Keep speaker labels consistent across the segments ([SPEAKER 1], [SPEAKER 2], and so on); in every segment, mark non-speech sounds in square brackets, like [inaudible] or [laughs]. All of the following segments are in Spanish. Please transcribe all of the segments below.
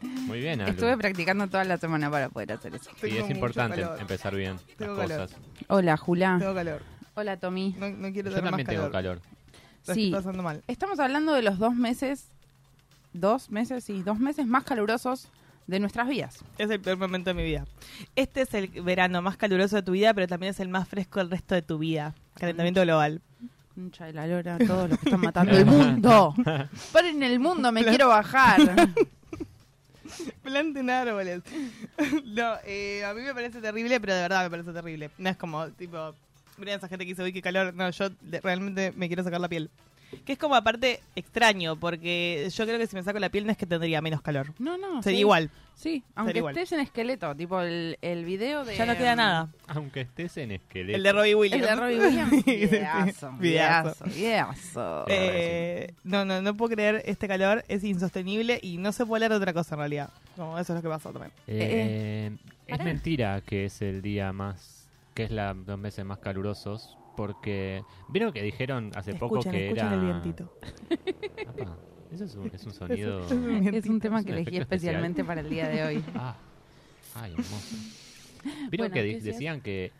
[SPEAKER 1] Muy bien, Alu.
[SPEAKER 2] Estuve practicando toda la semana para poder hacer eso.
[SPEAKER 1] Y
[SPEAKER 3] Tengo
[SPEAKER 1] es
[SPEAKER 3] mucho
[SPEAKER 1] importante
[SPEAKER 3] calor.
[SPEAKER 1] empezar bien
[SPEAKER 3] Tengo
[SPEAKER 1] las
[SPEAKER 3] calor.
[SPEAKER 1] cosas.
[SPEAKER 2] Hola, Julia.
[SPEAKER 3] Tengo calor.
[SPEAKER 2] Hola, Tommy.
[SPEAKER 3] No, no quiero
[SPEAKER 1] Yo
[SPEAKER 3] tener
[SPEAKER 1] también
[SPEAKER 3] más
[SPEAKER 1] tengo
[SPEAKER 3] calor.
[SPEAKER 1] calor.
[SPEAKER 3] La
[SPEAKER 2] Sí.
[SPEAKER 3] estoy pasando mal.
[SPEAKER 2] Estamos hablando de los dos meses, dos meses, sí, dos meses más calurosos de nuestras vidas.
[SPEAKER 3] Es el peor momento de mi vida. Este es el verano más caluroso de tu vida, pero también es el más fresco del resto de tu vida. Calentamiento global.
[SPEAKER 2] Concha de la lora, todos los que están matando el mundo. [laughs] Paren el mundo, me quiero bajar.
[SPEAKER 3] [laughs] Planten árboles. [laughs] no, eh, a mí me parece terrible, pero de verdad me parece terrible. No es como, tipo, mira esa gente que dice, uy, qué calor. No, yo de- realmente me quiero sacar la piel. Que es como, aparte, extraño, porque yo creo que si me saco la piel no es que tendría menos calor.
[SPEAKER 2] No, no.
[SPEAKER 3] Sería
[SPEAKER 2] sí.
[SPEAKER 3] igual.
[SPEAKER 2] Sí, aunque
[SPEAKER 3] igual.
[SPEAKER 2] estés en esqueleto, tipo el, el video de...
[SPEAKER 3] Ya no queda nada.
[SPEAKER 1] Aunque estés en esqueleto.
[SPEAKER 3] El de Robbie
[SPEAKER 2] El
[SPEAKER 3] Williams.
[SPEAKER 2] de Robbie [laughs] Williams.
[SPEAKER 3] Sí, sí, sí.
[SPEAKER 2] Videazo, videazo,
[SPEAKER 3] Videazo.
[SPEAKER 2] videazo.
[SPEAKER 1] Eh,
[SPEAKER 3] Eh, no, no, no puedo creer este calor, es insostenible y no se puede hablar de otra cosa en realidad. No, eso es lo que pasó también.
[SPEAKER 1] Eh, es
[SPEAKER 2] pará.
[SPEAKER 1] mentira que es el día más. que es la, los meses más calurosos. Porque. ¿Vieron que dijeron hace poco
[SPEAKER 3] Escuchen,
[SPEAKER 1] que
[SPEAKER 3] escuchen
[SPEAKER 1] era.
[SPEAKER 3] el vientito.
[SPEAKER 1] Apa, eso es un,
[SPEAKER 3] [laughs]
[SPEAKER 1] es un sonido.
[SPEAKER 3] Es un
[SPEAKER 2] Es un tema
[SPEAKER 1] Es
[SPEAKER 2] que
[SPEAKER 1] un
[SPEAKER 2] elegí
[SPEAKER 1] efecto especial.
[SPEAKER 2] especialmente para el día de hoy.
[SPEAKER 1] Ah, ay, hermoso. Vieron
[SPEAKER 2] Bueno,
[SPEAKER 1] que
[SPEAKER 2] ¿qué
[SPEAKER 1] di-
[SPEAKER 2] decías?
[SPEAKER 1] decían que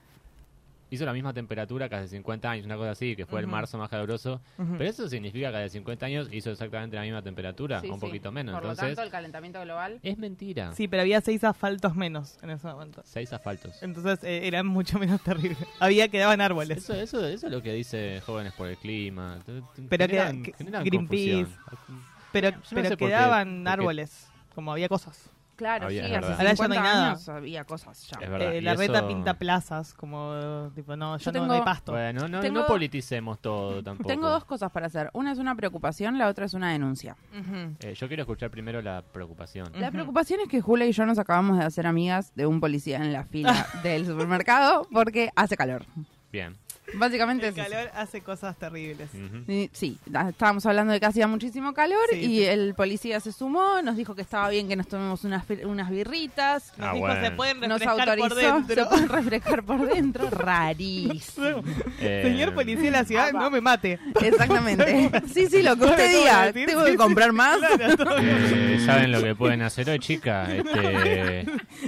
[SPEAKER 1] hizo la misma temperatura que hace 50 años, una cosa así, que fue el
[SPEAKER 3] Ujú.
[SPEAKER 1] marzo más caluroso.
[SPEAKER 3] Ujú.
[SPEAKER 1] Pero eso significa que hace 50 años hizo exactamente la misma temperatura,
[SPEAKER 2] Sí,
[SPEAKER 1] o un
[SPEAKER 2] sí.
[SPEAKER 1] poquito menos.
[SPEAKER 2] Por
[SPEAKER 1] Entonces,
[SPEAKER 2] lo tanto, el calentamiento global...
[SPEAKER 1] es mentira.
[SPEAKER 3] Sí, pero había seis asfaltos menos en ese momento.
[SPEAKER 1] Seis asfaltos.
[SPEAKER 3] Entonces eh, era mucho menos [laughs] terrible. Había quedaban árboles.
[SPEAKER 1] Eso, eso, eso es lo que dice Jóvenes por el Clima. T- t-
[SPEAKER 3] Pero
[SPEAKER 1] generan-
[SPEAKER 3] que- que-
[SPEAKER 1] generan
[SPEAKER 3] Greenpeace.
[SPEAKER 1] confusión.
[SPEAKER 3] Pero,
[SPEAKER 1] no
[SPEAKER 3] pero
[SPEAKER 1] sé por qué-
[SPEAKER 3] quedaban
[SPEAKER 1] por qué-
[SPEAKER 3] árboles, como había cosas.
[SPEAKER 2] Claro,
[SPEAKER 1] Había-
[SPEAKER 2] sí,
[SPEAKER 1] Ah, es
[SPEAKER 2] hace
[SPEAKER 1] verdad.
[SPEAKER 3] Ahora ya no hay
[SPEAKER 2] 50
[SPEAKER 3] nada.
[SPEAKER 2] años había cosas ya.
[SPEAKER 1] Es verdad.
[SPEAKER 3] Eh,
[SPEAKER 1] y
[SPEAKER 3] la reta
[SPEAKER 1] eso-
[SPEAKER 3] pinta plazas, como tipo, no, ya
[SPEAKER 2] Yo
[SPEAKER 3] no, no
[SPEAKER 2] tengo-
[SPEAKER 3] hay pasto.
[SPEAKER 1] Bueno, no,
[SPEAKER 2] Tengo-
[SPEAKER 1] no politicemos
[SPEAKER 2] [laughs]
[SPEAKER 1] todo tampoco.
[SPEAKER 2] Tengo dos cosas para hacer. Una es una preocupación, la otra es una denuncia.
[SPEAKER 3] Ujú.
[SPEAKER 1] Eh, yo quiero escuchar primero la preocupación.
[SPEAKER 2] La
[SPEAKER 3] Ujú.
[SPEAKER 2] preocupación es que Julia y yo nos acabamos de hacer amigas de un policía en la fila del supermercado porque hace calor.
[SPEAKER 1] Bien.
[SPEAKER 2] Básicamente
[SPEAKER 3] El
[SPEAKER 2] es eso.
[SPEAKER 3] calor hace cosas terribles.
[SPEAKER 1] Ujú.
[SPEAKER 2] Y- Sí, da- estábamos hablando de que hacía muchísimo calor
[SPEAKER 3] Sí,
[SPEAKER 2] y
[SPEAKER 3] sí.
[SPEAKER 2] el policía se sumó, nos dijo que estaba bien que nos tomemos unas, fir- unas birritas,
[SPEAKER 3] Nos
[SPEAKER 1] Ah,
[SPEAKER 3] dijo,
[SPEAKER 1] bueno.
[SPEAKER 3] se pueden
[SPEAKER 2] nos
[SPEAKER 3] refrescar por
[SPEAKER 2] autorizó, se
[SPEAKER 3] dentro.
[SPEAKER 2] pueden refrescar por dentro, rarísimo.
[SPEAKER 1] Eh,
[SPEAKER 3] [laughs] Señor policía de la ciudad, no me mate.
[SPEAKER 2] [laughs] Exactamente. Sí, sí, lo que
[SPEAKER 3] ¿Sabe
[SPEAKER 2] usted
[SPEAKER 3] cómo
[SPEAKER 2] diga,
[SPEAKER 3] decir?
[SPEAKER 2] tengo
[SPEAKER 3] Sí,
[SPEAKER 2] que
[SPEAKER 3] sí,
[SPEAKER 2] comprar más.
[SPEAKER 3] [laughs] Claro, todo bien.
[SPEAKER 1] Eh, ¿Saben lo que pueden hacer hoy, chica?
[SPEAKER 3] [laughs]
[SPEAKER 1] Este,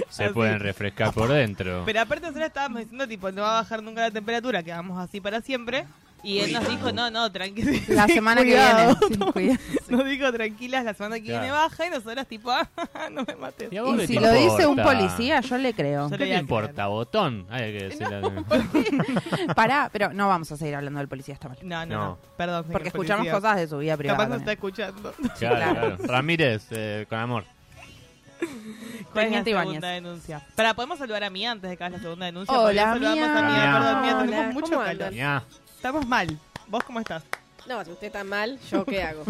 [SPEAKER 1] se
[SPEAKER 3] Así.
[SPEAKER 1] pueden refrescar por dentro.
[SPEAKER 3] Pero aparte nosotros estábamos diciendo, tipo, no va a bajar nunca la temperatura, quedamos así para siempre. Y él nos dijo, no, no, tranquilo. [laughs]
[SPEAKER 2] La semana que
[SPEAKER 3] Cuidado.
[SPEAKER 2] [laughs] viene, sí, cuida-
[SPEAKER 3] [laughs] Nos dijo, tranquilas, la semana que
[SPEAKER 1] Claro.
[SPEAKER 3] viene baja. Y nosotros, tipo, ah, [laughs] no me mates.
[SPEAKER 1] ¿Y a vos
[SPEAKER 2] Y
[SPEAKER 1] qué
[SPEAKER 2] si
[SPEAKER 1] te
[SPEAKER 2] lo dice un
[SPEAKER 1] importa?
[SPEAKER 2] policía, yo le creo.
[SPEAKER 3] Yo
[SPEAKER 1] ¿Qué
[SPEAKER 3] le voy
[SPEAKER 1] te
[SPEAKER 3] a
[SPEAKER 1] importa? Botón. Hay que decir
[SPEAKER 2] [laughs]
[SPEAKER 1] la-
[SPEAKER 2] Pará, pero no vamos a seguir hablando del policía, está mal.
[SPEAKER 3] No, no,
[SPEAKER 1] No.
[SPEAKER 3] no, Perdón, señor
[SPEAKER 2] Porque escuchamos
[SPEAKER 3] policía.
[SPEAKER 2] cosas de su vida privada.
[SPEAKER 3] Capaz no está
[SPEAKER 2] también.
[SPEAKER 3] escuchando.
[SPEAKER 1] Claro,
[SPEAKER 2] claro.
[SPEAKER 1] claro. Ramírez, eh, con amor.
[SPEAKER 3] ¿Cuál es
[SPEAKER 2] [laughs]
[SPEAKER 3] la
[SPEAKER 2] Teniente Ibáñez.
[SPEAKER 3] segunda denuncia? Para, ¿podemos saludar a Mía antes de que haga la segunda denuncia?
[SPEAKER 2] Hola,
[SPEAKER 3] Porque ya saludamos
[SPEAKER 1] Mía.
[SPEAKER 3] a Mía. Perdón, Mía,
[SPEAKER 4] Hola,
[SPEAKER 3] tenemos mucho
[SPEAKER 4] ¿cómo
[SPEAKER 3] calor.
[SPEAKER 4] andan?
[SPEAKER 1] Ya.
[SPEAKER 3] Estamos mal. ¿Vos cómo estás?
[SPEAKER 4] No, si usted está mal, ¿yo qué hago?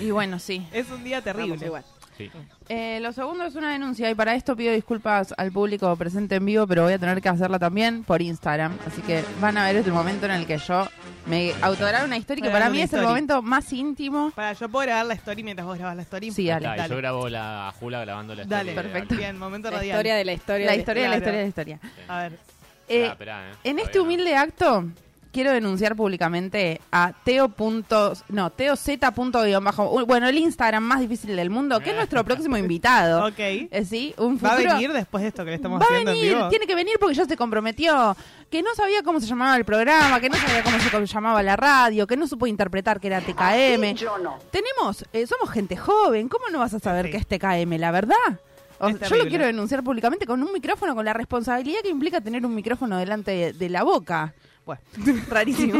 [SPEAKER 2] Y bueno, sí.
[SPEAKER 3] Es un día terrible.
[SPEAKER 4] Vamos igual.
[SPEAKER 1] Sí.
[SPEAKER 2] Eh, lo segundo es una denuncia y para esto pido disculpas al público presente en vivo, pero voy a tener que hacerla también por Instagram. Así que van a ver el momento en el que yo me autograbo una historia que
[SPEAKER 3] Grabando
[SPEAKER 2] para mí
[SPEAKER 3] una
[SPEAKER 2] es el
[SPEAKER 3] story.
[SPEAKER 2] momento más íntimo.
[SPEAKER 3] Para, yo puedo grabar la story mientras vos grabas la story.
[SPEAKER 2] Sí, dale.
[SPEAKER 1] Está, y
[SPEAKER 3] Dale.
[SPEAKER 1] yo grabo la a Jula grabando la
[SPEAKER 3] Dale,
[SPEAKER 1] historia.
[SPEAKER 2] Perfecto.
[SPEAKER 3] Bien, momento
[SPEAKER 4] La
[SPEAKER 3] radial.
[SPEAKER 4] historia de la historia.
[SPEAKER 2] La
[SPEAKER 4] de-
[SPEAKER 2] historia de la historia
[SPEAKER 3] claro.
[SPEAKER 2] de la historia.
[SPEAKER 3] A ver.
[SPEAKER 2] Eh,
[SPEAKER 1] Esperá, esperá, eh.
[SPEAKER 2] En
[SPEAKER 1] Todavía
[SPEAKER 2] este
[SPEAKER 1] no.
[SPEAKER 2] humilde acto quiero denunciar públicamente a Teo. punto- No, TeoZ.bajo. Bueno, el Instagram más difícil del mundo, que es nuestro próximo invitado.
[SPEAKER 3] Ok.
[SPEAKER 2] Eh, sí, un
[SPEAKER 3] ¿Va a
[SPEAKER 2] futuro-
[SPEAKER 3] venir después de esto que le estamos
[SPEAKER 2] Va a
[SPEAKER 3] haciendo en
[SPEAKER 2] venir,
[SPEAKER 3] vivo?
[SPEAKER 2] tiene que venir porque ya se comprometió. Que no sabía cómo se llamaba el programa, que no sabía cómo se co- llamaba la radio, que no supo interpretar que era TKM. Tenemos, eh, somos gente joven, ¿cómo no vas a saber
[SPEAKER 3] Sí.
[SPEAKER 2] que es TKM, la verdad? O sea, yo lo
[SPEAKER 3] Es terrible.
[SPEAKER 2] quiero denunciar públicamente con un micrófono, con la responsabilidad que implica tener un micrófono delante de, de la
[SPEAKER 3] [laughs]
[SPEAKER 2] boca. Bueno, rarísimo.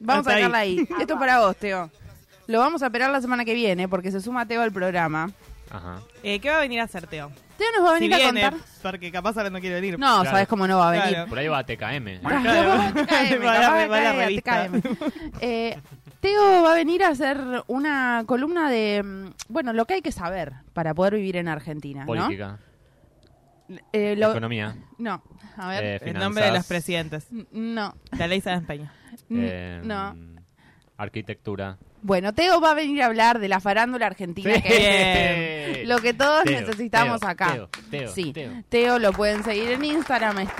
[SPEAKER 2] vamos
[SPEAKER 3] Hasta
[SPEAKER 2] a dejarla ahí. Esto es para vos, Teo. Lo vamos a operar la semana que viene porque se suma Teo al programa.
[SPEAKER 1] Ajá.
[SPEAKER 3] Eh, ¿Qué va a venir a hacer, Teo?
[SPEAKER 2] Teo nos va a
[SPEAKER 3] Si
[SPEAKER 2] venir a
[SPEAKER 3] viene,
[SPEAKER 2] contar.
[SPEAKER 3] porque capaz ahora no quiere venir.
[SPEAKER 2] No,
[SPEAKER 1] Claro.
[SPEAKER 2] sabes cómo no va a venir.
[SPEAKER 3] Claro.
[SPEAKER 1] Por ahí va a TKM.
[SPEAKER 2] Claro,
[SPEAKER 3] [laughs] Claro.
[SPEAKER 2] TKM,
[SPEAKER 3] Va a la-
[SPEAKER 2] capaz
[SPEAKER 3] va a la
[SPEAKER 2] cae,
[SPEAKER 3] revista. [laughs]
[SPEAKER 2] TKM. Eh, Teo va a venir a hacer una columna de, mm, bueno, lo que hay que saber para poder vivir en Argentina, ¿no?
[SPEAKER 1] Política.
[SPEAKER 2] eh, lo-
[SPEAKER 1] Economía.
[SPEAKER 2] no, a ver.
[SPEAKER 1] eh,
[SPEAKER 3] En nombre de los
[SPEAKER 1] finanzas,
[SPEAKER 3] presidentes.
[SPEAKER 2] N- No. mm,
[SPEAKER 3] La ley Sáenz Peña.
[SPEAKER 1] eh,
[SPEAKER 2] no.
[SPEAKER 1] Arquitectura.
[SPEAKER 2] Bueno, Teo va a venir a hablar de la farándula argentina, que
[SPEAKER 1] [laughs]
[SPEAKER 2] es
[SPEAKER 1] Sí.
[SPEAKER 2] lo que todos
[SPEAKER 1] Teo,
[SPEAKER 2] necesitamos
[SPEAKER 1] Teo,
[SPEAKER 2] acá.
[SPEAKER 1] Teo, Teo,
[SPEAKER 2] sí.
[SPEAKER 1] Teo.
[SPEAKER 2] [laughs] lo pueden seguir en Instagram, es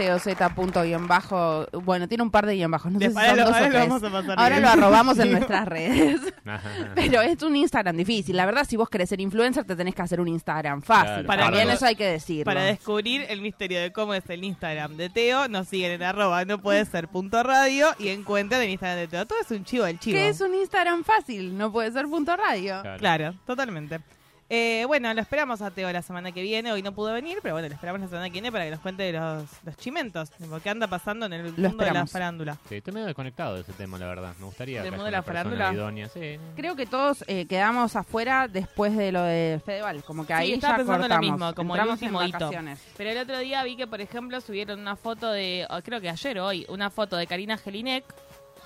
[SPEAKER 2] teoz.bajo. Bueno, tiene un par de guión bajos, no sé si
[SPEAKER 3] Después
[SPEAKER 2] son
[SPEAKER 3] lo-
[SPEAKER 2] dos o
[SPEAKER 3] ahora lo
[SPEAKER 2] tres.
[SPEAKER 3] vamos a pasar
[SPEAKER 2] Ahora
[SPEAKER 3] bien.
[SPEAKER 2] lo arrobamos
[SPEAKER 3] [laughs]
[SPEAKER 2] en nuestras redes.
[SPEAKER 1] Ajá.
[SPEAKER 2] Pero es un Instagram difícil. La verdad, si vos querés ser influencer, te tenés que hacer un Instagram fácil.
[SPEAKER 1] Claro.
[SPEAKER 3] Para
[SPEAKER 2] También
[SPEAKER 3] mí-
[SPEAKER 2] eso hay que decirlo.
[SPEAKER 3] Para descubrir el misterio de cómo es el Instagram de Teo, nos siguen en arroba no puede ser punto radio y encuentran el Instagram de Teo. Todo es un chivo el chivo.
[SPEAKER 2] ¿Qué es un Instagram fácil? No puede ser punto radio.
[SPEAKER 1] Claro.
[SPEAKER 3] Claro, totalmente. Eh, bueno, lo esperamos a Teo la semana que viene. Hoy no pudo venir, pero bueno, lo esperamos la semana que viene para que nos cuente los, los chimentos. tipo, ¿Qué anda pasando en el mundo de la
[SPEAKER 2] esperamos.
[SPEAKER 3] farándula?
[SPEAKER 1] Sí, estoy medio desconectado de ese tema, la verdad. Me gustaría
[SPEAKER 3] ¿Del
[SPEAKER 1] que haya
[SPEAKER 3] mundo de la
[SPEAKER 1] una persona
[SPEAKER 3] farándula?
[SPEAKER 1] idónea. Sí.
[SPEAKER 2] Creo que todos eh, quedamos afuera después de lo de Fedeval. Como que ahí
[SPEAKER 3] estaba
[SPEAKER 2] ya
[SPEAKER 3] pensando lo
[SPEAKER 2] cortamos.
[SPEAKER 3] mismo, como el
[SPEAKER 2] Entramos en
[SPEAKER 3] último hito.
[SPEAKER 2] vacaciones.
[SPEAKER 5] Pero el otro día vi que, por ejemplo, subieron una foto de, o creo que ayer o hoy, una foto de Karina Gelinek,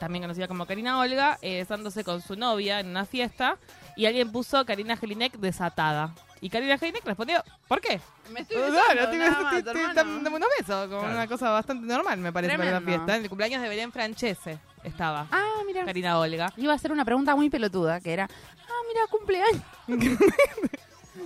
[SPEAKER 5] también conocida como Karina Olga, eh, besándose con su novia en una fiesta, y alguien puso Karina Gelinek desatada. Y Karina Gelinek respondió, ¿por qué?
[SPEAKER 2] Me estoy
[SPEAKER 3] Claro,
[SPEAKER 2] besando,
[SPEAKER 3] este te-
[SPEAKER 2] nada
[SPEAKER 3] te-
[SPEAKER 2] más,
[SPEAKER 3] te- te-
[SPEAKER 2] hermano.
[SPEAKER 3] dame- dame unos besos, como
[SPEAKER 1] Claro.
[SPEAKER 3] una cosa bastante normal, me parece, para una
[SPEAKER 2] Tremendo.
[SPEAKER 3] fiesta. En el cumpleaños de Belén Francese estaba
[SPEAKER 2] Ah, mira.
[SPEAKER 3] Karina Olga.
[SPEAKER 2] Iba a hacer una pregunta muy pelotuda, que era, ah, mira, cumpleaños.
[SPEAKER 3] [laughs]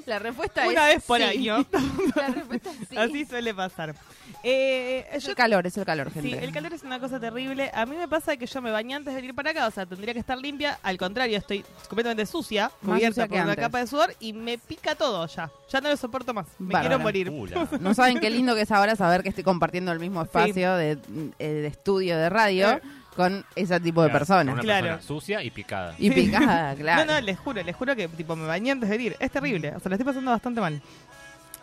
[SPEAKER 2] La respuesta
[SPEAKER 3] Una
[SPEAKER 2] es
[SPEAKER 3] vez por
[SPEAKER 2] sí.
[SPEAKER 3] año.
[SPEAKER 2] [laughs] La respuesta es sí.
[SPEAKER 3] Así suele pasar. Eh,
[SPEAKER 2] Es
[SPEAKER 3] yo
[SPEAKER 2] el calor, es el calor, gente.
[SPEAKER 3] Sí, el calor es una cosa terrible. A mí me pasa que yo me bañé antes de venir para acá, o sea, tendría que estar limpia. Al contrario, estoy completamente sucia,
[SPEAKER 2] Más
[SPEAKER 3] cubierta
[SPEAKER 2] sucia que
[SPEAKER 3] por una
[SPEAKER 2] antes.
[SPEAKER 3] capa de sudor y me pica todo ya. Ya no lo soporto más. Me
[SPEAKER 2] Bárbara.
[SPEAKER 3] quiero morir.
[SPEAKER 1] Ula.
[SPEAKER 2] No saben qué lindo que es ahora saber que estoy compartiendo el mismo espacio de, eh, de estudio de radio
[SPEAKER 3] Eh.
[SPEAKER 2] con ese tipo de
[SPEAKER 1] Claro,
[SPEAKER 2] personas.
[SPEAKER 1] Una
[SPEAKER 3] Claro.
[SPEAKER 1] persona sucia y picada.
[SPEAKER 2] Y
[SPEAKER 3] [laughs]
[SPEAKER 2] picada, [laughs] claro.
[SPEAKER 3] No, no, les juro, les juro que tipo me bañé antes de venir. Es terrible. O sea, lo estoy pasando bastante mal.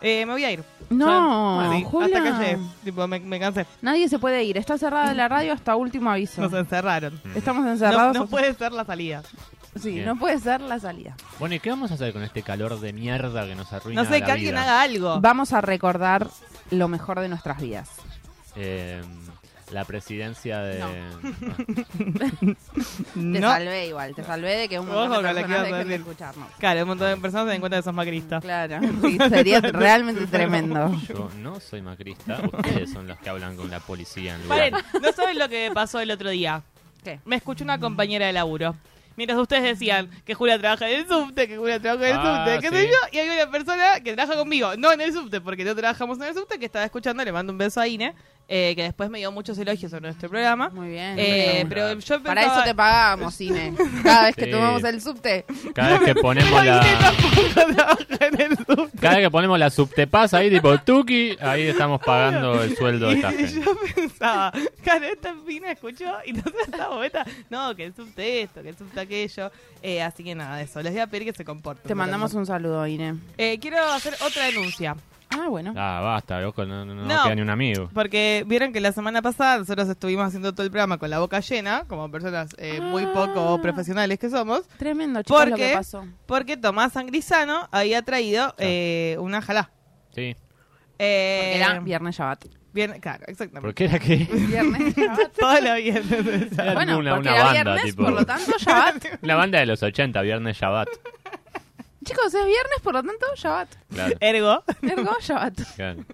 [SPEAKER 3] Eh, me voy a ir.
[SPEAKER 2] No,
[SPEAKER 3] Ya, sí,
[SPEAKER 2] Julia.
[SPEAKER 3] Hasta calle. Tipo, me, me cansé.
[SPEAKER 2] Nadie se puede ir. Está cerrada la radio hasta último aviso.
[SPEAKER 3] Nos encerraron.
[SPEAKER 2] Estamos
[SPEAKER 3] No,
[SPEAKER 2] encerrados.
[SPEAKER 3] no puede ser la salida.
[SPEAKER 2] Sí,
[SPEAKER 1] Bien.
[SPEAKER 2] no puede ser la salida.
[SPEAKER 1] Bueno, ¿y qué vamos a hacer con este calor de mierda que nos arruina
[SPEAKER 3] No sé,
[SPEAKER 1] la
[SPEAKER 3] que alguien
[SPEAKER 1] vida?
[SPEAKER 3] haga algo.
[SPEAKER 2] Vamos a recordar lo mejor de nuestras vidas.
[SPEAKER 1] Eh, la presidencia de... Ah.
[SPEAKER 2] Te
[SPEAKER 3] No.
[SPEAKER 2] salvé igual, te salvé de que un montón
[SPEAKER 3] Ojo
[SPEAKER 2] de
[SPEAKER 3] con la que
[SPEAKER 2] personas
[SPEAKER 3] vas a
[SPEAKER 2] dejen de
[SPEAKER 3] decir.
[SPEAKER 2] escucharnos.
[SPEAKER 3] Claro, un montón de personas se dan cuenta que sos macrista.
[SPEAKER 2] Claro, [laughs] sí, sería realmente tremendo.
[SPEAKER 1] Ah, Yo no soy macrista, ustedes son los que hablan con la policía en lugar.
[SPEAKER 5] Paren, no saben lo que pasó el otro día.
[SPEAKER 2] ¿Qué?
[SPEAKER 5] Me escuchó una compañera de laburo.
[SPEAKER 3] Mientras ustedes decían que Julia trabaja en el subte, que Julia trabaja en el
[SPEAKER 1] Ah,
[SPEAKER 3] subte, qué
[SPEAKER 1] sí.
[SPEAKER 3] sé yo, y había una persona que trabaja conmigo, no en el subte, porque no trabajamos en el subte, que estaba escuchando, le mando un beso a Ine, eh, que después me dio muchos elogios sobre nuestro programa.
[SPEAKER 2] Muy bien.
[SPEAKER 3] Eh,
[SPEAKER 1] Espectacular.
[SPEAKER 3] pero yo
[SPEAKER 2] Para
[SPEAKER 3] pensaba-
[SPEAKER 2] eso te pagamos, [laughs] Cine. Cada vez que
[SPEAKER 1] Sí.
[SPEAKER 2] tomamos el subte.
[SPEAKER 1] Cada
[SPEAKER 3] [laughs]
[SPEAKER 1] vez que ponemos
[SPEAKER 3] Ine
[SPEAKER 1] la...
[SPEAKER 3] tampoco trabaja [laughs] en el subte.
[SPEAKER 1] Cada vez que ponemos la subtepaz ahí, tipo tuki, ahí estamos pagando el sueldo de esta
[SPEAKER 3] [laughs] Y
[SPEAKER 1] gente.
[SPEAKER 3] yo pensaba, claro, esta fina escuchó y entonces esta bobeta, no, que el subte esto, que el subte aquello. Eh, así que nada, eso, les voy a pedir que se comporten.
[SPEAKER 2] Te mandamos un saludo, Ine.
[SPEAKER 3] Eh, quiero hacer otra denuncia.
[SPEAKER 2] Ah, bueno.
[SPEAKER 1] Ah, basta, loco, no, no, no
[SPEAKER 3] No.
[SPEAKER 1] queda ni un amigo.
[SPEAKER 3] Porque vieron que la semana pasada nosotros estuvimos haciendo todo el programa con la boca llena, como personas eh, muy
[SPEAKER 2] Ah.
[SPEAKER 3] poco profesionales que somos,
[SPEAKER 2] Tremendo, chicos, lo
[SPEAKER 3] Porque-
[SPEAKER 2] que pasó.
[SPEAKER 3] porque Tomás Sangrisano había traído eh, una jalá.
[SPEAKER 1] Sí,
[SPEAKER 2] Porque
[SPEAKER 3] Eh,
[SPEAKER 2] era Viernes [laughs] Shabbat.
[SPEAKER 3] bien- claro, exactamente.
[SPEAKER 1] porque era que...
[SPEAKER 2] Viernes Shabbat.
[SPEAKER 3] [laughs] Todo lo bien.
[SPEAKER 1] Era
[SPEAKER 2] bueno,
[SPEAKER 1] tipo una,
[SPEAKER 2] porque
[SPEAKER 1] una
[SPEAKER 2] era
[SPEAKER 1] banda,
[SPEAKER 2] viernes,
[SPEAKER 1] tipo...
[SPEAKER 2] por lo tanto,
[SPEAKER 1] [laughs]
[SPEAKER 2] Shabbat.
[SPEAKER 1] Una banda de los 80, Viernes Shabbat.
[SPEAKER 2] chicos, es viernes, por lo tanto, Shabbat.
[SPEAKER 3] [laughs]
[SPEAKER 1] Claro,
[SPEAKER 3] Ergo.
[SPEAKER 2] Ergo, Shabbat.
[SPEAKER 1] claro.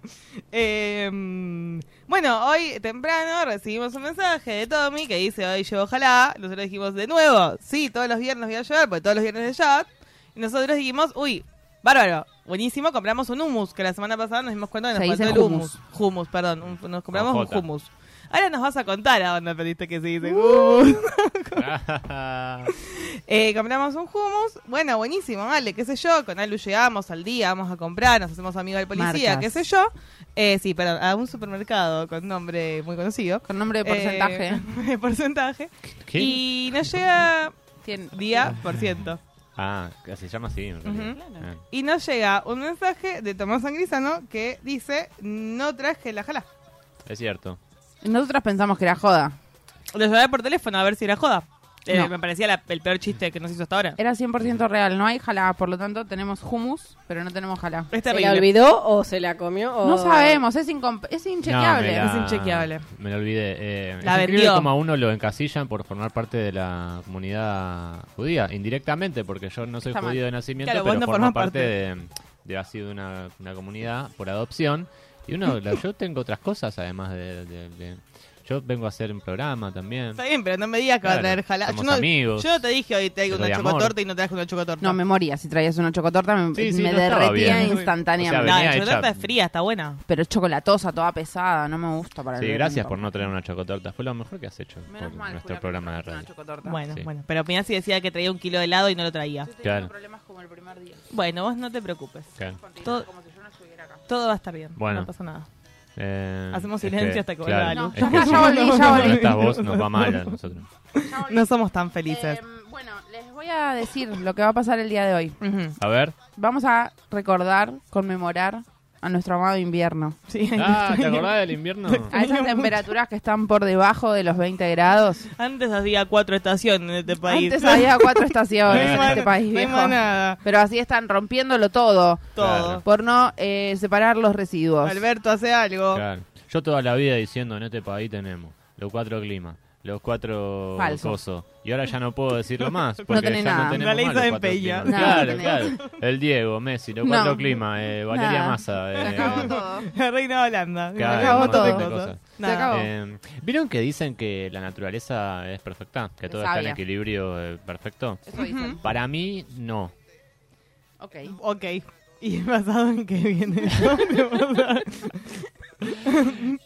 [SPEAKER 3] Eh, mm, bueno, hoy temprano recibimos un mensaje de Tommy que dice, hoy llevo ojalá. Nosotros dijimos, de nuevo, sí, todos los viernes voy a llevar, porque todos los viernes es Shabbat. Y nosotros dijimos, uy, bárbaro, buenísimo, compramos un hummus, que la semana pasada nos dimos cuenta que
[SPEAKER 2] Se
[SPEAKER 3] nos faltó
[SPEAKER 2] dice
[SPEAKER 3] el
[SPEAKER 2] hummus.
[SPEAKER 3] hummus. Hummus, perdón, un- nos compramos
[SPEAKER 1] Con
[SPEAKER 3] un
[SPEAKER 1] J.
[SPEAKER 3] hummus. Ahora nos vas a contar a dónde pediste que se dice
[SPEAKER 2] Uh,
[SPEAKER 3] hummus.
[SPEAKER 1] Ah,
[SPEAKER 3] Eh, compramos un hummus, bueno, buenísimo, vale, qué sé yo, con Alu llegamos al día, vamos a comprar, nos hacemos amigos del policía,
[SPEAKER 2] Marcas.
[SPEAKER 3] qué sé yo. Eh, sí, perdón, a un supermercado con nombre muy conocido.
[SPEAKER 2] Con nombre de porcentaje.
[SPEAKER 3] [laughs] Eh, porcentaje.
[SPEAKER 1] ¿Qué?
[SPEAKER 3] Y nos llega
[SPEAKER 2] Tien-
[SPEAKER 3] día por ciento.
[SPEAKER 1] Ah, se llama así. en realidad. Ah.
[SPEAKER 3] Y nos llega un mensaje de Tomás Sangrisano que dice, no traje la jala.
[SPEAKER 1] Es cierto.
[SPEAKER 2] Nosotras pensamos que era joda.
[SPEAKER 3] Lo llevé por teléfono a ver si era joda. Eh,
[SPEAKER 2] No.
[SPEAKER 3] Me parecía la- el peor chiste que nos hizo hasta ahora.
[SPEAKER 2] Era 100% real. No hay jalá, por lo tanto, tenemos hummus, pero no tenemos jalá.
[SPEAKER 3] Es
[SPEAKER 4] ¿Se la
[SPEAKER 3] terrible.
[SPEAKER 4] olvidó o se la comió? o-
[SPEAKER 2] No sabemos, es, incom- es inchequeable.
[SPEAKER 1] No, me la-
[SPEAKER 3] Es inchequeable.
[SPEAKER 1] Me lo olvidé. Eh,
[SPEAKER 3] La
[SPEAKER 1] es increíble
[SPEAKER 3] vendió.
[SPEAKER 1] como a uno lo encasillan por formar parte de la comunidad judía, indirectamente, porque yo no soy
[SPEAKER 2] Está mal.
[SPEAKER 1] judío de nacimiento,
[SPEAKER 3] Claro, vos
[SPEAKER 1] pero
[SPEAKER 3] no
[SPEAKER 1] formo
[SPEAKER 3] formás
[SPEAKER 1] parte de, de- ha sido una, una comunidad por adopción Y uno, la- yo tengo otras cosas además de, de- de- Yo vengo a hacer un programa también.
[SPEAKER 3] Está bien, pero no me digas que va
[SPEAKER 1] Claro,
[SPEAKER 3] a traer jalada.
[SPEAKER 1] somos
[SPEAKER 3] yo no,
[SPEAKER 1] amigos.
[SPEAKER 3] Yo no te dije hoy traigo
[SPEAKER 1] Pero de
[SPEAKER 3] una
[SPEAKER 1] amor.
[SPEAKER 3] chocotorta y no traje una chocotorta.
[SPEAKER 2] No, me moría. Si traías una chocotorta, me,
[SPEAKER 1] Ah. Sí, sí,
[SPEAKER 2] me
[SPEAKER 1] no estaba
[SPEAKER 2] derretía
[SPEAKER 1] bien.
[SPEAKER 2] instantáneamente.
[SPEAKER 1] O sea,
[SPEAKER 3] Nah,
[SPEAKER 1] venía
[SPEAKER 3] la chocotorta
[SPEAKER 1] hecha-
[SPEAKER 3] es fría, está buena.
[SPEAKER 2] Pero es chocolatosa, toda pesada, no me gusta para el
[SPEAKER 1] Sí,
[SPEAKER 2] verano
[SPEAKER 1] gracias por
[SPEAKER 2] tampoco.
[SPEAKER 1] no traer una chocotorta. Fue lo mejor que has hecho
[SPEAKER 2] Menos
[SPEAKER 1] por
[SPEAKER 2] mal,
[SPEAKER 1] nuestro
[SPEAKER 2] Julia,
[SPEAKER 1] programa de
[SPEAKER 2] porque no
[SPEAKER 1] radio.
[SPEAKER 2] es una chocotorta.
[SPEAKER 3] Bueno,
[SPEAKER 1] Sí.
[SPEAKER 3] bueno. Pero Pinazzi decía que traía un kilo de helado y no lo traía.
[SPEAKER 2] Yo tenía
[SPEAKER 1] Claro.
[SPEAKER 2] problemas como el primer día.
[SPEAKER 3] Bueno, vos no te preocupes.
[SPEAKER 1] Claro.
[SPEAKER 2] Contigo,
[SPEAKER 3] Todo-
[SPEAKER 2] como si yo no estuviera acá.
[SPEAKER 3] Todo va a estar bien.
[SPEAKER 1] Bueno.
[SPEAKER 3] No pasa nada.
[SPEAKER 1] Eh,
[SPEAKER 3] Hacemos
[SPEAKER 1] es
[SPEAKER 3] silencio hasta que vuelva
[SPEAKER 1] claro,
[SPEAKER 3] Alu.
[SPEAKER 2] No,
[SPEAKER 1] es
[SPEAKER 2] ya
[SPEAKER 1] que si
[SPEAKER 2] volví, ya
[SPEAKER 1] no
[SPEAKER 2] volví.
[SPEAKER 1] estás vos, nos va mal a nosotros.
[SPEAKER 2] Ya volví.
[SPEAKER 3] No somos tan felices.
[SPEAKER 2] Eh, bueno, les voy a decir lo que va a pasar el día de hoy.
[SPEAKER 3] Ujú.
[SPEAKER 1] A
[SPEAKER 2] [laughs]
[SPEAKER 1] ver.
[SPEAKER 2] Vamos a recordar, conmemorar a nuestro amado invierno.
[SPEAKER 3] Sí,
[SPEAKER 1] Ah, ¿te acordás del invierno?
[SPEAKER 2] A [laughs] esas temperaturas que están por debajo de los 20 grados.
[SPEAKER 3] [laughs] Antes había cuatro estaciones en este país.
[SPEAKER 2] Antes había [laughs] cuatro
[SPEAKER 3] [laughs] no
[SPEAKER 2] estaciones
[SPEAKER 3] hay
[SPEAKER 2] en
[SPEAKER 3] más-
[SPEAKER 2] este país,
[SPEAKER 3] no hay
[SPEAKER 2] viejo.
[SPEAKER 3] más nada.
[SPEAKER 2] Pero así están rompiéndolo todo
[SPEAKER 3] Todo.
[SPEAKER 2] por no eh, separar los residuos.
[SPEAKER 3] Alberto hace
[SPEAKER 1] [laughs]
[SPEAKER 3] algo.
[SPEAKER 1] Claro. Yo toda la vida diciendo en este país tenemos los cuatro climas, los cuatro
[SPEAKER 2] Falso.
[SPEAKER 1] cosos. Y ahora ya no pudo decirlo más. Porque
[SPEAKER 2] tenés
[SPEAKER 1] ya
[SPEAKER 2] nada.
[SPEAKER 1] no tenemos
[SPEAKER 3] La ley
[SPEAKER 1] más los
[SPEAKER 3] de
[SPEAKER 1] cuatro
[SPEAKER 3] Peña.
[SPEAKER 1] climas.
[SPEAKER 2] No, no
[SPEAKER 1] claro,
[SPEAKER 2] tenés.
[SPEAKER 1] claro. El Diego, Messi, los
[SPEAKER 2] No.
[SPEAKER 1] cuatro climas, eh, Valeria
[SPEAKER 2] Nada.
[SPEAKER 1] Massa.
[SPEAKER 2] Se
[SPEAKER 1] eh,
[SPEAKER 2] [laughs] acabó todo.
[SPEAKER 3] La [laughs] reina de Holanda.
[SPEAKER 1] Claro,
[SPEAKER 2] acabó
[SPEAKER 1] un montón de
[SPEAKER 2] todo.
[SPEAKER 1] cosas.
[SPEAKER 3] Nada.
[SPEAKER 2] acabó.
[SPEAKER 1] Eh, ¿Vieron que dicen que la naturaleza es perfecta? Que
[SPEAKER 2] Es
[SPEAKER 1] todo está en
[SPEAKER 2] sabia.
[SPEAKER 1] equilibrio eh, perfecto.
[SPEAKER 2] Eso dicen.
[SPEAKER 1] Para mí, no.
[SPEAKER 2] Ok.
[SPEAKER 3] Ok. ¿Y basado en qué
[SPEAKER 1] [laughs]
[SPEAKER 3] viene? eso?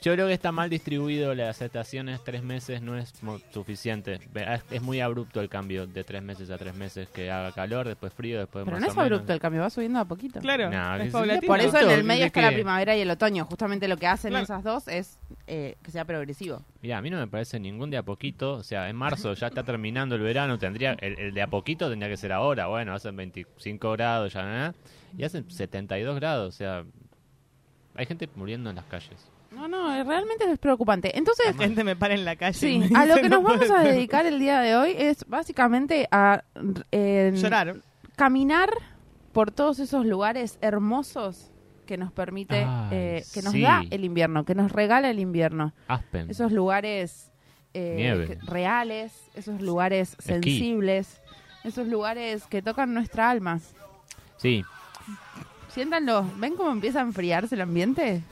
[SPEAKER 1] Yo creo que está mal distribuido las estaciones, tres meses no es mo- suficiente. Ve- ah, Es, es muy abrupto el cambio de tres meses a tres meses, que haga calor, después frío, después
[SPEAKER 2] Pero
[SPEAKER 1] más
[SPEAKER 2] no
[SPEAKER 1] o
[SPEAKER 2] es abrupto,
[SPEAKER 1] menos.
[SPEAKER 2] el cambio va subiendo a poquito.
[SPEAKER 3] claro.
[SPEAKER 1] No, que
[SPEAKER 3] es
[SPEAKER 1] sí.
[SPEAKER 3] paulatino.
[SPEAKER 2] Por eso en
[SPEAKER 1] Abrupto,
[SPEAKER 2] el medio
[SPEAKER 1] ¿de
[SPEAKER 2] está la
[SPEAKER 1] qué?
[SPEAKER 2] primavera y el otoño. Justamente lo que hacen
[SPEAKER 3] Claro.
[SPEAKER 2] esas dos es eh, que sea progresivo.
[SPEAKER 1] Mira, a mí no me parece ningún de a poquito, o sea, en marzo ya está terminando el verano, tendría el, el de a poquito tendría que ser ahora, bueno, hacen 25 grados ya, ¿eh? y hacen 72 grados, o sea, hay gente muriendo en las calles.
[SPEAKER 2] No, no, eh, realmente es preocupante. Entonces,
[SPEAKER 3] La gente me para en la calle. y
[SPEAKER 2] sí,
[SPEAKER 3] me
[SPEAKER 2] a lo
[SPEAKER 3] dice,
[SPEAKER 2] que nos
[SPEAKER 3] [laughs] "No
[SPEAKER 2] vamos a
[SPEAKER 3] puede ser".
[SPEAKER 2] dedicar el día de hoy es básicamente a eh,
[SPEAKER 3] Llorar.
[SPEAKER 2] caminar por todos esos lugares hermosos que nos permite,
[SPEAKER 1] Ay,
[SPEAKER 2] eh, que nos
[SPEAKER 1] sí.
[SPEAKER 2] da el invierno, que nos regala el invierno.
[SPEAKER 1] Aspen.
[SPEAKER 2] Esos lugares eh,
[SPEAKER 1] Nieve.
[SPEAKER 2] que- reales, esos lugares sensibles, esos lugares que tocan nuestra alma.
[SPEAKER 1] Sí,
[SPEAKER 2] Siéntanlo, ¿ven cómo empieza a enfriarse el ambiente?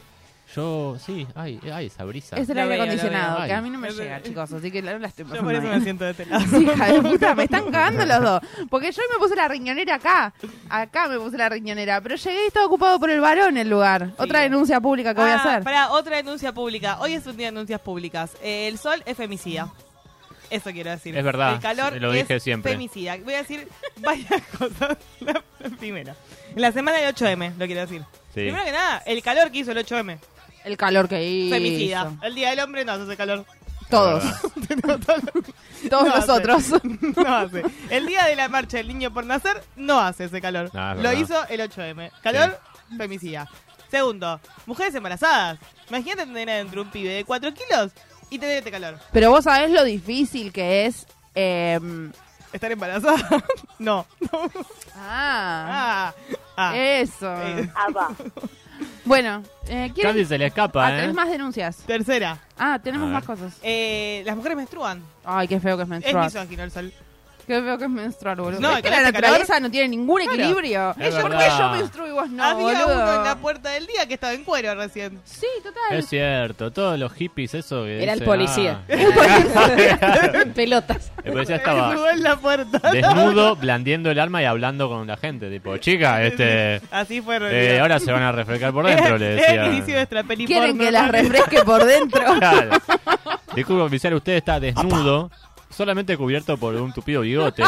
[SPEAKER 1] yo, sí, ay, ay, esa brisa.
[SPEAKER 2] Es el
[SPEAKER 3] Lo
[SPEAKER 2] aire
[SPEAKER 3] veo, lo
[SPEAKER 2] acondicionado,
[SPEAKER 1] veo.
[SPEAKER 2] que a mí no me
[SPEAKER 3] Ay. [laughs]
[SPEAKER 2] llega, chicos, así que no la estoy
[SPEAKER 3] Yo
[SPEAKER 2] pasando
[SPEAKER 3] por eso
[SPEAKER 2] bien.
[SPEAKER 3] me siento de este lado.
[SPEAKER 2] Sí, hija de puta, me
[SPEAKER 3] [laughs]
[SPEAKER 2] están cagando los dos. Porque yo me puse la riñonera acá. Acá me puse la riñonera. Pero llegué y estaba ocupado por el varón el lugar. Otra denuncia pública que voy a
[SPEAKER 3] Ah,
[SPEAKER 2] hacer.
[SPEAKER 3] pará, otra denuncia pública. Hoy es un día de denuncias públicas. Eh, el sol es femicida. Eso quiero decir.
[SPEAKER 1] Es verdad,
[SPEAKER 3] El calor
[SPEAKER 1] lo dije
[SPEAKER 3] es
[SPEAKER 1] siempre.
[SPEAKER 3] femicida. Voy a decir varias [laughs] cosas. La primera. La semana del 8M, lo quiero decir.
[SPEAKER 1] Sí.
[SPEAKER 3] Primero que nada, el calor que hizo el 8M.
[SPEAKER 2] El calor que hizo.
[SPEAKER 3] Femicida. El Día del Hombre no hace calor. [laughs]
[SPEAKER 2] Todos.
[SPEAKER 1] Ah.
[SPEAKER 2] Todos
[SPEAKER 3] No,
[SPEAKER 2] nosotros.
[SPEAKER 3] [laughs] No hace. El Día de la Marcha del Niño por Nacer no hace ese calor.
[SPEAKER 1] Ah, es
[SPEAKER 3] lo
[SPEAKER 1] verdad.
[SPEAKER 3] hizo el 8M. Calor, femicida. Segundo, mujeres embarazadas. Imagínate tener adentro un pibe de 4 kilos y tener este calor.
[SPEAKER 2] Pero vos sabés lo difícil que es. eh,
[SPEAKER 3] ¿Estar embarazada? [laughs] No.
[SPEAKER 2] ah,
[SPEAKER 3] Ah, ah.
[SPEAKER 2] Eso.
[SPEAKER 3] Eh,
[SPEAKER 2] Bueno, eh, ¿quieren-
[SPEAKER 1] Casi se le
[SPEAKER 2] Ah, [laughs]
[SPEAKER 1] escapa, ¿eh?
[SPEAKER 2] tenés más denuncias.
[SPEAKER 3] Tercera,
[SPEAKER 2] Ah, tenemos
[SPEAKER 1] A
[SPEAKER 2] más
[SPEAKER 1] ver.
[SPEAKER 2] cosas.
[SPEAKER 3] eh, las mujeres menstruan.
[SPEAKER 2] Ay, qué feo que es
[SPEAKER 3] Es
[SPEAKER 2] menstruar.
[SPEAKER 3] misógino el sol.
[SPEAKER 2] Qué feo que es menstruar, boludo.
[SPEAKER 3] No,
[SPEAKER 2] No,
[SPEAKER 3] y
[SPEAKER 2] es que
[SPEAKER 3] con
[SPEAKER 2] la
[SPEAKER 3] este
[SPEAKER 2] naturaleza no tiene ningún
[SPEAKER 3] Claro.
[SPEAKER 2] equilibrio.
[SPEAKER 1] Es
[SPEAKER 2] ¿Por qué
[SPEAKER 1] verdad.
[SPEAKER 2] yo menstruo y vos no,
[SPEAKER 3] Había
[SPEAKER 2] boludo?
[SPEAKER 3] uno en la puerta del día que estaba en cuero recién.
[SPEAKER 2] Sí, total.
[SPEAKER 1] Es cierto, todos los hippies, eso. que
[SPEAKER 4] Era el
[SPEAKER 1] dicen,
[SPEAKER 4] policía.
[SPEAKER 1] ah,
[SPEAKER 4] Pelotas.
[SPEAKER 1] el policía
[SPEAKER 3] [laughs] Jugó
[SPEAKER 1] estaba
[SPEAKER 3] en la puerta.
[SPEAKER 1] desnudo, blandiendo el arma y hablando con la gente. Tipo, chica, este.
[SPEAKER 3] [laughs] Así fue.
[SPEAKER 1] eh,
[SPEAKER 3] realidad.
[SPEAKER 1] ahora se van a refrescar por dentro,
[SPEAKER 3] [laughs]
[SPEAKER 1] le decía.
[SPEAKER 3] Era el inicio de nuestra peli
[SPEAKER 2] Quieren
[SPEAKER 3] porno,
[SPEAKER 2] que las
[SPEAKER 3] ¿no?
[SPEAKER 2] refresque
[SPEAKER 1] [laughs]
[SPEAKER 2] por dentro.
[SPEAKER 1] Claro. Disculpe, oficial, usted está desnudo, solamente cubierto por un tupido bigote.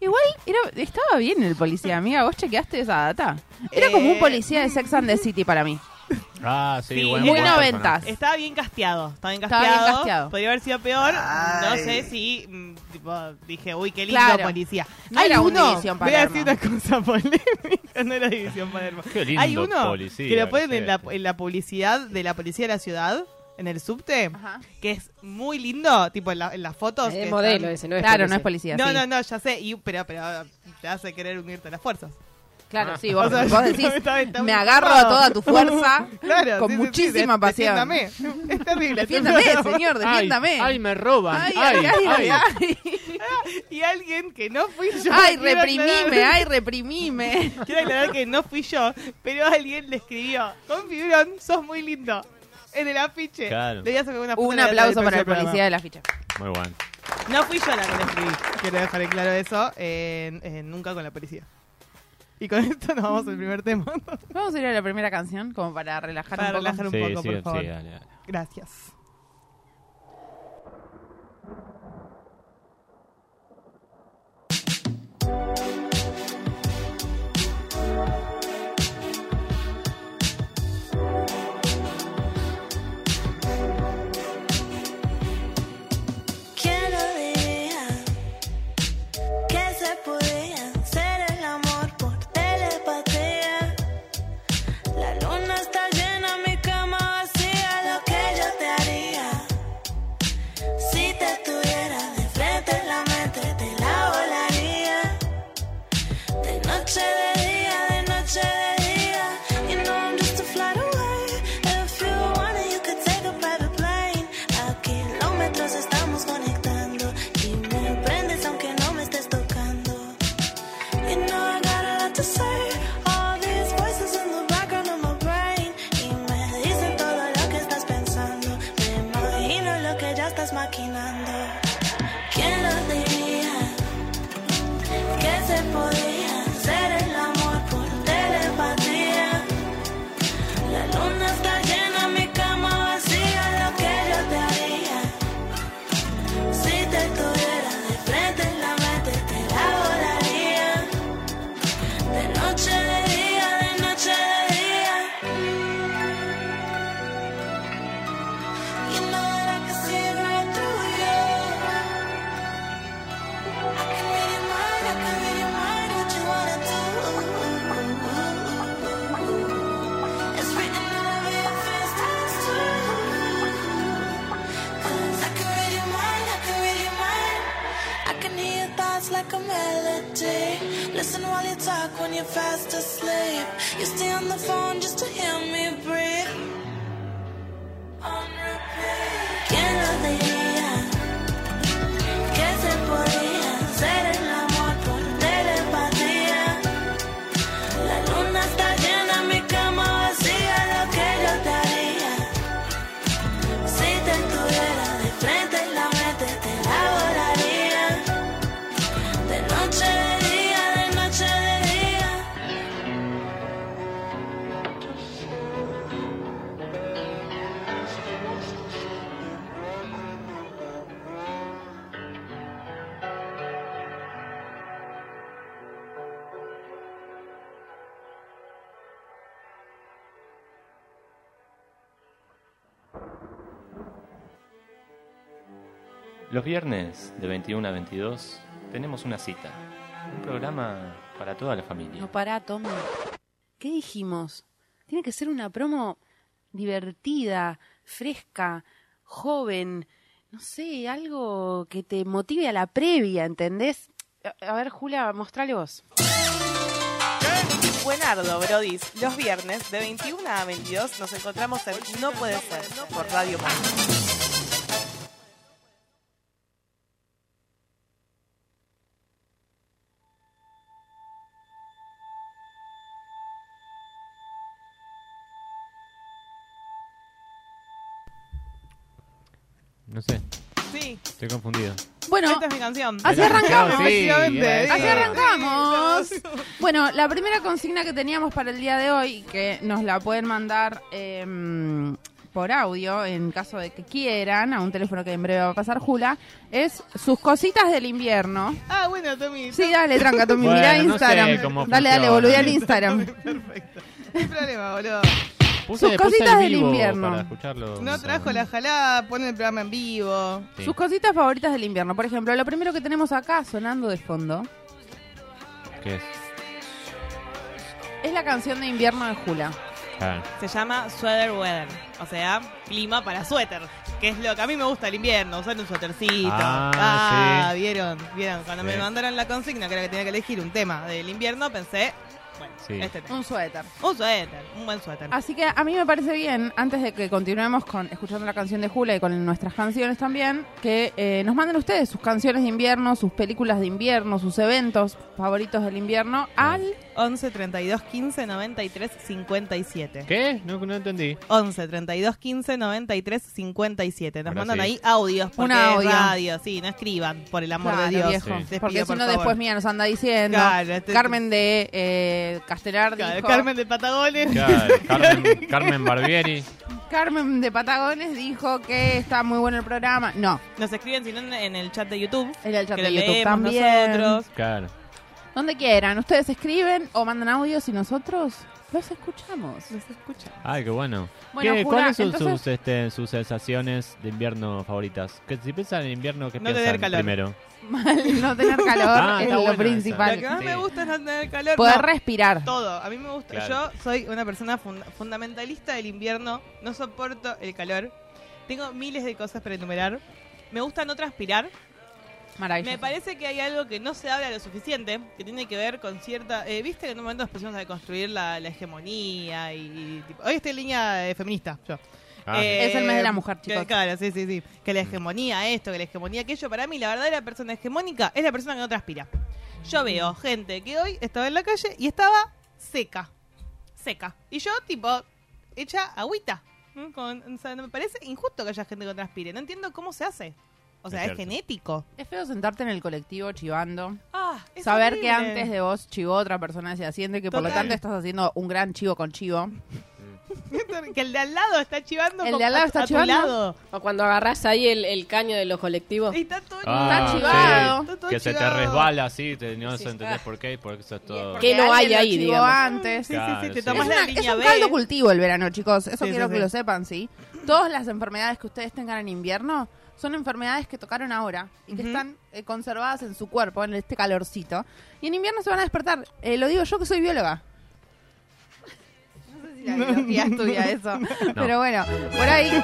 [SPEAKER 2] Igual era, estaba bien el policía, amiga. ¿Vos chequeaste esa data? Era como un
[SPEAKER 3] Eh.
[SPEAKER 2] policía de Sex and the City para mí.
[SPEAKER 1] Ah, sí,
[SPEAKER 3] Sí,
[SPEAKER 1] buen-
[SPEAKER 3] muy
[SPEAKER 1] buen
[SPEAKER 2] noventas.
[SPEAKER 1] personaje.
[SPEAKER 3] Estaba bien casteado. Estaba bien
[SPEAKER 2] Estaba
[SPEAKER 3] casteado.
[SPEAKER 2] bien casteado.
[SPEAKER 3] Podría haber sido peor. No sé si. mm, tipo, dije, uy, qué lindo
[SPEAKER 2] Claro.
[SPEAKER 3] policía.
[SPEAKER 2] No era un División
[SPEAKER 3] Voy a
[SPEAKER 2] Palermo.
[SPEAKER 3] decir una cosa [laughs] polémica. No era División Palermo.
[SPEAKER 1] Qué lindo
[SPEAKER 3] Hay uno
[SPEAKER 1] policía,
[SPEAKER 3] que lo ponen
[SPEAKER 1] que
[SPEAKER 3] en la,
[SPEAKER 1] sea.
[SPEAKER 3] en la publicidad de la policía de la ciudad, en el subte,
[SPEAKER 2] Ajá.
[SPEAKER 3] que es muy lindo. Tipo, en, la- en las fotos. que
[SPEAKER 4] Es
[SPEAKER 3] están-
[SPEAKER 4] modelo ese, no es
[SPEAKER 2] Claro, no
[SPEAKER 4] policía.
[SPEAKER 2] es policía.
[SPEAKER 3] No,
[SPEAKER 2] sí.
[SPEAKER 3] no, no, ya sé. Y, pero, pero te hace querer unirte a las fuerzas.
[SPEAKER 2] Claro,
[SPEAKER 1] Ah.
[SPEAKER 3] [laughs]
[SPEAKER 2] sí, vos,
[SPEAKER 3] O sea,
[SPEAKER 2] vos decís,
[SPEAKER 3] está- está
[SPEAKER 2] me
[SPEAKER 3] muy
[SPEAKER 2] agarro a
[SPEAKER 3] ocupado.
[SPEAKER 2] toda
[SPEAKER 3] [laughs]
[SPEAKER 2] tu fuerza
[SPEAKER 3] Claro,
[SPEAKER 2] con
[SPEAKER 3] sí, sí, sí,
[SPEAKER 2] muchísima
[SPEAKER 3] de-
[SPEAKER 2] pasión.
[SPEAKER 3] Defiéndame. Es terrible.
[SPEAKER 2] Defiéndame,
[SPEAKER 3] Este programa.
[SPEAKER 2] señor, defiéndame.
[SPEAKER 1] Ay, ay, me roban. Ay,
[SPEAKER 2] ay, ay,
[SPEAKER 1] ay.
[SPEAKER 2] ay.
[SPEAKER 3] [laughs] Y alguien que no fui [laughs] yo.
[SPEAKER 2] Ay,
[SPEAKER 3] quiero
[SPEAKER 2] reprimime,
[SPEAKER 3] aclarar-
[SPEAKER 2] ay,
[SPEAKER 3] [laughs]
[SPEAKER 2] reprimime.
[SPEAKER 3] Quiero aclarar que no fui yo, pero alguien le escribió. Con fibrón, sos muy lindo. En el afiche.
[SPEAKER 1] Claro.
[SPEAKER 3] Le voy a sacar una foto
[SPEAKER 2] Un
[SPEAKER 3] de la-
[SPEAKER 2] aplauso
[SPEAKER 3] del
[SPEAKER 2] para el
[SPEAKER 3] próximo
[SPEAKER 2] policía de la ficha.
[SPEAKER 1] Muy bueno.
[SPEAKER 3] programa. No fui yo la que le escribí. Quiero dejar en claro eso. eh, eh, nunca con la policía. Y con esto nos vamos al primer tema. [laughs]
[SPEAKER 2] Vamos a ir a la primera canción como para relajar
[SPEAKER 3] para
[SPEAKER 2] un poco.
[SPEAKER 3] relajar un
[SPEAKER 1] Sí,
[SPEAKER 3] poco,
[SPEAKER 1] sí,
[SPEAKER 3] por
[SPEAKER 1] sí,
[SPEAKER 3] favor.
[SPEAKER 1] dale, dale.
[SPEAKER 3] Gracias.
[SPEAKER 6] ¿Quién lo diría? Que se podía hacer el amor por telepatía. La luna está llena, mi cama vacía. Lo que yo te haría si te tuviera de frente en la mente, te la volaría. De noche de día, de noche de día. You know I'm just a flight away. If you want it, you could take a private plane. A kilómetros estamos conectando. Y me prendes aunque no me estés tocando. You know I got a lot to say. All these voices in the background of my brain. Y me dicen todo lo que estás pensando. Me imagino lo que ya estás maquinando. ¿Quién lo diría? que se podía hacer el amor por telepatía. La luna está llena, mi cama vacía, lo que yo te haría. Si te tuviera de frente en la mente, te la volaría. De noche de día, de noche de día. You know that I can see right through you. I can read your mind, I can read your mind, what you wanna do. It's written all over your face, that's true. 'Cause I can read your mind, I can read your mind. I can hear your thoughts like a melody. Listen while you talk when you're fast asleep. You stay on the phone just to hear me breathe. On repeat. ¿Quién lo diría? que se podía hacer el amor por telepatía. La luna está llena, mi cama vacía, lo que yo te haría. Si te tuviera de frente en la mente, te la volaría. De noche de día, de noche de día.
[SPEAKER 7] Los viernes de 21 a 22 tenemos una cita. Un programa para toda la familia.
[SPEAKER 2] No, pará, Tommy. ¿Qué dijimos? Tiene que ser una promo divertida, fresca, joven, no sé, algo que te motive a la previa, ¿entendés? A- A ver, Julia, mostrale vos.
[SPEAKER 8] Buenardo, Brodis. Los viernes de 21 a 22 nos encontramos en No Puede Ser por Radio Más.
[SPEAKER 1] No sé,
[SPEAKER 3] Sí,
[SPEAKER 1] estoy confundido.
[SPEAKER 2] Bueno,
[SPEAKER 3] esta es mi canción.
[SPEAKER 2] así arrancamos.
[SPEAKER 1] Sí,
[SPEAKER 3] Efectivamente,
[SPEAKER 1] era
[SPEAKER 2] Así
[SPEAKER 3] digo.
[SPEAKER 2] arrancamos. Bueno, la primera consigna que teníamos para el día de hoy, que nos la pueden mandar em, por audio, en caso de que quieran, a un teléfono que en breve va a pasar Jula, es sus cositas del invierno.
[SPEAKER 3] Ah, bueno, Tommy.
[SPEAKER 2] Sí, dale, tranca, Tommy,
[SPEAKER 1] Bueno,
[SPEAKER 2] mirá
[SPEAKER 1] no sé
[SPEAKER 2] Instagram.
[SPEAKER 1] cómo
[SPEAKER 2] dale, dale,
[SPEAKER 1] funciona.
[SPEAKER 2] volví al Instagram.
[SPEAKER 3] Perfecto. No hay problema, boludo.
[SPEAKER 1] Puse,
[SPEAKER 2] Sus
[SPEAKER 1] puse el
[SPEAKER 2] cositas del
[SPEAKER 1] vivo
[SPEAKER 2] invierno.
[SPEAKER 1] Para escucharlo.
[SPEAKER 3] No trajo la jalada, pone el programa en vivo.
[SPEAKER 1] Sí.
[SPEAKER 2] Sus cositas favoritas del invierno. Por ejemplo, lo primero que tenemos acá sonando de fondo
[SPEAKER 1] ¿Qué es?
[SPEAKER 2] es la canción de invierno de Jula.
[SPEAKER 1] Ah,
[SPEAKER 3] Se llama Sweater Weather, o sea, clima para suéter, que es lo que a mí me gusta el invierno, usar un suétercito.
[SPEAKER 1] Ah, sí.
[SPEAKER 3] ¿vieron? ¿Vieron? Cuando me
[SPEAKER 1] Sí.
[SPEAKER 3] mandaron la consigna, que era que tenía que elegir un tema del invierno, pensé Bueno,
[SPEAKER 1] Sí.
[SPEAKER 3] este tema.
[SPEAKER 2] Un suéter.
[SPEAKER 3] Un suéter, un buen suéter.
[SPEAKER 2] Así que a mí me parece bien, antes de que continuemos con escuchando la canción de Julia y con nuestras canciones también, que eh, nos manden ustedes sus canciones de invierno, sus películas de invierno, sus eventos favoritos del invierno al
[SPEAKER 3] 11 32 15 93 57.
[SPEAKER 1] ¿Qué? No, no
[SPEAKER 3] [laughs]
[SPEAKER 1] entendí.
[SPEAKER 3] 11 32 15 93 57. Nos
[SPEAKER 1] Ahora
[SPEAKER 3] mandan
[SPEAKER 1] sí.
[SPEAKER 3] ahí audios porque
[SPEAKER 2] Un
[SPEAKER 3] es
[SPEAKER 2] audio.
[SPEAKER 3] radio, sí, no escriban, por el amor de
[SPEAKER 2] Claro,
[SPEAKER 3] Dios.
[SPEAKER 2] viejo.
[SPEAKER 1] Sí.
[SPEAKER 3] Les
[SPEAKER 2] Porque
[SPEAKER 3] pido,
[SPEAKER 2] si
[SPEAKER 3] por
[SPEAKER 2] no,
[SPEAKER 3] favor.
[SPEAKER 2] después mía nos anda diciendo.
[SPEAKER 3] Claro, este-
[SPEAKER 2] Carmen de eh, Castelar
[SPEAKER 3] Claro,
[SPEAKER 2] dijo-
[SPEAKER 3] Carmen de Patagones.
[SPEAKER 1] Claro, Carmen, Carmen Barbieri.
[SPEAKER 2] Carmen de Patagones dijo que está muy bueno el programa. No,
[SPEAKER 3] Nos escriben si no en- en el chat de YouTube.
[SPEAKER 2] en el chat
[SPEAKER 3] que
[SPEAKER 2] de
[SPEAKER 3] lo
[SPEAKER 2] YouTube
[SPEAKER 3] leemos
[SPEAKER 2] también.
[SPEAKER 3] nosotros.
[SPEAKER 1] Claro.
[SPEAKER 2] Donde quieran, ustedes escriben o mandan audios y nosotros los escuchamos.
[SPEAKER 1] Ay, qué bueno.
[SPEAKER 2] Bueno,
[SPEAKER 1] ¿Qué-
[SPEAKER 2] Jura,
[SPEAKER 1] ¿Cuáles son
[SPEAKER 2] entonces-
[SPEAKER 1] sus, este, sus sensaciones de invierno favoritas? Que si piensan en invierno, ¿qué
[SPEAKER 3] No tener
[SPEAKER 1] piensan
[SPEAKER 3] calor.
[SPEAKER 1] primero?
[SPEAKER 2] Mal, [laughs] no tener calor
[SPEAKER 1] Ah,
[SPEAKER 2] es
[SPEAKER 1] está
[SPEAKER 2] lo
[SPEAKER 1] bueno
[SPEAKER 2] principal.
[SPEAKER 3] Lo que más
[SPEAKER 1] Sí.
[SPEAKER 3] me gusta es no tener calor.
[SPEAKER 2] Poder
[SPEAKER 3] No,
[SPEAKER 2] respirar.
[SPEAKER 3] todo. A mí me gusta.
[SPEAKER 1] Claro.
[SPEAKER 3] Yo soy una persona fun- fundamentalista del invierno. No soporto el calor. Tengo miles de cosas para enumerar. Me gusta no transpirar.
[SPEAKER 2] Maravilloso.
[SPEAKER 3] Me parece que hay algo que no se habla lo suficiente, que tiene que ver con cierta... eh, Viste que en un momento nos pusimos a construir la, la hegemonía y... y tipo- hoy estoy en línea eh, feminista, yo.
[SPEAKER 1] Ah, Mm.
[SPEAKER 3] Eh,
[SPEAKER 2] Es el mes de la mujer,
[SPEAKER 3] que-
[SPEAKER 2] chicos.
[SPEAKER 3] claro, sí, sí, sí. Que la hegemonía esto, que la hegemonía aquello. Para mí, la verdadera persona hegemónica es la persona que no transpira.
[SPEAKER 2] Mm.
[SPEAKER 3] Yo veo gente que hoy estaba en la calle y estaba seca. Seca. Y yo, tipo, hecha agüita. ¿Mm? Con- o sea, me parece injusto que haya gente que no transpire. No entiendo cómo se hace. O
[SPEAKER 1] Es
[SPEAKER 3] sea, es,
[SPEAKER 1] cierto.
[SPEAKER 3] genético.
[SPEAKER 2] Es feo sentarte en el colectivo chivando.
[SPEAKER 3] Ah, es
[SPEAKER 2] Saber
[SPEAKER 3] horrible.
[SPEAKER 2] que
[SPEAKER 3] [laughs]
[SPEAKER 2] antes de vos chivó otra persona se asiento y que por lo
[SPEAKER 3] Total.
[SPEAKER 2] tanto estás haciendo un gran chivo con chivo.
[SPEAKER 3] que el de al lado está chivando.
[SPEAKER 2] El
[SPEAKER 3] con-
[SPEAKER 2] de al lado
[SPEAKER 3] a-
[SPEAKER 2] está
[SPEAKER 3] a tu
[SPEAKER 2] chivando.
[SPEAKER 3] lado.
[SPEAKER 4] O cuando agarras ahí el, el caño de los colectivos.
[SPEAKER 3] Y está todo
[SPEAKER 1] Ah,
[SPEAKER 2] Está
[SPEAKER 1] sí.
[SPEAKER 2] chivado.
[SPEAKER 3] Está todo
[SPEAKER 1] Que se te
[SPEAKER 3] chivado.
[SPEAKER 1] resbala así, te- no
[SPEAKER 4] Sí,
[SPEAKER 1] entendés
[SPEAKER 4] ah.
[SPEAKER 1] por qué, porque eso es todo.
[SPEAKER 4] porque- Que no
[SPEAKER 2] alguien
[SPEAKER 4] hay
[SPEAKER 2] lo
[SPEAKER 4] ahí,
[SPEAKER 2] chivó
[SPEAKER 4] digamos.
[SPEAKER 2] antes.
[SPEAKER 3] Sí, sí, sí,
[SPEAKER 1] Claro,
[SPEAKER 3] te
[SPEAKER 1] sí.
[SPEAKER 3] tomás
[SPEAKER 2] es,
[SPEAKER 3] la
[SPEAKER 2] una- es
[SPEAKER 3] línea
[SPEAKER 2] un
[SPEAKER 3] B.
[SPEAKER 2] caldo cultivo el verano, chicos. Eso
[SPEAKER 3] Sí,
[SPEAKER 2] quiero
[SPEAKER 3] sí,
[SPEAKER 2] que
[SPEAKER 3] sí.
[SPEAKER 2] lo sepan, ¿sí? Todas las enfermedades que ustedes tengan en invierno son enfermedades que tocaron ahora y que
[SPEAKER 3] Ujú.
[SPEAKER 2] están eh, conservadas en su cuerpo, en este calorcito. Y en invierno se van a despertar. Eh, lo digo yo que soy bióloga. No sé si la biología estudia eso. Pero bueno, por ahí.
[SPEAKER 3] [laughs]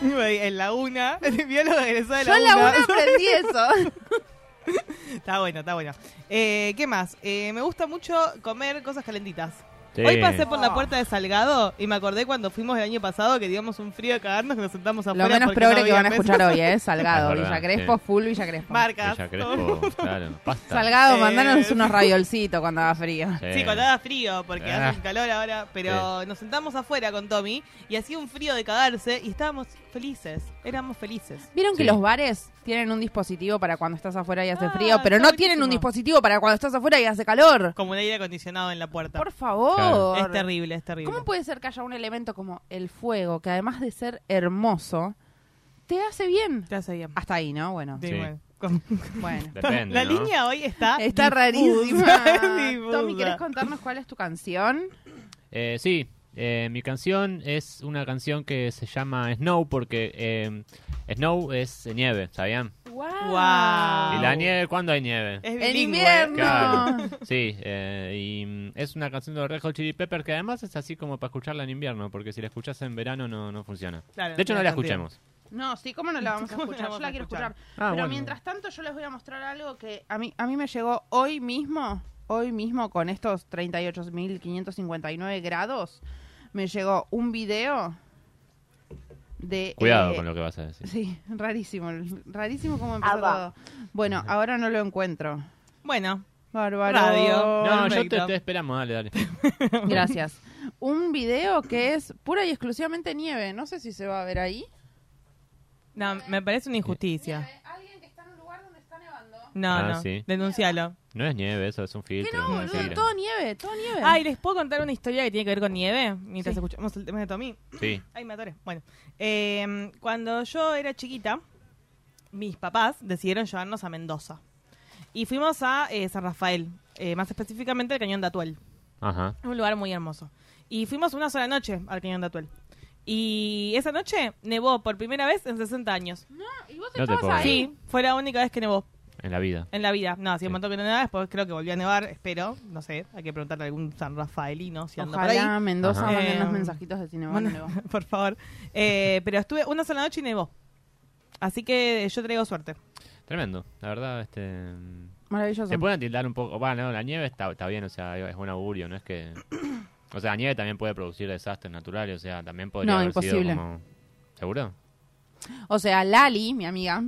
[SPEAKER 3] En la una. Vio lo egresado de
[SPEAKER 2] yo en la una aprendí [laughs] eso.
[SPEAKER 3] Está bueno, está bueno. Eh, ¿Qué más? Eh, me gusta mucho comer cosas calentitas.
[SPEAKER 1] Sí.
[SPEAKER 3] Hoy pasé por
[SPEAKER 2] Ah.
[SPEAKER 3] la puerta de Salgado y me acordé cuando fuimos el año pasado que digamos un frío de cagarnos que nos sentamos afuera.
[SPEAKER 2] Lo menos
[SPEAKER 3] porque no
[SPEAKER 2] progre que
[SPEAKER 3] había
[SPEAKER 2] van a
[SPEAKER 3] mesas.
[SPEAKER 2] escuchar hoy, ¿eh? Salgado,
[SPEAKER 1] Es verdad,
[SPEAKER 2] Villa Crespo,
[SPEAKER 1] sí.
[SPEAKER 2] full Villa Crespo.
[SPEAKER 3] [laughs] Marcas.
[SPEAKER 1] Villa Crespo, claro. Pasta.
[SPEAKER 2] Salgado,
[SPEAKER 3] Eh,
[SPEAKER 2] mandanos unos radiolcitos cuando haga frío.
[SPEAKER 3] Sí, cuando haga frío, porque
[SPEAKER 1] Eh. Ah.
[SPEAKER 3] hace un calor ahora, pero nos sentamos afuera con Tommy y hacía un frío de cagarse y estábamos felices, éramos felices.
[SPEAKER 2] Vieron que
[SPEAKER 1] Sí.
[SPEAKER 2] los bares tienen un dispositivo para cuando estás afuera y hace
[SPEAKER 3] Ah,
[SPEAKER 2] frío, pero no
[SPEAKER 3] está
[SPEAKER 2] tienen un
[SPEAKER 3] buenísimo.
[SPEAKER 2] dispositivo para cuando estás afuera y hace calor.
[SPEAKER 3] Como un aire acondicionado en la puerta.
[SPEAKER 2] Por favor.
[SPEAKER 1] Claro.
[SPEAKER 3] Es terrible, es terrible.
[SPEAKER 2] ¿Cómo puede ser que haya un elemento como el fuego, que además de ser hermoso, te hace bien?
[SPEAKER 3] Te hace bien.
[SPEAKER 2] Hasta ahí, ¿no? Bueno.
[SPEAKER 3] Ah, Sí,
[SPEAKER 1] Sí.
[SPEAKER 3] bueno. Como- [laughs]
[SPEAKER 2] Bueno.
[SPEAKER 1] Depende,
[SPEAKER 3] la
[SPEAKER 1] ¿no?
[SPEAKER 3] línea hoy está.
[SPEAKER 2] Está rarísima.
[SPEAKER 3] [laughs] difusa.
[SPEAKER 2] Tommy, ¿querés contarnos cuál es tu canción?
[SPEAKER 1] Eh, sí, eh, mi canción es una canción que se llama Snow porque eh, Snow es nieve, ¿sabían?
[SPEAKER 2] ¡Wow!
[SPEAKER 3] Wow.
[SPEAKER 1] ¿Y la nieve? ¿Cuándo hay nieve?
[SPEAKER 3] Es
[SPEAKER 2] ¡En
[SPEAKER 3] bilingüe.
[SPEAKER 2] invierno!
[SPEAKER 1] Claro. Sí, eh, y mm, es una canción de los Red Hot Chili Peppers que además es así como para escucharla en invierno, porque si la escuchas en verano no, no funciona.
[SPEAKER 3] Claro,
[SPEAKER 1] de hecho, no
[SPEAKER 3] tiene
[SPEAKER 1] la
[SPEAKER 3] sentido.
[SPEAKER 1] escuchemos.
[SPEAKER 2] No, sí, ¿cómo
[SPEAKER 3] [laughs]
[SPEAKER 2] no la vamos a
[SPEAKER 3] ¿Cómo la
[SPEAKER 2] escuchar?
[SPEAKER 3] vamos
[SPEAKER 2] Yo la
[SPEAKER 3] a
[SPEAKER 2] quiero
[SPEAKER 3] escuchar?
[SPEAKER 2] escuchar.
[SPEAKER 1] Ah,
[SPEAKER 2] Pero
[SPEAKER 1] bueno.
[SPEAKER 2] mientras tanto yo les voy a mostrar algo que a mí, a mí me llegó hoy mismo, hoy mismo con estos 38.559 grados, me llegó un video de...
[SPEAKER 1] Cuidado
[SPEAKER 2] eh,
[SPEAKER 1] con lo que vas a decir.
[SPEAKER 2] Sí, [laughs] rarísimo, rarísimo como empezó todo. Bueno, ahora no lo encuentro.
[SPEAKER 3] Bueno,
[SPEAKER 2] Bárbaro. Oh,
[SPEAKER 3] Radio. [laughs]
[SPEAKER 1] No, yo
[SPEAKER 3] perfecto.
[SPEAKER 1] te, te esperamos, dale, dale.
[SPEAKER 2] Gracias. Un video que es pura y exclusivamente nieve. No sé si se va a ver ahí.
[SPEAKER 3] no, me parece una injusticia.
[SPEAKER 2] Alguien que está en un lugar donde está nevando.
[SPEAKER 3] No,
[SPEAKER 1] Ah,
[SPEAKER 3] no,
[SPEAKER 1] sí.
[SPEAKER 3] denuncialo.
[SPEAKER 1] No es nieve, eso es un
[SPEAKER 2] Que
[SPEAKER 1] filtro.
[SPEAKER 2] no,
[SPEAKER 1] una
[SPEAKER 2] boludo,
[SPEAKER 1] mentira.
[SPEAKER 2] todo nieve, todo nieve.
[SPEAKER 3] Ay, ¿les puedo contar una historia que tiene que ver con nieve? Mientras
[SPEAKER 2] Sí.
[SPEAKER 3] escuchamos el tema de Tommy.
[SPEAKER 1] Sí.
[SPEAKER 3] Ay, me atoré. Bueno, eh, cuando yo era chiquita, mis papás decidieron llevarnos a Mendoza. Y fuimos a eh, San Rafael, eh, más específicamente al Cañón de Atuel.
[SPEAKER 1] Ajá.
[SPEAKER 3] Es un lugar muy hermoso. Y fuimos una sola noche al Cañón de Atuel. Y esa noche nevó por primera vez en 60 años.
[SPEAKER 2] ¿Y vos
[SPEAKER 1] No te
[SPEAKER 2] estabas
[SPEAKER 1] puedo
[SPEAKER 2] ahí?
[SPEAKER 3] Sí, fue la única vez que nevó.
[SPEAKER 1] En la vida.
[SPEAKER 3] En la vida, no, hacía
[SPEAKER 1] Sí.
[SPEAKER 3] un montón que no nevaba, después creo que volvió a nevar, espero, no sé, hay que preguntarle a algún San Rafaelino si anda por ahí.
[SPEAKER 2] Ojalá Mendoza
[SPEAKER 1] Ajá.
[SPEAKER 2] manden
[SPEAKER 3] Eh,
[SPEAKER 2] los mensajitos de cine.
[SPEAKER 3] Manda-
[SPEAKER 2] Bueno,
[SPEAKER 3] [laughs] por favor. Eh, pero estuve una sola noche y nevó. Así que yo traigo suerte.
[SPEAKER 1] Tremendo. La verdad, este. mm,
[SPEAKER 2] Maravilloso.
[SPEAKER 1] Se pueden atildar un poco. Bueno, la nieve está, está bien, o sea, es un augurio, no es que. O sea, la nieve también puede producir desastres naturales, o sea, también podría
[SPEAKER 2] No,
[SPEAKER 1] haber
[SPEAKER 2] imposible.
[SPEAKER 1] sido como. ¿Seguro?
[SPEAKER 2] O sea, Lali, mi amiga,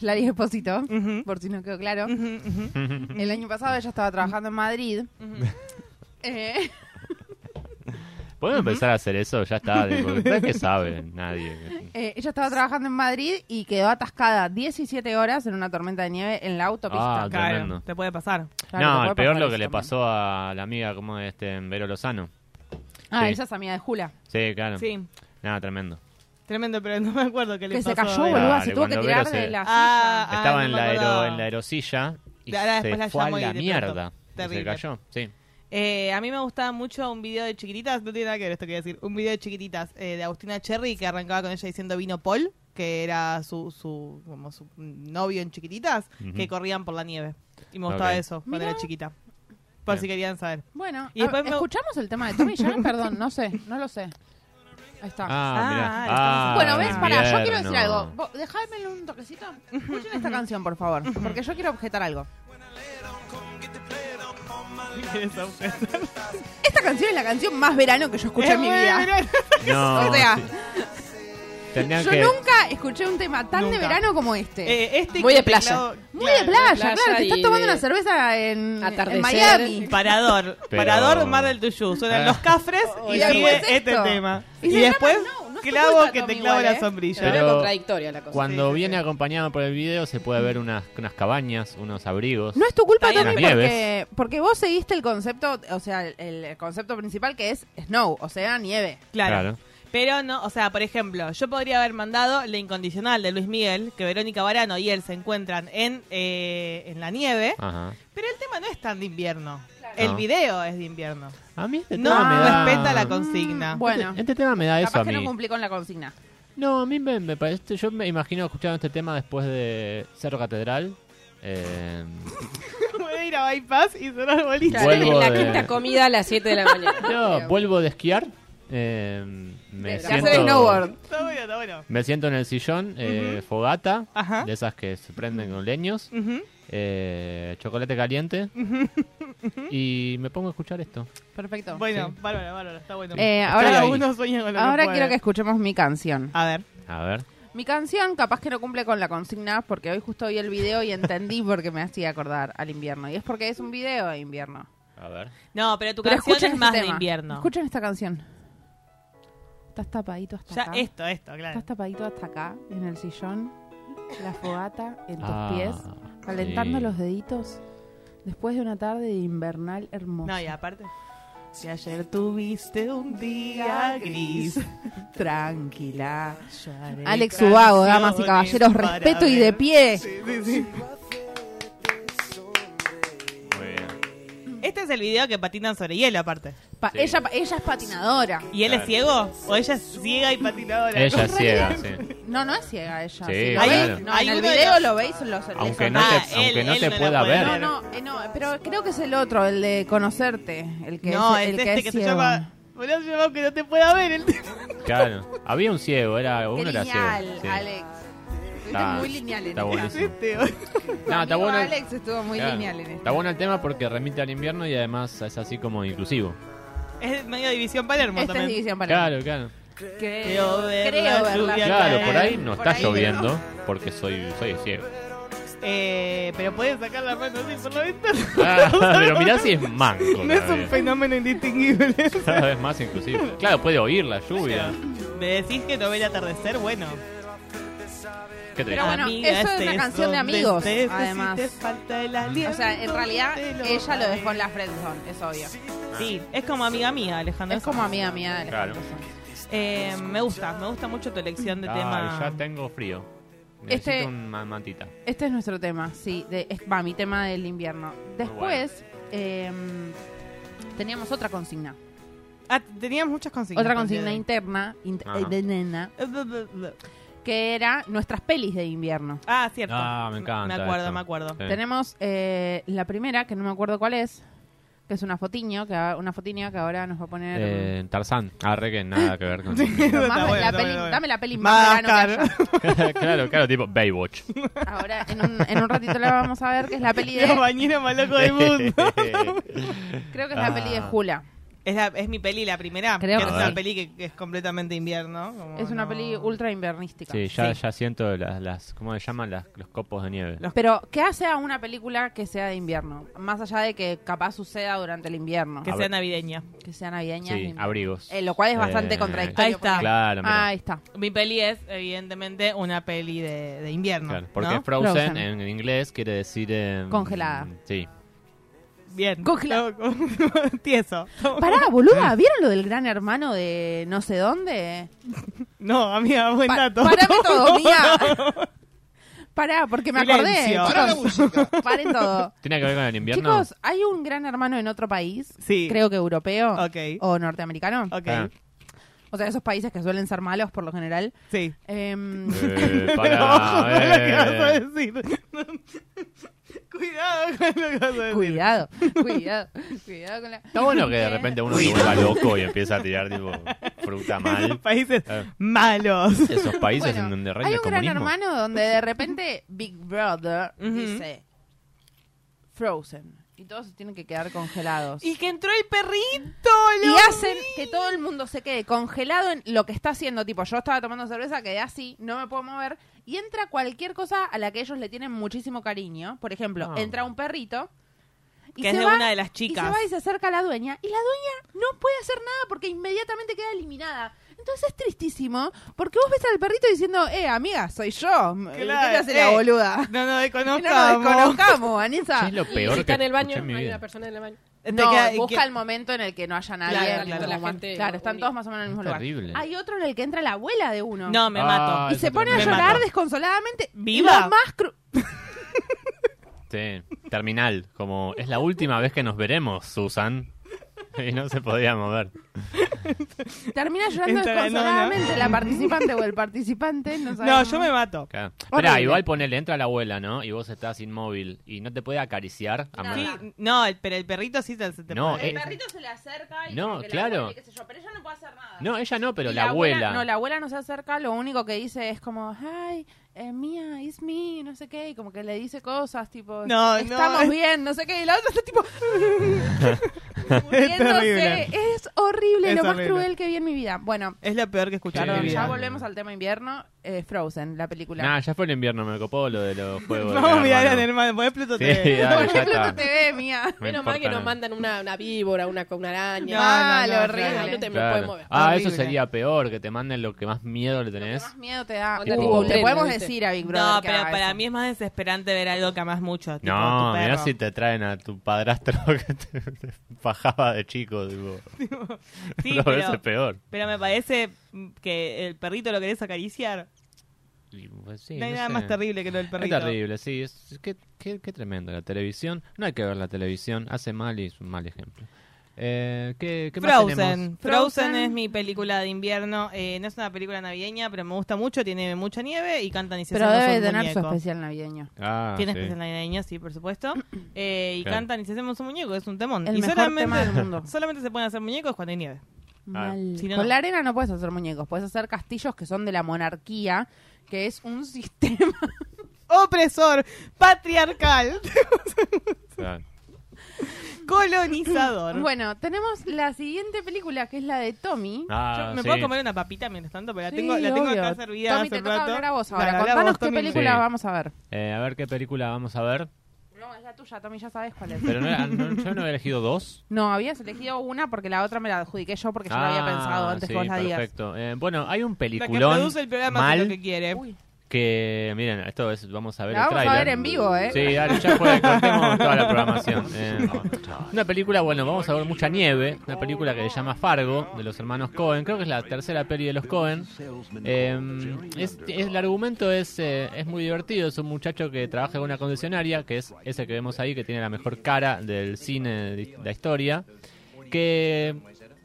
[SPEAKER 2] Lali Espósito, por si no quedó claro, el año pasado ella estaba trabajando en Madrid. Eh,
[SPEAKER 1] ¿Podemos empezar a hacer eso? Ya
[SPEAKER 2] [laughs]
[SPEAKER 1] está. tipo, ¿Ustedes qué saben? Nadie.
[SPEAKER 2] eh, ella estaba trabajando en Madrid y quedó atascada 17 horas en una tormenta de nieve en la autopista.
[SPEAKER 1] Ah, tremendo.
[SPEAKER 3] Te puede pasar.
[SPEAKER 2] Claro,
[SPEAKER 1] no,
[SPEAKER 2] te
[SPEAKER 1] el peor
[SPEAKER 2] puede pasar
[SPEAKER 1] lo
[SPEAKER 2] eso
[SPEAKER 1] que le
[SPEAKER 2] también.
[SPEAKER 1] pasó a la amiga como este Vero Lozano.
[SPEAKER 2] Ah,
[SPEAKER 1] Sí.
[SPEAKER 2] ella es amiga de Jula.
[SPEAKER 1] Sí, claro.
[SPEAKER 3] Sí.
[SPEAKER 1] Nada, tremendo.
[SPEAKER 3] Tremendo, pero no me acuerdo qué le
[SPEAKER 2] Que se
[SPEAKER 3] pasó.
[SPEAKER 2] cayó,
[SPEAKER 3] a Vero.
[SPEAKER 2] boluda,
[SPEAKER 1] Dale,
[SPEAKER 2] se tuvo que
[SPEAKER 1] cuando
[SPEAKER 2] tirar
[SPEAKER 1] Vero
[SPEAKER 2] de
[SPEAKER 1] se-
[SPEAKER 2] la
[SPEAKER 3] Ah, ah,
[SPEAKER 1] Estaba
[SPEAKER 3] no
[SPEAKER 1] en,
[SPEAKER 3] me
[SPEAKER 1] la aero,
[SPEAKER 3] acordaba.
[SPEAKER 1] en la aerosilla y se
[SPEAKER 3] Ahora después la
[SPEAKER 1] fue a
[SPEAKER 3] llamo y
[SPEAKER 1] la
[SPEAKER 3] te
[SPEAKER 1] mierda.
[SPEAKER 3] pregunto.
[SPEAKER 1] Y Se
[SPEAKER 3] Terrible.
[SPEAKER 1] cayó, sí.
[SPEAKER 3] Eh, a mí me gustaba mucho un video de chiquititas, no tiene nada que ver esto que voy a decir, un video de chiquititas eh, de Agustina Cherry que arrancaba con ella diciendo vino Paul, que era su, su como su novio en chiquititas,
[SPEAKER 1] Ujú.
[SPEAKER 3] que corrían por la nieve. Y me gustaba
[SPEAKER 1] Ok.
[SPEAKER 3] eso cuando era
[SPEAKER 2] Mirá.
[SPEAKER 3] chiquita. Por
[SPEAKER 1] Bien.
[SPEAKER 3] si querían saber.
[SPEAKER 2] Bueno,
[SPEAKER 3] Y
[SPEAKER 2] a-
[SPEAKER 3] después me-
[SPEAKER 2] escuchamos el tema de Tommy
[SPEAKER 1] [laughs]
[SPEAKER 2] John, perdón, no sé, no lo sé. Ahí está.
[SPEAKER 1] Ah, mirá.
[SPEAKER 3] ah,
[SPEAKER 1] Ah,
[SPEAKER 2] Bueno, ves, pará, yo quiero decir
[SPEAKER 1] invierno.
[SPEAKER 2] algo. Vos, Dejadme un toquecito. Escuchen esta canción, por favor,
[SPEAKER 1] [laughs]
[SPEAKER 2] porque yo quiero objetar algo. Esta canción es la canción más verano que yo escuché en mi vida.
[SPEAKER 1] No,
[SPEAKER 2] [laughs] O sea,
[SPEAKER 1] sí. Tendrían
[SPEAKER 2] Yo
[SPEAKER 1] que...
[SPEAKER 2] nunca escuché un tema tan de
[SPEAKER 3] Nunca.
[SPEAKER 2] verano como este.
[SPEAKER 3] Eh, este
[SPEAKER 4] Muy
[SPEAKER 3] con
[SPEAKER 4] de playa.
[SPEAKER 3] teclado-
[SPEAKER 2] Muy de playa,
[SPEAKER 4] playa
[SPEAKER 2] claro. Te
[SPEAKER 4] y
[SPEAKER 2] estás tomando
[SPEAKER 4] de
[SPEAKER 2] una cerveza en, en
[SPEAKER 4] atardecer.
[SPEAKER 2] Miami.
[SPEAKER 3] Parador,
[SPEAKER 1] [laughs] Pero-
[SPEAKER 3] parador Mar del Tuyú. Suenan
[SPEAKER 1] Ah.
[SPEAKER 3] los
[SPEAKER 2] [laughs]
[SPEAKER 3] cafres y,
[SPEAKER 2] Y
[SPEAKER 3] sigue
[SPEAKER 2] después
[SPEAKER 3] este
[SPEAKER 2] esto.
[SPEAKER 3] tema.
[SPEAKER 2] Y
[SPEAKER 3] Y,
[SPEAKER 2] se llama-
[SPEAKER 3] después
[SPEAKER 2] no, no es tu
[SPEAKER 3] clavo
[SPEAKER 2] culpa,
[SPEAKER 3] que te
[SPEAKER 2] Tommy,
[SPEAKER 3] clavo
[SPEAKER 2] igual,
[SPEAKER 3] la
[SPEAKER 2] ¿eh?
[SPEAKER 3] sombrilla.
[SPEAKER 4] Pero
[SPEAKER 1] Pero-
[SPEAKER 4] contradictoria la cosa.
[SPEAKER 1] Cuando
[SPEAKER 3] Sí, sí,
[SPEAKER 1] viene acompañado por el video se puede ver unas, unas cabañas, unos abrigos.
[SPEAKER 2] No es tu culpa,
[SPEAKER 1] Está bien.
[SPEAKER 2] Tommy,
[SPEAKER 1] Las
[SPEAKER 2] porque,
[SPEAKER 1] nieves.
[SPEAKER 2] porque vos seguiste el concepto, o sea, el, el concepto principal que es snow, o sea, nieve.
[SPEAKER 3] Claro.
[SPEAKER 1] Claro.
[SPEAKER 3] Pero no, o sea, por ejemplo, yo podría haber mandado La Incondicional de Luis Miguel, que Verónica Barano y él se encuentran en, eh, en la nieve,
[SPEAKER 1] Ajá.
[SPEAKER 3] pero el tema no es tan de invierno. El
[SPEAKER 1] Ah. No.
[SPEAKER 3] video es de invierno.
[SPEAKER 1] A mí este
[SPEAKER 3] No
[SPEAKER 1] tema me da...
[SPEAKER 3] respeta la consigna. [laughs]
[SPEAKER 2] Mm, Bueno,
[SPEAKER 1] Este tema me da eso a
[SPEAKER 2] capaz que
[SPEAKER 1] mí.
[SPEAKER 2] no cumplí con la consigna.
[SPEAKER 1] No, a mí me, me parece. Yo me imagino escuchando este tema después de Cerro Catedral.
[SPEAKER 2] [laughs]
[SPEAKER 1] Eh,
[SPEAKER 3] Voy a ir a Bypass y sonar bolita.
[SPEAKER 4] Claro,
[SPEAKER 1] Vuelvo
[SPEAKER 4] en la
[SPEAKER 1] de-
[SPEAKER 4] quinta comida a las 7 de la [laughs] mañana.
[SPEAKER 1] no, vuelvo de esquiar. eh, me
[SPEAKER 4] De- de
[SPEAKER 1] siento,
[SPEAKER 2] hacer snowboard.
[SPEAKER 3] Está bueno, está bueno.
[SPEAKER 1] Me siento en el sillón, eh, fogata,
[SPEAKER 3] Ajá.
[SPEAKER 1] de esas que se prenden con leños,
[SPEAKER 3] Ujú.
[SPEAKER 1] eh, chocolate
[SPEAKER 3] [laughs]
[SPEAKER 1] caliente. y me pongo a escuchar esto.
[SPEAKER 2] Perfecto.
[SPEAKER 3] Bueno, bárbaro, bárbaro, está bueno.
[SPEAKER 2] Eh,
[SPEAKER 3] Cada
[SPEAKER 2] ahora
[SPEAKER 1] ahí.
[SPEAKER 3] uno sueña con lo que
[SPEAKER 2] ahora
[SPEAKER 3] puede.
[SPEAKER 2] quiero que escuchemos mi canción.
[SPEAKER 3] A ver.
[SPEAKER 1] A ver.
[SPEAKER 2] Mi canción capaz que no cumple con la consigna porque hoy justo vi el video y entendí por qué me hacía acordar al invierno. Y es porque es un video de invierno.
[SPEAKER 1] A ver.
[SPEAKER 3] No, pero tu
[SPEAKER 2] Pero
[SPEAKER 3] canción
[SPEAKER 2] escuchen
[SPEAKER 3] es
[SPEAKER 2] este
[SPEAKER 3] más de
[SPEAKER 2] tema.
[SPEAKER 3] invierno.
[SPEAKER 2] Escuchen esta canción. Estás tapadito hasta
[SPEAKER 3] Ya
[SPEAKER 2] acá.
[SPEAKER 3] esto, esto, claro.
[SPEAKER 2] Estás tapadito hasta acá en el sillón, la fogata en tus
[SPEAKER 1] Ah,
[SPEAKER 2] pies, calentando
[SPEAKER 1] sí.
[SPEAKER 2] los deditos después de una tarde de invernal hermosa.
[SPEAKER 3] No, y aparte. Si ayer tuviste un día
[SPEAKER 2] [laughs]
[SPEAKER 3] gris.
[SPEAKER 2] Tranquila.
[SPEAKER 3] Yo haré
[SPEAKER 2] Alex Ubago,
[SPEAKER 3] canciones
[SPEAKER 2] damas y caballeros,
[SPEAKER 3] para
[SPEAKER 2] respeto y de
[SPEAKER 3] ver.
[SPEAKER 2] pie.
[SPEAKER 3] Sí, sí, sí.
[SPEAKER 1] Muy bien.
[SPEAKER 3] Este es el video que patinan sobre hielo, aparte.
[SPEAKER 2] Pa- ella, ella es patinadora.
[SPEAKER 3] ¿Y él es ciego? ¿O ella es ciega y patinadora?
[SPEAKER 1] Ella es ciega, sí.
[SPEAKER 2] No, no es ciega ella.
[SPEAKER 1] Sí,
[SPEAKER 2] si lo
[SPEAKER 1] claro.
[SPEAKER 2] veis-
[SPEAKER 1] Hay-
[SPEAKER 2] no,
[SPEAKER 3] hay
[SPEAKER 2] en el
[SPEAKER 3] uno de
[SPEAKER 2] video
[SPEAKER 3] los-
[SPEAKER 2] lo veis, lo se- le
[SPEAKER 1] Aunque no
[SPEAKER 2] sonríe.
[SPEAKER 3] Ah,
[SPEAKER 1] te, aunque
[SPEAKER 3] él-
[SPEAKER 1] no
[SPEAKER 3] él
[SPEAKER 1] te
[SPEAKER 3] no la
[SPEAKER 1] pueda
[SPEAKER 3] puede
[SPEAKER 1] ver.
[SPEAKER 3] ver.
[SPEAKER 2] No, no, eh, no, pero creo que es el otro, el de conocerte. El que
[SPEAKER 3] No,
[SPEAKER 2] es,
[SPEAKER 3] es
[SPEAKER 2] el
[SPEAKER 3] este
[SPEAKER 2] que
[SPEAKER 3] que,
[SPEAKER 2] es
[SPEAKER 3] se
[SPEAKER 2] ciego.
[SPEAKER 3] llama. Boludo, se llama que no te pueda
[SPEAKER 2] [laughs]
[SPEAKER 3] ver el tema.
[SPEAKER 1] Claro. Había un ciego, era
[SPEAKER 2] Qué
[SPEAKER 1] uno era ciego.
[SPEAKER 2] lineal,
[SPEAKER 1] sí.
[SPEAKER 2] Alex. Estuviste
[SPEAKER 1] Está-
[SPEAKER 2] muy lineal en
[SPEAKER 1] está
[SPEAKER 2] esto.
[SPEAKER 1] buenísimo.
[SPEAKER 3] [laughs] Este, boludo.
[SPEAKER 2] Tu
[SPEAKER 1] No, está
[SPEAKER 2] amigo
[SPEAKER 1] bueno.
[SPEAKER 2] Alex estuvo muy
[SPEAKER 1] Claro.
[SPEAKER 2] lineal en
[SPEAKER 3] este
[SPEAKER 2] este.
[SPEAKER 1] Está
[SPEAKER 2] esto.
[SPEAKER 1] bueno el tema porque remite al invierno y además es así como inclusivo.
[SPEAKER 3] Es medio división Palermo
[SPEAKER 2] Esta Este es
[SPEAKER 3] también.
[SPEAKER 2] división para
[SPEAKER 1] Claro, claro.
[SPEAKER 3] Creo ver la lluvia
[SPEAKER 1] Claro,
[SPEAKER 3] caer.
[SPEAKER 1] por ahí no
[SPEAKER 2] Por
[SPEAKER 1] está
[SPEAKER 2] ahí
[SPEAKER 1] lloviendo porque soy, soy ciego.
[SPEAKER 3] Eh, pero pueden sacar la mano así por la ventana.
[SPEAKER 1] Ah, pero mirá si es manco.
[SPEAKER 3] [laughs] No es un
[SPEAKER 1] todavía.
[SPEAKER 3] fenómeno indistinguible.
[SPEAKER 1] Cada vez más inclusivo. Claro, puede oír la lluvia.
[SPEAKER 3] Me decís que no ve el atardecer, bueno. este,
[SPEAKER 1] Qué triste.
[SPEAKER 2] Pero bueno, eso es una
[SPEAKER 3] estés
[SPEAKER 2] canción de
[SPEAKER 3] donde
[SPEAKER 2] amigos,
[SPEAKER 3] estés,
[SPEAKER 2] además.
[SPEAKER 3] este, si te falta el aliento,
[SPEAKER 2] O sea, en realidad
[SPEAKER 3] te
[SPEAKER 2] ella lo
[SPEAKER 3] daré.
[SPEAKER 2] dejó en la friendzone, es obvio.
[SPEAKER 3] Sí, es como amiga mía, Alejandro.
[SPEAKER 2] Es como amiga mía. Alex.
[SPEAKER 1] Claro.
[SPEAKER 3] Eh, me gusta, me gusta mucho tu elección de
[SPEAKER 1] Ay,
[SPEAKER 3] tema.
[SPEAKER 1] Ah, ya tengo frío.
[SPEAKER 2] Este-
[SPEAKER 1] Necesito una mantita.
[SPEAKER 2] Este es nuestro tema, sí, de, es, va, mi tema del invierno. Después em, teníamos otra consigna,
[SPEAKER 3] Ah, tenías muchas consignas.
[SPEAKER 2] otra
[SPEAKER 3] por
[SPEAKER 2] consigna
[SPEAKER 3] el día
[SPEAKER 2] interna int-
[SPEAKER 1] Ajá.
[SPEAKER 2] de nena,
[SPEAKER 3] de hoy.
[SPEAKER 2] que era nuestras pelis de invierno.
[SPEAKER 3] Ah, cierto.
[SPEAKER 1] Ah, me encanta
[SPEAKER 3] Me acuerdo,
[SPEAKER 1] esto.
[SPEAKER 3] me acuerdo.
[SPEAKER 1] Sí.
[SPEAKER 2] eh, Tenemos eh, la primera, que no me acuerdo cuál es, que es una fotiño, que, a- una fotiña que ahora nos va a poner...
[SPEAKER 1] Eh, Tarzán. Arre que nada que ver con...
[SPEAKER 2] Más-
[SPEAKER 3] está
[SPEAKER 2] la
[SPEAKER 3] bueno, está
[SPEAKER 2] peli-
[SPEAKER 3] bueno.
[SPEAKER 2] Dame la peli
[SPEAKER 3] Más
[SPEAKER 2] más, verano que
[SPEAKER 1] [laughs] claro, claro, tipo Baywatch.
[SPEAKER 2] haya. Ahora, en un, en un ratito la vamos a ver, que es la
[SPEAKER 3] [laughs]
[SPEAKER 2] peli de...
[SPEAKER 3] La bañera más loco del mundo.
[SPEAKER 2] Creo que es la peli
[SPEAKER 1] Ah.
[SPEAKER 2] de Jula.
[SPEAKER 3] Es, la- es mi peli, la primera.
[SPEAKER 2] Creo
[SPEAKER 3] que
[SPEAKER 2] que
[SPEAKER 3] es una
[SPEAKER 2] sí.
[SPEAKER 3] peli que, que es completamente invierno. como
[SPEAKER 2] Es una
[SPEAKER 3] no-
[SPEAKER 2] peli ultra invernística.
[SPEAKER 1] [laughs] Sí, ya, ya siento las, las... ¿Cómo se llaman? Las, los copos de nieve.
[SPEAKER 2] Pero, ¿qué hace a una película que sea de invierno? Más allá de que capaz suceda durante el invierno.
[SPEAKER 3] Que
[SPEAKER 1] A
[SPEAKER 3] sea
[SPEAKER 1] ver.
[SPEAKER 3] navideña.
[SPEAKER 2] Que sea navideña.
[SPEAKER 1] Sí,
[SPEAKER 2] ni-
[SPEAKER 1] abrigos.
[SPEAKER 2] Eh, lo cual es bastante
[SPEAKER 1] Eh,
[SPEAKER 2] contradictorio.
[SPEAKER 3] ahí está.
[SPEAKER 1] Claro, mira.
[SPEAKER 2] Ahí está.
[SPEAKER 3] Mi peli es, evidentemente, una peli de, de invierno.
[SPEAKER 1] Claro, porque
[SPEAKER 3] ¿no?
[SPEAKER 1] frozen,
[SPEAKER 2] Frozen.
[SPEAKER 1] en inglés quiere decir... em,
[SPEAKER 2] Congelada.
[SPEAKER 1] Sí.
[SPEAKER 3] Bien.
[SPEAKER 2] Cógela.
[SPEAKER 3] No, [laughs] Tieso.
[SPEAKER 2] Pará, boluda, ¿vieron lo del gran hermano de no sé dónde?
[SPEAKER 3] No, amiga, buen
[SPEAKER 2] Pa-
[SPEAKER 3] dato. [laughs]
[SPEAKER 2] Parame todo, mía. Pará, porque me acordé.
[SPEAKER 3] Silencio.
[SPEAKER 2] chicos.
[SPEAKER 3] Pará
[SPEAKER 2] [laughs]
[SPEAKER 3] la
[SPEAKER 2] Paren todo.
[SPEAKER 1] ¿Tiene que ver con el invierno?
[SPEAKER 2] Chicos, hay un gran hermano en otro país,
[SPEAKER 3] Sí.
[SPEAKER 2] creo que europeo
[SPEAKER 3] Ok.
[SPEAKER 2] o norteamericano.
[SPEAKER 3] Ok.
[SPEAKER 1] Ah.
[SPEAKER 2] O sea, esos países que suelen ser malos por lo general.
[SPEAKER 3] Sí.
[SPEAKER 2] Em,
[SPEAKER 1] Eh,
[SPEAKER 3] [laughs] Pero ojo con lo que vas a
[SPEAKER 1] para, eh.
[SPEAKER 3] decir. [laughs] Cuidado con lo que vas a decir.
[SPEAKER 2] cuidado, cuidado, cuidado con la. Eh,
[SPEAKER 1] Está bueno que de repente uno se vuelva loco y empieza a tirar tipo fruta
[SPEAKER 3] Esos [laughs]
[SPEAKER 1] mal. Ah.
[SPEAKER 3] países
[SPEAKER 1] Claro.
[SPEAKER 3] malos.
[SPEAKER 1] Esos países
[SPEAKER 2] Bueno,
[SPEAKER 1] en donde reina
[SPEAKER 2] hay
[SPEAKER 1] el
[SPEAKER 2] un gran
[SPEAKER 1] comunismo.
[SPEAKER 2] hermano donde de repente Big Brother
[SPEAKER 3] Ujú.
[SPEAKER 2] dice Frozen y todos se tienen que quedar congelados.
[SPEAKER 3] Y que entró el perrito.
[SPEAKER 2] Y
[SPEAKER 3] lo
[SPEAKER 2] hacen que todo el mundo se quede congelado en lo que está haciendo. Tipo, yo estaba tomando cerveza, quedé así, no me puedo mover. Y entra cualquier cosa a la que ellos le tienen muchísimo cariño. Por ejemplo,
[SPEAKER 1] Ah.
[SPEAKER 2] entra un perrito. Y
[SPEAKER 3] Que es
[SPEAKER 2] se
[SPEAKER 3] de
[SPEAKER 2] va-
[SPEAKER 3] una de las
[SPEAKER 2] Y
[SPEAKER 3] chicas.
[SPEAKER 2] se va y se acerca a la dueña. Y la dueña no puede hacer nada porque inmediatamente queda eliminada. Entonces es tristísimo porque vos ves al perrito diciendo, eh, amiga, soy yo. ¿Qué te
[SPEAKER 3] Claro,
[SPEAKER 2] hace la
[SPEAKER 3] eh.
[SPEAKER 2] boluda?
[SPEAKER 3] No,
[SPEAKER 2] [laughs]
[SPEAKER 3] no,
[SPEAKER 2] No
[SPEAKER 3] desconozcamos.
[SPEAKER 2] nos conozcamos, Anisa.
[SPEAKER 1] Es lo
[SPEAKER 4] Y si
[SPEAKER 1] peor que
[SPEAKER 4] está en el baño,
[SPEAKER 1] escuché en mi
[SPEAKER 4] hay
[SPEAKER 1] vida.
[SPEAKER 4] una persona en el baño.
[SPEAKER 3] Te
[SPEAKER 2] No,
[SPEAKER 3] queda-
[SPEAKER 2] busca
[SPEAKER 3] que-
[SPEAKER 2] el momento en el que no haya nadie.
[SPEAKER 3] Claro,
[SPEAKER 2] en
[SPEAKER 3] claro.
[SPEAKER 2] ningún
[SPEAKER 4] La
[SPEAKER 2] momento.
[SPEAKER 4] gente
[SPEAKER 2] Claro, están
[SPEAKER 4] unida.
[SPEAKER 2] todos más o menos en el mismo lugar.
[SPEAKER 1] Terrible.
[SPEAKER 2] Hay otro en el que entra la abuela de uno.
[SPEAKER 3] No, me
[SPEAKER 1] Ah,
[SPEAKER 3] mato.
[SPEAKER 2] Y
[SPEAKER 1] eso
[SPEAKER 2] se pone a
[SPEAKER 1] me
[SPEAKER 2] llorar
[SPEAKER 1] mato.
[SPEAKER 2] desconsoladamente.
[SPEAKER 3] ¿Viva?
[SPEAKER 2] Y lo más cru-
[SPEAKER 1] Sí, terminal. Como es la última vez que nos veremos, Susan. [laughs] Y no se podía mover.
[SPEAKER 2] Termina llorando
[SPEAKER 3] Entra la
[SPEAKER 2] desconsoladamente
[SPEAKER 3] [laughs]
[SPEAKER 2] la participante o el participante. No,
[SPEAKER 3] No,
[SPEAKER 2] sabemos.
[SPEAKER 3] yo me mato.
[SPEAKER 1] Claro.
[SPEAKER 2] Horrible.
[SPEAKER 1] Espera, igual ponele, entra la abuela, ¿no? Y vos estás inmóvil y no te puede acariciar. a mano.
[SPEAKER 3] Sí, no, el- pero el perrito sí se, se te
[SPEAKER 1] No,
[SPEAKER 3] puede.
[SPEAKER 1] eh,
[SPEAKER 2] se le acerca
[SPEAKER 1] No,
[SPEAKER 2] como que la
[SPEAKER 1] claro.
[SPEAKER 2] abuela, qué sé yo, pero ella no puede hacer nada.
[SPEAKER 1] No, ella no, pero
[SPEAKER 2] Y
[SPEAKER 1] la abuela.
[SPEAKER 2] No, la abuela no se acerca, lo único que dice es como, hi, eh, mía, it's me, no sé qué, y como que le dice cosas tipo,
[SPEAKER 3] No, no,
[SPEAKER 2] estamos
[SPEAKER 3] es-
[SPEAKER 2] bien, no sé qué, y la otra está [laughs] tipo,
[SPEAKER 3] es terrible.
[SPEAKER 2] muriéndose. Es horrible,
[SPEAKER 3] Es
[SPEAKER 2] lo más
[SPEAKER 3] horrible.
[SPEAKER 2] cruel que vi en mi vida. Bueno,
[SPEAKER 3] Es lo peor que escuché en
[SPEAKER 2] perdón,
[SPEAKER 3] mi vida.
[SPEAKER 2] ya volvemos al tema invierno, eh, Frozen, la película.
[SPEAKER 1] Nah, ya fue el invierno, me copó lo de los juegos.
[SPEAKER 3] [laughs] Vamos a mirar al
[SPEAKER 1] hermano.
[SPEAKER 3] hermano. Ponés Pluto
[SPEAKER 1] [laughs] Sí,
[SPEAKER 3] TV.
[SPEAKER 1] dale,
[SPEAKER 2] Por
[SPEAKER 1] ya
[SPEAKER 2] ejemplo,
[SPEAKER 1] está.
[SPEAKER 2] [laughs] no te ve, mía.
[SPEAKER 1] No
[SPEAKER 4] Menos mal que
[SPEAKER 1] importa nada.
[SPEAKER 4] nos mandan una, una víbora, una, una
[SPEAKER 2] [laughs]
[SPEAKER 4] araña.
[SPEAKER 3] No,
[SPEAKER 2] Mal,
[SPEAKER 3] no, no,
[SPEAKER 2] Ah, horrible.
[SPEAKER 4] Ay, no te
[SPEAKER 1] Claro.
[SPEAKER 4] puedes mover.
[SPEAKER 1] Ah, eso
[SPEAKER 2] Horrible.
[SPEAKER 1] sería peor, que te manden lo que más miedo le
[SPEAKER 2] Lo que
[SPEAKER 1] tenés.
[SPEAKER 2] más miedo te da.
[SPEAKER 4] Onda
[SPEAKER 2] Tipo,
[SPEAKER 1] tipo
[SPEAKER 2] le
[SPEAKER 1] tren,
[SPEAKER 2] podemos
[SPEAKER 4] ¿viste?
[SPEAKER 2] decir a Big Brother.
[SPEAKER 3] No,
[SPEAKER 2] que
[SPEAKER 3] pero
[SPEAKER 2] haga
[SPEAKER 3] para
[SPEAKER 2] eso.
[SPEAKER 3] mí es más desesperante ver algo que amás mucho. Tipo,
[SPEAKER 1] No,
[SPEAKER 3] tu
[SPEAKER 1] mirá
[SPEAKER 3] perro.
[SPEAKER 1] si te traen a tu padrastro [laughs] que te, te fajaba de chico, tipo.
[SPEAKER 3] Sí,
[SPEAKER 1] [laughs] Dos veces
[SPEAKER 3] pero,
[SPEAKER 1] peor.
[SPEAKER 3] pero me parece que el perrito lo querés acariciar.
[SPEAKER 1] Y, pues, sí,
[SPEAKER 3] no hay
[SPEAKER 1] no
[SPEAKER 3] nada
[SPEAKER 1] sé.
[SPEAKER 3] más terrible que lo del
[SPEAKER 1] Es
[SPEAKER 3] perrito.
[SPEAKER 1] terrible, sí. Es, es que, que- que tremendo la televisión. No hay que ver la televisión. Hace mal y es un mal ejemplo. Eh, ¿qué, qué más tenemos?
[SPEAKER 3] Frozen. Frozen
[SPEAKER 2] Frozen.
[SPEAKER 3] es mi película de invierno. Eh, no es una película navideña, pero me gusta mucho. Tiene mucha nieve y cantan y se
[SPEAKER 2] Pero
[SPEAKER 3] hacen
[SPEAKER 2] debe
[SPEAKER 3] un
[SPEAKER 2] tener su
[SPEAKER 3] muñeco.
[SPEAKER 2] especial navideño.
[SPEAKER 1] Ah,
[SPEAKER 3] Tiene
[SPEAKER 1] sí.
[SPEAKER 3] especial navideña, sí, por supuesto.
[SPEAKER 2] [clears throat]
[SPEAKER 3] Eh, y
[SPEAKER 1] Claro.
[SPEAKER 3] cantan y se hacemos un muñeco, es un temón.
[SPEAKER 2] El
[SPEAKER 3] y
[SPEAKER 2] mejor
[SPEAKER 3] solamente,
[SPEAKER 2] tema del mundo.
[SPEAKER 3] solamente se pueden hacer muñecos cuando hay nieve.
[SPEAKER 1] Ah,
[SPEAKER 2] Mal.
[SPEAKER 3] Si no,
[SPEAKER 2] Con
[SPEAKER 3] no.
[SPEAKER 2] la arena no puedes hacer muñecos, puedes hacer castillos que son de la monarquía, que es un [laughs] sistema.
[SPEAKER 3] Opresor, patriarcal, [laughs]
[SPEAKER 1] Claro.
[SPEAKER 3] colonizador.
[SPEAKER 2] bueno, tenemos la siguiente película que es la de Tommy.
[SPEAKER 1] Ah,
[SPEAKER 3] Yo me
[SPEAKER 1] sí.
[SPEAKER 3] puedo comer una papita mientras tanto, pero la
[SPEAKER 2] Sí,
[SPEAKER 3] tengo, la tengo
[SPEAKER 2] obvio.
[SPEAKER 3] acá servida
[SPEAKER 2] Tommy,
[SPEAKER 3] hace
[SPEAKER 2] te
[SPEAKER 3] un
[SPEAKER 2] toca
[SPEAKER 3] rato.
[SPEAKER 2] hablar a vos
[SPEAKER 3] Dale,
[SPEAKER 2] ahora.
[SPEAKER 3] habla
[SPEAKER 2] Contanos
[SPEAKER 3] vos,
[SPEAKER 2] qué
[SPEAKER 3] Tommy.
[SPEAKER 2] película
[SPEAKER 1] Sí.
[SPEAKER 2] vamos a ver.
[SPEAKER 1] Eh, a ver qué película vamos a ver.
[SPEAKER 2] No, es la tuya, Tommy, ya sabes cuál es.
[SPEAKER 1] Pero no era- no- yo no había elegido dos.
[SPEAKER 3] [laughs]
[SPEAKER 2] No, habías elegido una porque la otra me la adjudiqué yo porque yo la había
[SPEAKER 1] Ah,
[SPEAKER 2] pensado antes
[SPEAKER 1] sí,
[SPEAKER 2] que vos la digas.
[SPEAKER 1] perfecto. Eh, bueno, hay un
[SPEAKER 3] La que
[SPEAKER 1] peliculón
[SPEAKER 3] produce el programa hace
[SPEAKER 1] mal
[SPEAKER 3] lo que quiere.
[SPEAKER 2] Uy.
[SPEAKER 1] que, miren, esto es, vamos a ver
[SPEAKER 2] La
[SPEAKER 1] el
[SPEAKER 2] vamos a
[SPEAKER 1] tráiler.
[SPEAKER 2] ver en vivo, ¿eh?
[SPEAKER 1] Sí, dale, ya fue,
[SPEAKER 2] [laughs]
[SPEAKER 1] cortemos toda la programación. Eh, una película, bueno, vamos a ver mucha nieve, una película que se llama Fargo, de los hermanos Cohen, creo que es la tercera peli de los Cohen. Eh, el argumento es, eh, es muy divertido, es un muchacho que trabaja en una concesionaria, que es ese que vemos ahí, que tiene la mejor cara del cine de la historia que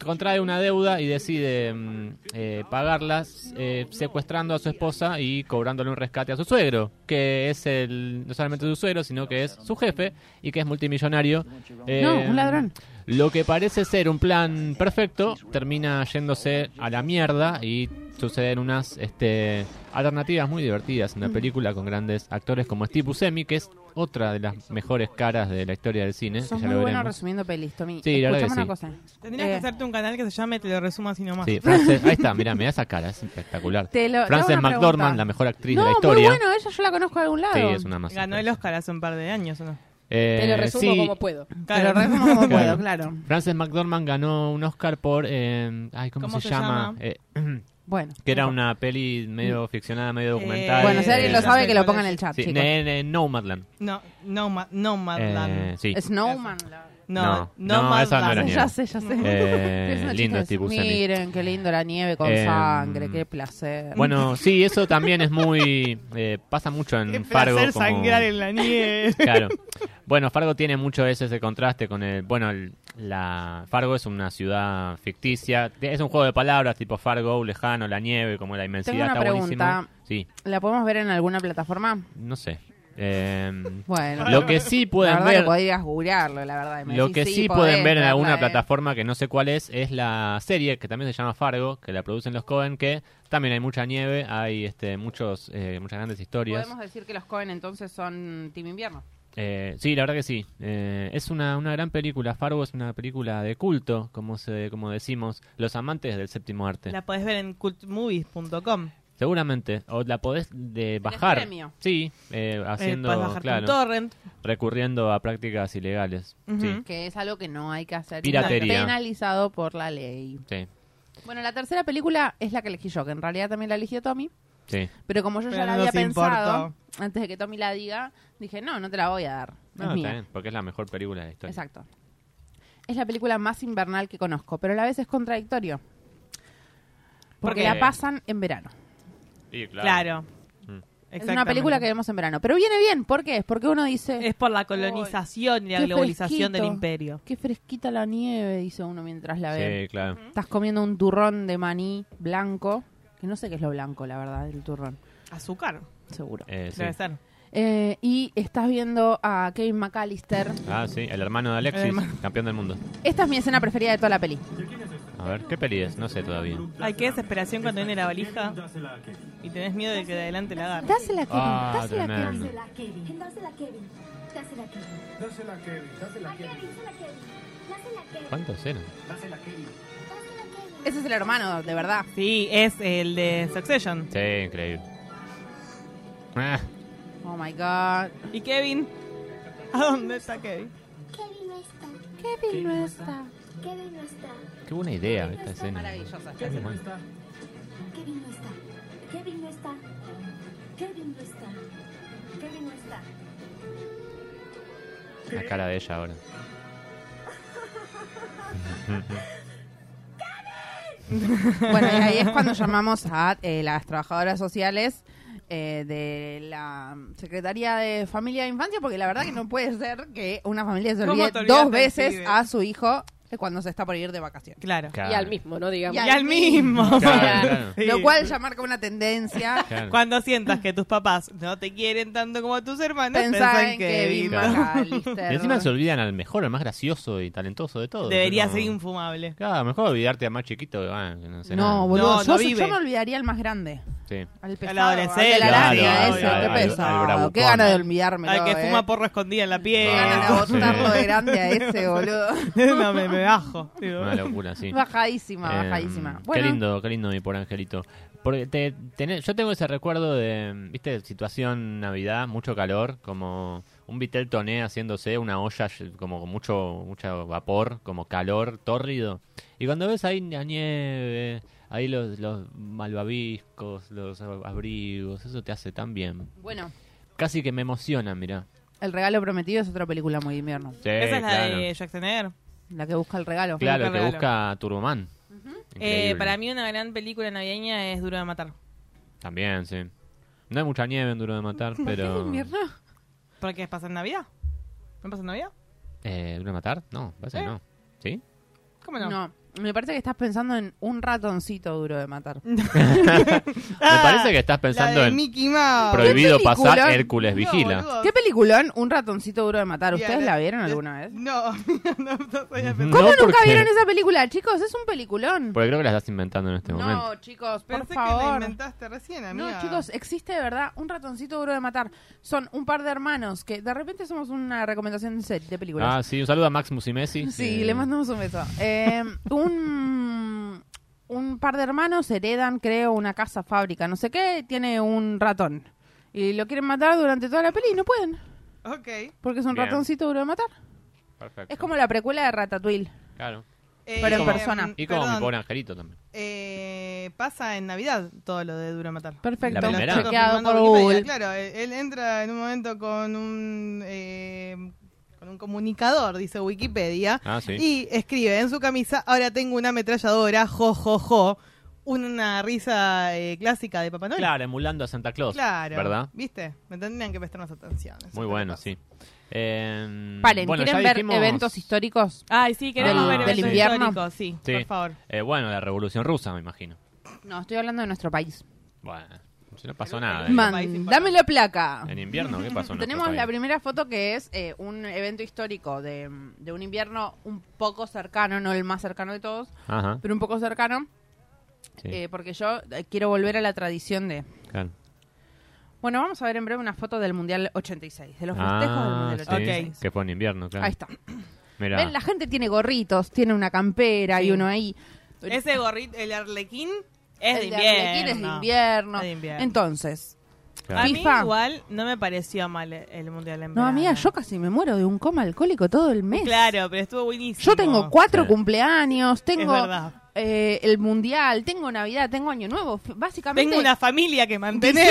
[SPEAKER 1] contrae una deuda y decide mm, eh, pagarla eh, secuestrando a su esposa y cobrándole un rescate a su suegro, que es el, no solamente su suegro, sino que es su jefe y que es multimillonario. Eh,
[SPEAKER 2] un ladrón.
[SPEAKER 1] Lo que parece ser un plan perfecto termina yéndose a la mierda y suceden unas este, alternativas muy divertidas
[SPEAKER 2] Mm.
[SPEAKER 1] en la película con grandes actores como Steve Buscemi, que es otra de las mejores caras de la historia del cine. que
[SPEAKER 2] Sos
[SPEAKER 1] ya
[SPEAKER 2] muy
[SPEAKER 1] lo
[SPEAKER 2] bueno
[SPEAKER 1] veremos.
[SPEAKER 2] resumiendo pelis, Tommy.
[SPEAKER 1] Sí, la verdad
[SPEAKER 2] Escuchame
[SPEAKER 1] que
[SPEAKER 2] una cosa.
[SPEAKER 3] Tendrías
[SPEAKER 2] Eh,
[SPEAKER 3] que hacerte un canal que se llame Te lo resumo así nomás.
[SPEAKER 1] Sí, Frances- ahí está, mirá, mirá esa cara, es espectacular.
[SPEAKER 2] Te lo- te
[SPEAKER 1] Frances
[SPEAKER 2] hago una
[SPEAKER 1] McDormand,
[SPEAKER 2] pregunta.
[SPEAKER 1] la mejor actriz
[SPEAKER 2] no,
[SPEAKER 1] de la historia.
[SPEAKER 2] muy bueno, ella yo la conozco de algún lado.
[SPEAKER 1] sí, es una más.
[SPEAKER 3] Ganó el Oscar hace un par de años, ¿o no?
[SPEAKER 1] Eh,
[SPEAKER 4] Te lo resumo
[SPEAKER 1] sí,
[SPEAKER 4] como puedo.
[SPEAKER 2] Te lo resumo como puedo, claro.
[SPEAKER 1] Frances McDormand ganó un Oscar por. eh, ay, ¿cómo, se, llama? Eh, [clears throat]
[SPEAKER 2] Bueno.
[SPEAKER 1] que era una peli medio
[SPEAKER 3] Mm.
[SPEAKER 1] ficcionada,
[SPEAKER 3] Eh,
[SPEAKER 1] medio documental.
[SPEAKER 2] bueno, si alguien lo
[SPEAKER 1] eh,
[SPEAKER 2] sabe, que lo ponga en el chat,
[SPEAKER 1] Sí,
[SPEAKER 2] chicos.
[SPEAKER 1] ne- ne- Nomadland.
[SPEAKER 3] No, no, no,
[SPEAKER 1] Eh, sí.
[SPEAKER 2] Snowman. la-
[SPEAKER 3] No,
[SPEAKER 1] no,
[SPEAKER 3] no,
[SPEAKER 1] esa no era ni
[SPEAKER 2] Ya sé, ya sé. [laughs]
[SPEAKER 1] Eh,
[SPEAKER 2] Es una
[SPEAKER 1] lindo
[SPEAKER 2] chica
[SPEAKER 1] Steve
[SPEAKER 2] de-
[SPEAKER 1] Buscemi.
[SPEAKER 2] Miren, qué lindo la nieve con
[SPEAKER 1] Eh,
[SPEAKER 2] sangre, qué placer.
[SPEAKER 1] Bueno, sí, eso también es muy. eh, pasa mucho en
[SPEAKER 3] Qué
[SPEAKER 1] Fargo.
[SPEAKER 3] placer
[SPEAKER 1] como-
[SPEAKER 3] sangrar en la [laughs] nieve.
[SPEAKER 1] Claro. [laughs] Bueno, Fargo tiene mucho ese, ese contraste con el... Bueno, el- la Fargo es una ciudad ficticia. Es un juego de palabras tipo Fargo, lejano, la nieve, como la inmensidad.
[SPEAKER 2] Tengo una
[SPEAKER 1] está
[SPEAKER 2] pregunta.
[SPEAKER 1] buenísimo. Sí,
[SPEAKER 2] ¿La podemos ver en alguna plataforma?
[SPEAKER 1] no sé. Eh,
[SPEAKER 2] [laughs] Bueno.
[SPEAKER 1] lo que sí pueden
[SPEAKER 2] la verdad
[SPEAKER 1] ver...
[SPEAKER 2] que podrías googlearlo, la verdad. y me
[SPEAKER 1] Lo
[SPEAKER 2] decís,
[SPEAKER 1] que sí
[SPEAKER 2] podés
[SPEAKER 1] pueden ver en
[SPEAKER 2] verla,
[SPEAKER 1] alguna
[SPEAKER 2] eh.
[SPEAKER 1] plataforma que no sé cuál es, es la serie que también se llama Fargo, que la producen los Cohen, que también hay mucha nieve, hay este, muchos, eh, muchas grandes historias.
[SPEAKER 2] Podemos decir que los Cohen entonces son Team Invierno.
[SPEAKER 1] Eh, sí, la verdad que sí. Eh, es una, una gran película. Fargo es una película de culto, como se como decimos, los amantes del séptimo arte.
[SPEAKER 3] La podés ver en cultmovies.com.
[SPEAKER 1] Seguramente. O la podés de bajar.
[SPEAKER 2] premio.
[SPEAKER 1] Sí, eh, haciendo,
[SPEAKER 3] Eh, podés bajar
[SPEAKER 1] claro,
[SPEAKER 3] con torrent.
[SPEAKER 1] recurriendo a prácticas ilegales.
[SPEAKER 3] Ujú.
[SPEAKER 1] Sí,
[SPEAKER 2] Que es algo que no hay que hacer.
[SPEAKER 1] ¿Mm? Piratería.
[SPEAKER 2] Penalizado por la ley.
[SPEAKER 1] sí,
[SPEAKER 2] Bueno, la tercera película es la que elegí yo, que en realidad también la eligió Tommy.
[SPEAKER 1] sí.
[SPEAKER 2] Pero como yo
[SPEAKER 3] Pero
[SPEAKER 2] ya la
[SPEAKER 3] no
[SPEAKER 2] había
[SPEAKER 3] nos
[SPEAKER 2] pensado,
[SPEAKER 3] importó.
[SPEAKER 2] antes de que Tommy la diga, dije, no, no te la voy a dar.
[SPEAKER 1] No,
[SPEAKER 2] es
[SPEAKER 1] está
[SPEAKER 2] mía.
[SPEAKER 1] bien, porque es la mejor película de la historia.
[SPEAKER 2] Exacto. Es la película más invernal que conozco, pero a la vez es contradictorio. Porque
[SPEAKER 3] qué?
[SPEAKER 2] la pasan en verano.
[SPEAKER 1] Sí,
[SPEAKER 3] Claro.
[SPEAKER 1] Mm.
[SPEAKER 2] Es una película que vemos en verano. Pero viene bien, ¿por qué? Porque uno dice,
[SPEAKER 3] Es por la colonización y la
[SPEAKER 2] Qué
[SPEAKER 3] globalización del
[SPEAKER 2] fresquito.
[SPEAKER 3] imperio.
[SPEAKER 2] qué fresquita la nieve, dice uno mientras la ve.
[SPEAKER 1] Sí, claro.
[SPEAKER 2] Estás comiendo un turrón de maní blanco, que no sé qué es lo blanco, la verdad, el turrón,
[SPEAKER 3] Azúcar,
[SPEAKER 2] seguro.
[SPEAKER 1] Eh, sí.
[SPEAKER 3] debe ser.
[SPEAKER 2] Eh, y estás viendo a Kevin McAllister.
[SPEAKER 1] Ah, sí, el hermano de Alexis,
[SPEAKER 3] El hermano.
[SPEAKER 1] campeón del mundo.
[SPEAKER 2] Esta es mi escena preferida de toda la peli.
[SPEAKER 1] A ver, ¿qué peli es? No sé
[SPEAKER 3] [laughs]
[SPEAKER 1] todavía.
[SPEAKER 3] Ay, qué desesperación cuando viene la valija y tenés miedo de que de adelante la agarre.
[SPEAKER 2] Dásela, Kevin.
[SPEAKER 1] Ah,
[SPEAKER 2] dásela, Kevin.
[SPEAKER 1] tremendo. ¿Cuántos eran?
[SPEAKER 2] Ese es el hermano, de verdad.
[SPEAKER 3] Sí, es el de Succession.
[SPEAKER 1] Sí, increíble. Ah,
[SPEAKER 2] Oh my god.
[SPEAKER 3] ¿Y Kevin? ¿A dónde está Kevin?
[SPEAKER 2] Kevin no está.
[SPEAKER 1] qué buena idea esta escena.
[SPEAKER 2] Maravillosa.
[SPEAKER 6] Kevin no está. Kevin no está. Kevin no está. Kevin no está.
[SPEAKER 1] La cara de ella ahora.
[SPEAKER 2] Bueno, y ahí es cuando llamamos a eh, las trabajadoras sociales eh, de la Secretaría de Familia e Infancia, porque la verdad que no puede ser que una familia se
[SPEAKER 3] ¿Cómo
[SPEAKER 2] olvide
[SPEAKER 3] te olvidas
[SPEAKER 2] dos
[SPEAKER 3] del
[SPEAKER 2] veces
[SPEAKER 3] pibe?
[SPEAKER 2] a su hijo de cuando se está por ir de vacaciones.
[SPEAKER 3] Claro.
[SPEAKER 1] Claro.
[SPEAKER 4] Y al mismo, ¿no? Digamos.
[SPEAKER 2] Y
[SPEAKER 3] Y al mismo.
[SPEAKER 1] Claro, claro.
[SPEAKER 3] [laughs] Sí.
[SPEAKER 2] Lo cual ya marca una
[SPEAKER 3] [laughs]
[SPEAKER 2] tendencia.
[SPEAKER 1] [laughs] Claro.
[SPEAKER 3] Cuando sientas que tus papás no te quieren tanto como tus hermanos,
[SPEAKER 2] Pensar
[SPEAKER 3] pensá
[SPEAKER 2] en Kevin
[SPEAKER 1] Claro.
[SPEAKER 2] McAllister.
[SPEAKER 1] Y encima se olvidan al mejor, al más gracioso y talentoso de todos.
[SPEAKER 3] [laughs] Debería
[SPEAKER 1] Es
[SPEAKER 3] ser
[SPEAKER 1] como-
[SPEAKER 3] infumable.
[SPEAKER 1] Claro, mejor olvidarte al más chiquito. ah, que no, sé nada.
[SPEAKER 2] No, boludo.
[SPEAKER 3] No,
[SPEAKER 2] yo,
[SPEAKER 3] no
[SPEAKER 2] yo
[SPEAKER 3] vive.
[SPEAKER 2] me olvidaría al más grande.
[SPEAKER 1] Sí.
[SPEAKER 2] Al
[SPEAKER 3] Al
[SPEAKER 2] pesado. Al
[SPEAKER 3] adolescente.
[SPEAKER 2] de la
[SPEAKER 3] Claro,
[SPEAKER 2] araña,
[SPEAKER 3] al-
[SPEAKER 2] ese.
[SPEAKER 3] al-
[SPEAKER 2] qué
[SPEAKER 3] al-
[SPEAKER 2] pesado.
[SPEAKER 1] al bravucón.
[SPEAKER 2] qué gana de olvidármelo.
[SPEAKER 3] Al que
[SPEAKER 2] eh.
[SPEAKER 3] fuma porro escondida en la
[SPEAKER 2] Qué
[SPEAKER 3] piel.
[SPEAKER 2] ganas de
[SPEAKER 1] Ah, sí.
[SPEAKER 2] botarlo de grande a ese, boludo.
[SPEAKER 3] [laughs] no, me, me bajo. digo.
[SPEAKER 1] Una locura,
[SPEAKER 2] [laughs]
[SPEAKER 1] sí.
[SPEAKER 2] Bajadísima,
[SPEAKER 1] Eh,
[SPEAKER 2] bajadísima.
[SPEAKER 1] Qué
[SPEAKER 2] Bueno,
[SPEAKER 1] lindo, qué lindo mi por angelito. Porque te, tenés- yo tengo ese recuerdo de, viste, situación Navidad, mucho calor, como un vitel toné haciéndose, una olla ll- como con mucho, mucho vapor, como calor tórrido. Y cuando ves ahí la nieve, ahí los, los malvaviscos, los abrigos, eso te hace tan bien.
[SPEAKER 2] bueno,
[SPEAKER 1] Casi que me emociona, mirá.
[SPEAKER 2] El regalo prometido es otra película muy de invierno.
[SPEAKER 1] Sí,
[SPEAKER 3] Esa es la
[SPEAKER 1] claro.
[SPEAKER 3] de Jackson Air.
[SPEAKER 2] La que busca el regalo.
[SPEAKER 1] Claro, el que
[SPEAKER 3] Regalo.
[SPEAKER 1] busca Turbomán.
[SPEAKER 3] Eh,
[SPEAKER 1] Increíble.
[SPEAKER 3] para mí una gran película navideña es Duro de Matar.
[SPEAKER 1] También, sí. No hay mucha nieve en Duro de Matar,
[SPEAKER 2] ¿Es de
[SPEAKER 1] pero...
[SPEAKER 2] invierno?
[SPEAKER 3] ¿Por qué pasa en Navidad? ¿No pasa en Navidad?
[SPEAKER 1] Eh, ¿Duro de matar? No, parece que
[SPEAKER 3] ¿Eh?
[SPEAKER 1] no. ¿Sí?
[SPEAKER 3] ¿Cómo no?
[SPEAKER 2] No. Me parece que estás pensando en un ratoncito duro de matar.
[SPEAKER 1] Me parece que estás pensando
[SPEAKER 3] Ah, la de
[SPEAKER 1] en
[SPEAKER 3] Mickey Mouse.
[SPEAKER 1] prohibido
[SPEAKER 2] Ah, ¿Qué película?
[SPEAKER 1] pasar Hércules Vigila.
[SPEAKER 3] boludo.
[SPEAKER 2] ¿Qué peliculón? Un ratoncito duro de matar.
[SPEAKER 3] Bien,
[SPEAKER 2] ¿Ustedes
[SPEAKER 3] eh,
[SPEAKER 2] la vieron
[SPEAKER 3] eh,
[SPEAKER 2] alguna vez?
[SPEAKER 3] No, [laughs] no, no soy de-
[SPEAKER 1] Ujú.
[SPEAKER 2] ¿Cómo
[SPEAKER 1] No,
[SPEAKER 2] nunca
[SPEAKER 1] porque-
[SPEAKER 2] vieron esa película, chicos? Es un peliculón.
[SPEAKER 1] Porque creo que la estás inventando en este momento.
[SPEAKER 2] No, chicos, por
[SPEAKER 3] Pensé que la
[SPEAKER 2] favor.
[SPEAKER 3] inventaste recién, amiga.
[SPEAKER 2] No, chicos, existe de verdad un ratoncito duro de matar. Son un par de hermanos que de repente somos una recomendación de serie- de películas.
[SPEAKER 1] Ah, sí, un saludo a Max Musimesi.
[SPEAKER 2] Sí,
[SPEAKER 1] Eh,
[SPEAKER 2] le mandamos un beso. Eh, [laughs] un, un par de hermanos heredan, creo, una casa, fábrica, no sé qué, tiene un ratón. Y lo quieren matar durante toda la peli y no pueden,
[SPEAKER 3] Ok.
[SPEAKER 2] porque es un
[SPEAKER 1] Bien.
[SPEAKER 2] ratoncito duro de matar.
[SPEAKER 1] Perfecto.
[SPEAKER 2] Es como la precuela de Ratatouille.
[SPEAKER 1] Claro.
[SPEAKER 3] Eh,
[SPEAKER 2] Pero en
[SPEAKER 3] em,
[SPEAKER 2] persona.
[SPEAKER 1] Y como mi
[SPEAKER 3] perdón,
[SPEAKER 1] pobre angelito también.
[SPEAKER 3] eh, pasa en Navidad todo lo de Duro Matar.
[SPEAKER 2] Perfecto.
[SPEAKER 1] La
[SPEAKER 3] Lo
[SPEAKER 1] primera.
[SPEAKER 3] estoy
[SPEAKER 2] Chequeado por
[SPEAKER 3] confirmando en
[SPEAKER 2] Google.
[SPEAKER 3] Wikipedia. Claro, él, él entra en un momento con un eh, con un comunicador, dice Wikipedia,
[SPEAKER 1] Ah, sí.
[SPEAKER 3] y escribe en su camisa, ahora tengo una ametralladora, jo, jo, jo, una risa eh, clásica de Papá Noel.
[SPEAKER 1] Claro, emulando a Santa Claus.
[SPEAKER 3] Claro.
[SPEAKER 1] ¿Verdad?
[SPEAKER 3] ¿Viste? Me tendrían que prestar más atención. Eso
[SPEAKER 1] Muy
[SPEAKER 3] es
[SPEAKER 1] bueno,
[SPEAKER 3] lo que
[SPEAKER 1] sí. Eh,
[SPEAKER 2] Paren,
[SPEAKER 1] bueno,
[SPEAKER 2] ¿quieren
[SPEAKER 1] ya
[SPEAKER 2] ver
[SPEAKER 1] dijimos-
[SPEAKER 2] eventos históricos?
[SPEAKER 3] pasa. Ay, sí, queremos
[SPEAKER 1] Ah,
[SPEAKER 3] ver
[SPEAKER 1] del
[SPEAKER 3] eventos
[SPEAKER 2] invierno.
[SPEAKER 3] históricos, sí,
[SPEAKER 1] Sí.
[SPEAKER 3] por favor.
[SPEAKER 1] Eh, bueno, la Revolución Rusa, me imagino.
[SPEAKER 2] No, estoy hablando de nuestro país.
[SPEAKER 1] Bueno, si no pasó nada. ¿eh?
[SPEAKER 2] Man,
[SPEAKER 3] país importante.
[SPEAKER 2] dame la placa.
[SPEAKER 1] En invierno, ¿qué
[SPEAKER 2] [laughs]
[SPEAKER 1] pasó? en nuestro
[SPEAKER 2] Tenemos la
[SPEAKER 1] país?
[SPEAKER 2] primera foto que es eh, un evento histórico de, de un invierno un poco cercano, no el más cercano de todos,
[SPEAKER 1] Ajá.
[SPEAKER 2] pero un poco cercano,
[SPEAKER 1] sí,
[SPEAKER 2] eh, porque yo eh, quiero volver a la tradición de...
[SPEAKER 1] claro.
[SPEAKER 2] Bueno, vamos a ver en breve una foto del Mundial 86, de los festejos del
[SPEAKER 1] Ah,
[SPEAKER 2] Mundial
[SPEAKER 1] sí,
[SPEAKER 2] 86.
[SPEAKER 3] Ok.
[SPEAKER 1] que fue en invierno, claro.
[SPEAKER 2] Ahí está.
[SPEAKER 1] Mirá.
[SPEAKER 2] Ven, la gente tiene gorritos, tiene una campera y
[SPEAKER 3] Sí.
[SPEAKER 2] uno ahí.
[SPEAKER 3] Ese gorrito, el arlequín, es de
[SPEAKER 2] El de
[SPEAKER 3] invierno.
[SPEAKER 2] arlequín es de invierno.
[SPEAKER 3] Es de invierno.
[SPEAKER 2] Entonces,
[SPEAKER 3] A
[SPEAKER 1] claro.
[SPEAKER 3] mí
[SPEAKER 2] FIFA.
[SPEAKER 3] igual no me pareció mal el Mundial en
[SPEAKER 2] no,
[SPEAKER 3] verano.
[SPEAKER 2] amiga, yo casi me muero de un coma alcohólico todo el mes.
[SPEAKER 3] Claro, pero estuvo buenísimo.
[SPEAKER 2] Yo tengo cuatro
[SPEAKER 1] Sí.
[SPEAKER 2] cumpleaños, tengo
[SPEAKER 3] Es verdad.
[SPEAKER 2] eh, el mundial, tengo Navidad, tengo Año Nuevo. F- Básicamente,
[SPEAKER 3] Tengo una familia que mantener.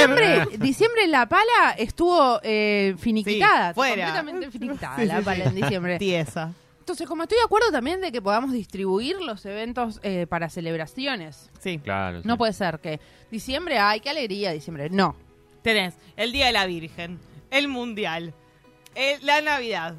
[SPEAKER 2] diciembre, diciembre la pala estuvo eh, finiquitada,
[SPEAKER 3] Sí, fuera.
[SPEAKER 2] completamente finiquitada
[SPEAKER 3] [laughs] Sí, sí,
[SPEAKER 2] la
[SPEAKER 3] [laughs] sí.
[SPEAKER 2] pala en diciembre.
[SPEAKER 3] Tiesa.
[SPEAKER 2] Entonces, como estoy de acuerdo también de que podamos distribuir los eventos eh, para celebraciones,
[SPEAKER 3] Sí.
[SPEAKER 1] Claro, sí.
[SPEAKER 2] no puede ser que diciembre, ay, qué alegría, diciembre, no.
[SPEAKER 3] Tenés el Día de la Virgen, el Mundial, el- la Navidad,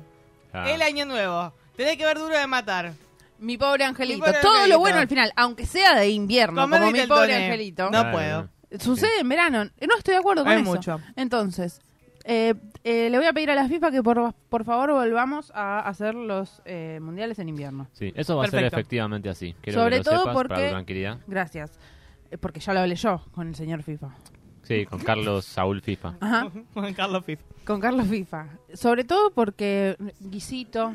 [SPEAKER 1] Claro.
[SPEAKER 3] el Año Nuevo. Tenés que ver duro de matar. [laughs]
[SPEAKER 2] Mi pobre angelito,
[SPEAKER 3] pobre
[SPEAKER 2] todo lo
[SPEAKER 3] angelito.
[SPEAKER 2] bueno al final, aunque sea de invierno,
[SPEAKER 3] Comer
[SPEAKER 2] como
[SPEAKER 3] y
[SPEAKER 2] mi
[SPEAKER 3] del
[SPEAKER 2] pobre
[SPEAKER 3] toné.
[SPEAKER 2] angelito.
[SPEAKER 3] No
[SPEAKER 1] Claro.
[SPEAKER 3] puedo.
[SPEAKER 2] Sucede en verano. Eh, No estoy de acuerdo con
[SPEAKER 3] Hay
[SPEAKER 2] eso.
[SPEAKER 3] mucho.
[SPEAKER 2] Entonces, eh, eh, le voy a pedir a la FIFA que por, por favor volvamos a hacer los eh, mundiales en invierno.
[SPEAKER 1] Sí, eso va a ser
[SPEAKER 3] Perfecto.
[SPEAKER 1] efectivamente así. Quiero
[SPEAKER 2] Sobre
[SPEAKER 1] que lo
[SPEAKER 2] todo
[SPEAKER 1] sepas
[SPEAKER 2] porque-
[SPEAKER 1] para tu tranquilidad.
[SPEAKER 2] Gracias. Eh, Porque ya lo hablé yo con el señor FIFA.
[SPEAKER 1] Sí,
[SPEAKER 2] [laughs]
[SPEAKER 1] con Carlos Saúl FIFA.
[SPEAKER 2] Ajá,
[SPEAKER 3] Juan Carlos Pif.
[SPEAKER 2] con Carlos FIFA. Sobre todo porque guisito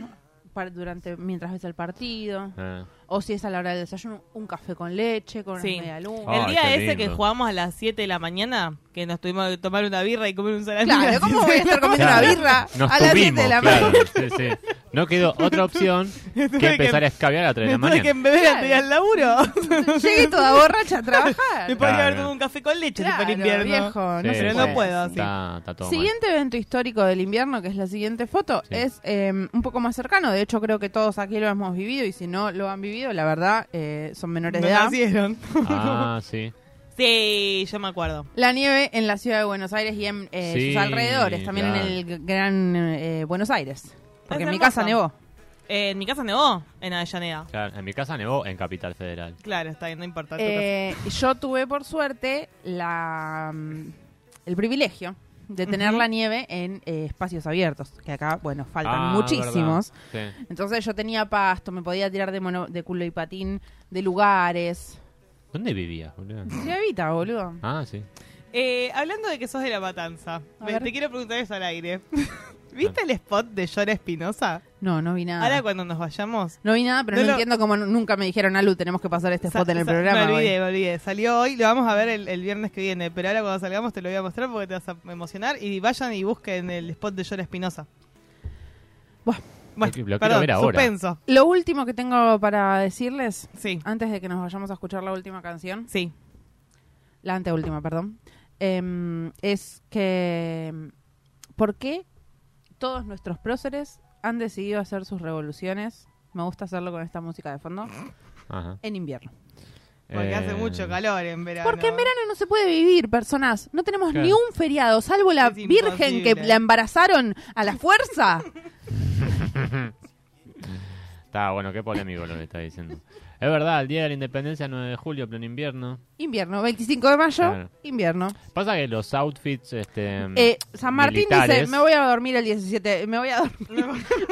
[SPEAKER 2] para- durante mientras ves el partido.
[SPEAKER 1] Ah,
[SPEAKER 2] O si es a la hora del desayuno, un café con leche, con
[SPEAKER 3] Sí.
[SPEAKER 2] una media
[SPEAKER 1] Ay,
[SPEAKER 3] El
[SPEAKER 2] luna.
[SPEAKER 3] día
[SPEAKER 1] qué
[SPEAKER 3] ese
[SPEAKER 1] lindo.
[SPEAKER 3] que jugamos a las 7 de la mañana, que nos tuvimos que tomar una birra y comer un salami.
[SPEAKER 2] Claro, ¿cómo voy a estar comiendo una
[SPEAKER 1] Claro.
[SPEAKER 2] birra
[SPEAKER 1] Nos
[SPEAKER 2] a las 7
[SPEAKER 1] tuvimos,
[SPEAKER 2] de la
[SPEAKER 1] claro.
[SPEAKER 2] mañana?
[SPEAKER 1] Sí, sí. No
[SPEAKER 2] [laughs]
[SPEAKER 1] quedó otra opción que
[SPEAKER 3] que-
[SPEAKER 1] empezar a escabiar a las 3 de la
[SPEAKER 3] Me tuve que
[SPEAKER 1] mañana.
[SPEAKER 3] embeber
[SPEAKER 2] Claro.
[SPEAKER 3] antes de ir al [laughs] laburo.
[SPEAKER 2] Llegué toda borracha a trabajar.
[SPEAKER 3] Me podría
[SPEAKER 1] Claro.
[SPEAKER 3] haber tomado un café con leche
[SPEAKER 2] Claro,
[SPEAKER 3] para invierno.
[SPEAKER 2] viejo, no
[SPEAKER 1] Sí,
[SPEAKER 2] se
[SPEAKER 3] Pero
[SPEAKER 2] puede.
[SPEAKER 3] no puedo así.
[SPEAKER 1] Está, está todo mal.
[SPEAKER 2] Siguiente evento histórico del invierno, que es la siguiente foto,
[SPEAKER 1] Sí.
[SPEAKER 2] es eh, un poco más cercano. De hecho, creo que todos aquí lo hemos vivido y si no lo han vivido, la verdad, eh, son menores
[SPEAKER 3] No
[SPEAKER 2] de edad.
[SPEAKER 3] nacieron.
[SPEAKER 2] [laughs]
[SPEAKER 1] Ah, sí.
[SPEAKER 3] Sí, yo me acuerdo.
[SPEAKER 2] La nieve en la ciudad de Buenos Aires y en eh,
[SPEAKER 1] Sí,
[SPEAKER 2] sus alrededores, también
[SPEAKER 1] claro.
[SPEAKER 2] en el g- gran eh, Buenos Aires. Porque en
[SPEAKER 3] Es
[SPEAKER 2] mi
[SPEAKER 3] hermoso.
[SPEAKER 2] casa nevó.
[SPEAKER 3] Eh, en mi casa nevó, en Avellaneda.
[SPEAKER 1] Claro, en mi casa nevó en Capital Federal.
[SPEAKER 3] Claro, está bien, no importa. tu
[SPEAKER 2] Eh, yo tuve, por suerte, la, mm, el privilegio de tener la nieve en eh, espacios abiertos, que acá, bueno, faltan
[SPEAKER 1] Ah,
[SPEAKER 2] muchísimos.
[SPEAKER 1] verdad. Sí.
[SPEAKER 2] Entonces yo tenía pasto, me podía tirar de, mono, de culo y patín de lugares.
[SPEAKER 1] ¿Dónde vivía,
[SPEAKER 2] [laughs]
[SPEAKER 1] boludo?
[SPEAKER 2] Nevita, boludo.
[SPEAKER 1] Ah, sí.
[SPEAKER 3] Eh, hablando de que sos de la matanza,
[SPEAKER 2] A
[SPEAKER 3] me-
[SPEAKER 2] ver.
[SPEAKER 3] te quiero preguntar eso al aire. [laughs] ¿Viste el spot de Llora Espinosa?
[SPEAKER 2] No, no vi nada.
[SPEAKER 3] Ahora cuando nos vayamos.
[SPEAKER 2] No vi nada, pero
[SPEAKER 3] No
[SPEAKER 2] no,
[SPEAKER 3] lo-
[SPEAKER 2] entiendo cómo n- nunca me dijeron, Alu, tenemos que pasar este
[SPEAKER 3] Sa-
[SPEAKER 2] spot en el
[SPEAKER 3] sa-
[SPEAKER 2] programa.
[SPEAKER 3] Me
[SPEAKER 2] hoy".
[SPEAKER 3] olvidé, me olvidé. Salió hoy, lo vamos a ver el, el viernes que viene. Pero ahora cuando salgamos te lo voy a mostrar porque te vas a emocionar. Y vayan y busquen el spot de Llora Espinosa.
[SPEAKER 2] Buah.
[SPEAKER 3] Bueno,
[SPEAKER 1] Lo- lo quiero
[SPEAKER 3] perdón,
[SPEAKER 1] ver ahora.
[SPEAKER 3] suspenso.
[SPEAKER 2] Lo último que tengo para decirles,
[SPEAKER 3] Sí,
[SPEAKER 2] antes de que nos vayamos a escuchar la última canción,
[SPEAKER 3] sí.
[SPEAKER 2] la anteúltima, perdón, em, es que em, ¿por qué todos nuestros próceres han decidido hacer sus revoluciones? Me gusta hacerlo con esta música de fondo,
[SPEAKER 1] Ajá.
[SPEAKER 2] en invierno.
[SPEAKER 3] Porque
[SPEAKER 1] Eh,
[SPEAKER 3] hace mucho calor en verano.
[SPEAKER 2] Porque en verano no se puede vivir, personas. No tenemos
[SPEAKER 1] Claro.
[SPEAKER 2] ni un feriado, salvo la
[SPEAKER 3] Es
[SPEAKER 2] virgen que
[SPEAKER 3] imposible.
[SPEAKER 2] la embarazaron a
[SPEAKER 1] [laughs]
[SPEAKER 2] la fuerza.
[SPEAKER 1] Está bueno, qué polémico lo que está diciendo. Es verdad, el día de la independencia, 9 de julio, pleno invierno.
[SPEAKER 2] Invierno, 25 de mayo,
[SPEAKER 1] Claro.
[SPEAKER 2] invierno.
[SPEAKER 1] Pasa que los outfits. Este,
[SPEAKER 2] Eh, San Martín dice,
[SPEAKER 1] militares-
[SPEAKER 2] me voy a dormir el 17, me voy [laughs] a dormir. me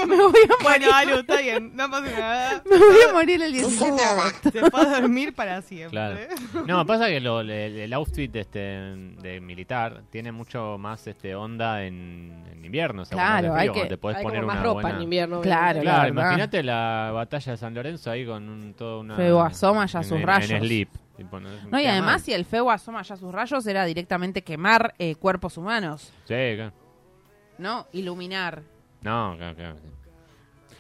[SPEAKER 2] voy a morir,
[SPEAKER 3] Bueno, Alu, está bien, no pasa nada.
[SPEAKER 2] me voy a morir el 17 de agosto.
[SPEAKER 3] Se va a dormir para
[SPEAKER 1] Claro.
[SPEAKER 3] siempre.
[SPEAKER 1] No, pasa que lo- el, el outfit este, de militar tiene mucho más este, onda en, en invierno. o sea, cuando hace
[SPEAKER 2] Claro, hay
[SPEAKER 1] frío, cuando
[SPEAKER 2] que-
[SPEAKER 1] te podés
[SPEAKER 4] Hay
[SPEAKER 1] poner
[SPEAKER 4] como más
[SPEAKER 1] una
[SPEAKER 4] ropa
[SPEAKER 1] buena-
[SPEAKER 4] en invierno.
[SPEAKER 2] Claro,
[SPEAKER 4] obviamente.
[SPEAKER 2] la
[SPEAKER 1] Claro,
[SPEAKER 2] verdad.
[SPEAKER 1] imagínate la batalla de San Lorenzo ahí con un, todo una.
[SPEAKER 2] Feo, asoma ya
[SPEAKER 1] en-
[SPEAKER 2] sus
[SPEAKER 1] en-
[SPEAKER 2] rayos.
[SPEAKER 1] En slip. Tipo, no,
[SPEAKER 2] No, y
[SPEAKER 1] queda
[SPEAKER 2] además
[SPEAKER 1] mal.
[SPEAKER 2] si el feo asoma ya sus rayos era directamente quemar eh, cuerpos humanos,
[SPEAKER 1] Sí, claro.
[SPEAKER 2] ¿no? Iluminar.
[SPEAKER 1] No, claro, claro. sí.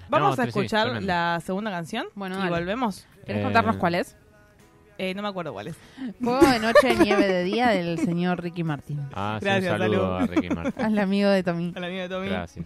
[SPEAKER 3] Vamos
[SPEAKER 1] No,
[SPEAKER 3] a
[SPEAKER 1] sí, sí,
[SPEAKER 3] escuchar
[SPEAKER 1] tremendo.
[SPEAKER 3] la segunda canción
[SPEAKER 2] Bueno,
[SPEAKER 3] y
[SPEAKER 2] dale.
[SPEAKER 3] volvemos.
[SPEAKER 2] ¿Querés
[SPEAKER 1] Eh,
[SPEAKER 2] contarnos cuál es?
[SPEAKER 3] Eh, no me acuerdo cuál es.
[SPEAKER 2] Fuego de [laughs] noche, nieve de día del señor Ricky Martín.
[SPEAKER 1] Ah, sí,
[SPEAKER 3] Gracias,
[SPEAKER 1] un saludo
[SPEAKER 3] salud.
[SPEAKER 1] a Ricky Martin.
[SPEAKER 2] Al amigo de Tommy.
[SPEAKER 3] A la mía de Tommy.
[SPEAKER 1] Gracias.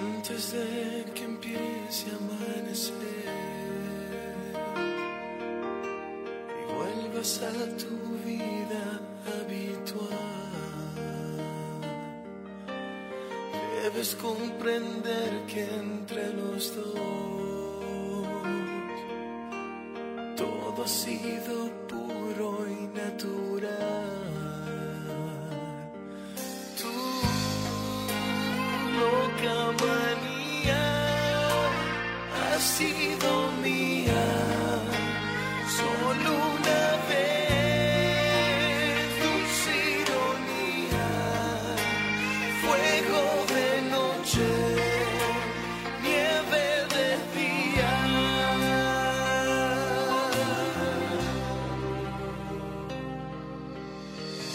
[SPEAKER 9] Antes de que empiece a amanecer y vuelvas a tu vida habitual, debes comprender que entre los dos todo ha sido puro y natural. Tú loca manía ha sido mía solo una vez dulce ironía fuego de noche nieve de día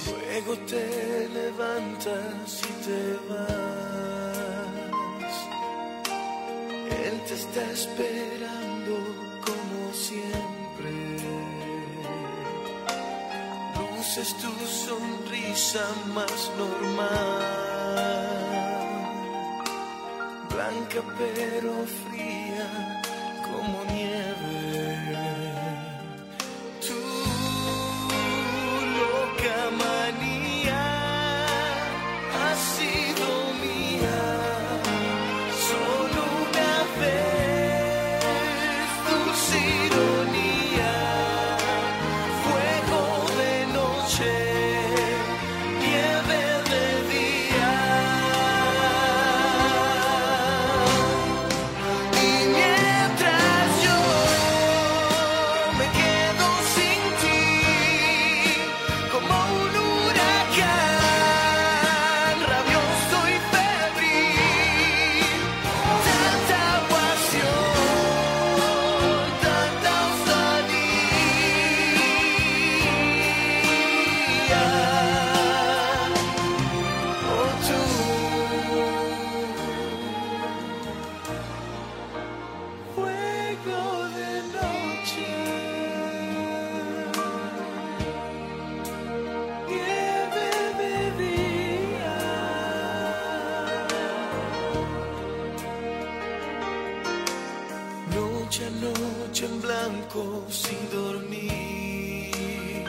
[SPEAKER 9] Luego te levantas y te vas. Él te está esperando como siempre. Luces tu sonrisa más normal. Blanca pero fría como nieve. Tu loca manía ha sido mía solo una vez. Dulce ironía, fuego de noche, nieve de día. Y mientras yo me quedo sin ti, como un huracán, rabioso y febril, tanta pasión, tanta osadía. Oh, tú. Fuego de noche, nieve de día, noche a noche en blanco sin dormir,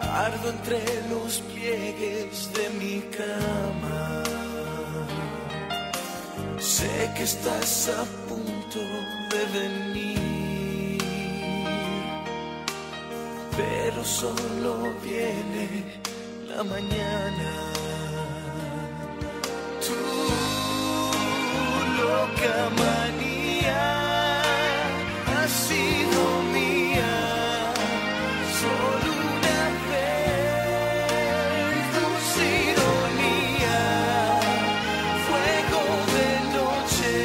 [SPEAKER 9] ardo entre los pliegues de mi cama. Sé que estás a punto de venir, pero solo viene la mañana. Tu loca manía ha sido mía, solo una vez tu ironía fuego de noche,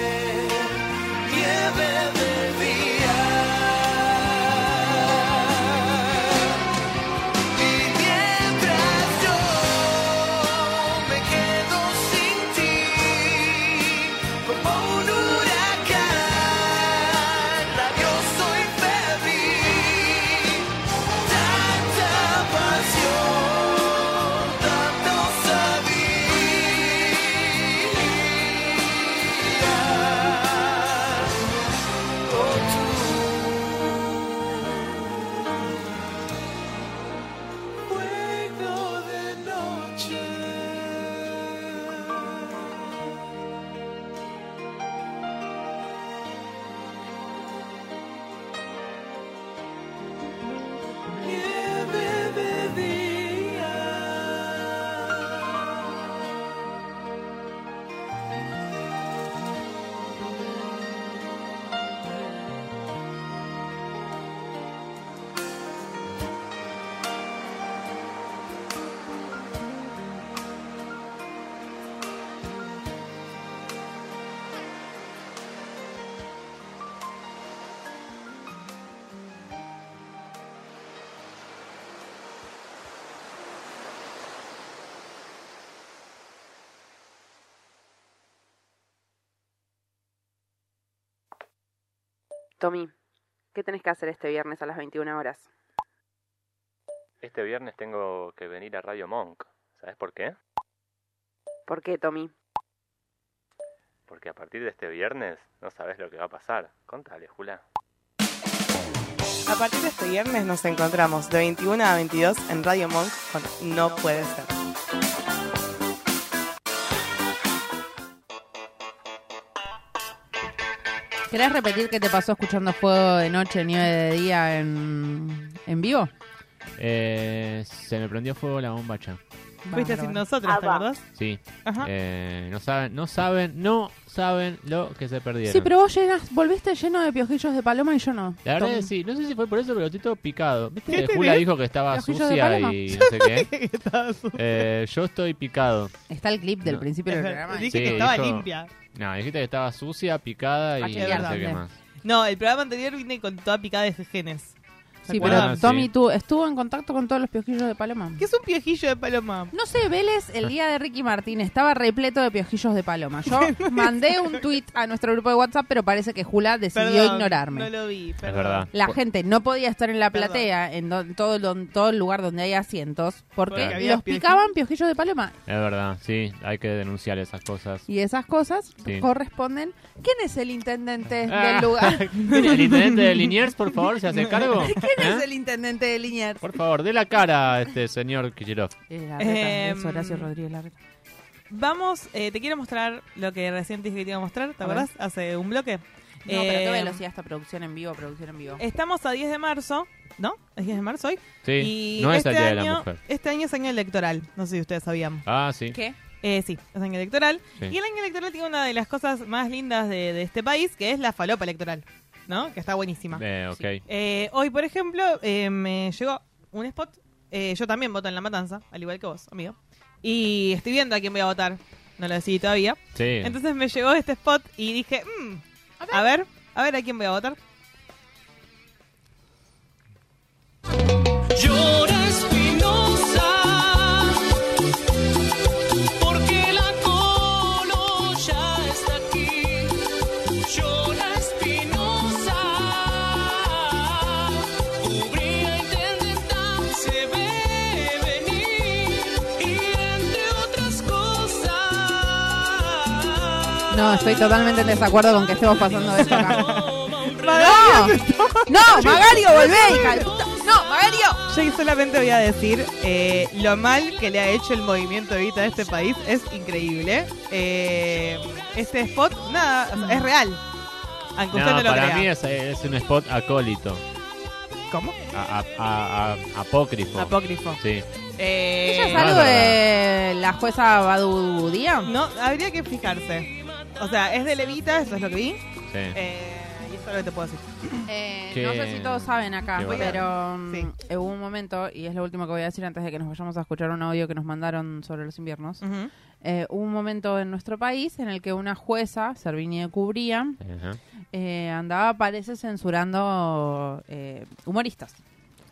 [SPEAKER 2] Tommy, ¿qué tenés que hacer este viernes a las 21 horas?
[SPEAKER 10] Este viernes tengo que venir a Radio Monk. ¿Sabes por qué?
[SPEAKER 2] ¿Por qué, Tommy?
[SPEAKER 10] Porque a partir de este viernes no sabes lo que va a pasar. Contale, Jula.
[SPEAKER 11] A partir de este viernes nos encontramos de 21 a 22 en Radio Monk con No Puede Ser.
[SPEAKER 2] ¿Querés repetir qué te pasó escuchando Fuego de Noche, Nieve de Día en, en vivo?
[SPEAKER 1] Eh, se me prendió fuego la bombacha.
[SPEAKER 3] Fuiste sin nosotros, ¿te acordás?
[SPEAKER 1] Sí.
[SPEAKER 3] Ajá.
[SPEAKER 1] Eh, no saben, no saben, no saben lo que se perdieron.
[SPEAKER 2] Sí, pero vos llegas, volviste lleno de piojillos de paloma y yo no.
[SPEAKER 1] La verdad
[SPEAKER 2] Tommy.
[SPEAKER 1] es que sí, no sé si fue por eso, pero Tito picado. ¿Viste?
[SPEAKER 2] ¿Qué
[SPEAKER 1] que Jula
[SPEAKER 2] tenés?
[SPEAKER 1] dijo que estaba
[SPEAKER 2] Los pillos de
[SPEAKER 1] sucia
[SPEAKER 2] Paloma.
[SPEAKER 1] y no sé
[SPEAKER 3] [laughs]
[SPEAKER 1] qué. Eh, yo estoy picado.
[SPEAKER 2] Está el clip del
[SPEAKER 1] No.
[SPEAKER 2] principio del
[SPEAKER 3] Es
[SPEAKER 2] programa.
[SPEAKER 3] verdad, Dije que estaba limpia.
[SPEAKER 1] No, dijiste que estaba sucia, picada y
[SPEAKER 3] Ah, qué
[SPEAKER 1] no sé qué
[SPEAKER 3] verdad.
[SPEAKER 1] más.
[SPEAKER 3] No, el programa anterior vine con toda picada de genes. ¿Se
[SPEAKER 2] Sí, pero
[SPEAKER 3] acuerdan?
[SPEAKER 2] Tommy, tú estuvo en contacto con todos los piojillos de paloma.
[SPEAKER 3] ¿Qué es un piojillo de paloma?
[SPEAKER 2] No sé, Vélez, el día de Ricky Martín estaba repleto de piojillos de paloma.
[SPEAKER 3] [laughs]
[SPEAKER 2] Yo mandé un tweet a nuestro grupo de WhatsApp, pero parece que Jula decidió
[SPEAKER 3] Perdón,
[SPEAKER 2] ignorarme.
[SPEAKER 3] No lo vi.
[SPEAKER 1] Es verdad.
[SPEAKER 2] La gente no podía estar en la platea, en, do- en todo, el- en todo el lugar donde hay asientos, porque,
[SPEAKER 1] Porque había
[SPEAKER 2] los picaban piojillos de paloma.
[SPEAKER 1] Es verdad, sí, hay que denunciar esas cosas.
[SPEAKER 2] Y esas cosas
[SPEAKER 1] Sí.
[SPEAKER 2] corresponden. ¿Quién es el intendente
[SPEAKER 1] Ah, [laughs]
[SPEAKER 2] del lugar?
[SPEAKER 1] ¿El intendente de Liniers, por favor, se
[SPEAKER 3] [laughs]
[SPEAKER 1] hace cargo?
[SPEAKER 2] ¿Quién
[SPEAKER 1] ¿Eh?
[SPEAKER 2] es el intendente de Liniers?
[SPEAKER 1] Por favor, dé la cara a este señor Kichirov.
[SPEAKER 3] Eh,
[SPEAKER 2] Larreta, es
[SPEAKER 3] Horacio
[SPEAKER 2] Rodríguez
[SPEAKER 3] Vamos, eh, te quiero mostrar lo que recién te dije que te iba a mostrar, ¿te
[SPEAKER 2] A ver.
[SPEAKER 3] acuerdas? Hace un bloque.
[SPEAKER 2] No, pero qué
[SPEAKER 3] Eh,
[SPEAKER 2] velocidad esta producción en vivo, producción en vivo.
[SPEAKER 3] Estamos a 10 de marzo, ¿no? Es 10 de marzo hoy.
[SPEAKER 1] Sí,
[SPEAKER 3] Y
[SPEAKER 1] no es
[SPEAKER 3] este
[SPEAKER 1] el Día de la
[SPEAKER 3] año-
[SPEAKER 1] Mujer.
[SPEAKER 3] Este año es año electoral, no sé si ustedes sabían.
[SPEAKER 1] Ah, sí.
[SPEAKER 2] ¿Qué?
[SPEAKER 3] Eh, sí, es año electoral.
[SPEAKER 1] Sí.
[SPEAKER 3] Y el año electoral tiene una de las cosas más lindas de, de este país, que es la falopa electoral, ¿no? Que está buenísima.
[SPEAKER 1] Eh, ok.
[SPEAKER 3] Eh, hoy, por ejemplo, eh, me llegó un spot. Eh, yo también voto en La Matanza, al igual que vos, amigo. Y estoy viendo a quién voy a votar. No lo decidí todavía.
[SPEAKER 1] Sí.
[SPEAKER 3] Entonces me llegó este spot y dije, "Mm, a ver, a ver a quién voy a votar.
[SPEAKER 9] Llora Espinosa, porque la colo ya está aquí. Llora Espinosa, cubría intendenta, se ve venir. Y entre otras cosas,
[SPEAKER 2] No, estoy totalmente en desacuerdo con que estemos pasando esto acá.
[SPEAKER 3] [laughs]
[SPEAKER 2] ¡No! ¡No, Magario, volvé, hija de puta! ¡No, Magario!
[SPEAKER 3] Yo solamente voy a decir eh, lo mal que le ha hecho el movimiento Evita a este país. Es increíble. Eh, este spot, nada, o sea, es real. Aunque usted no
[SPEAKER 1] No,
[SPEAKER 3] lo
[SPEAKER 1] para
[SPEAKER 3] crea.
[SPEAKER 1] mí es, es un spot acólito.
[SPEAKER 3] ¿Cómo?
[SPEAKER 1] A- a- a- a- apócrifo.
[SPEAKER 3] Apócrifo.
[SPEAKER 1] Sí.
[SPEAKER 3] Eh,
[SPEAKER 2] ¿Ella Ah, es algo de la jueza Badu Díaz?
[SPEAKER 3] No, habría que fijarse. O sea, es de Levita, eso es lo que vi.
[SPEAKER 1] Sí.
[SPEAKER 3] Eh, y eso es lo que te puedo decir.
[SPEAKER 2] Eh, no sé si todos saben acá,
[SPEAKER 3] Qué bárbaro.
[SPEAKER 2] pero mm, eh, hubo un momento, y es lo último que voy a decir antes de que nos vayamos a escuchar un audio que nos mandaron sobre los inviernos.
[SPEAKER 3] Ujú.
[SPEAKER 2] Eh, hubo un momento en nuestro país en el que una jueza, Servini de Cubría, eh, andaba, parece, censurando eh, humoristas.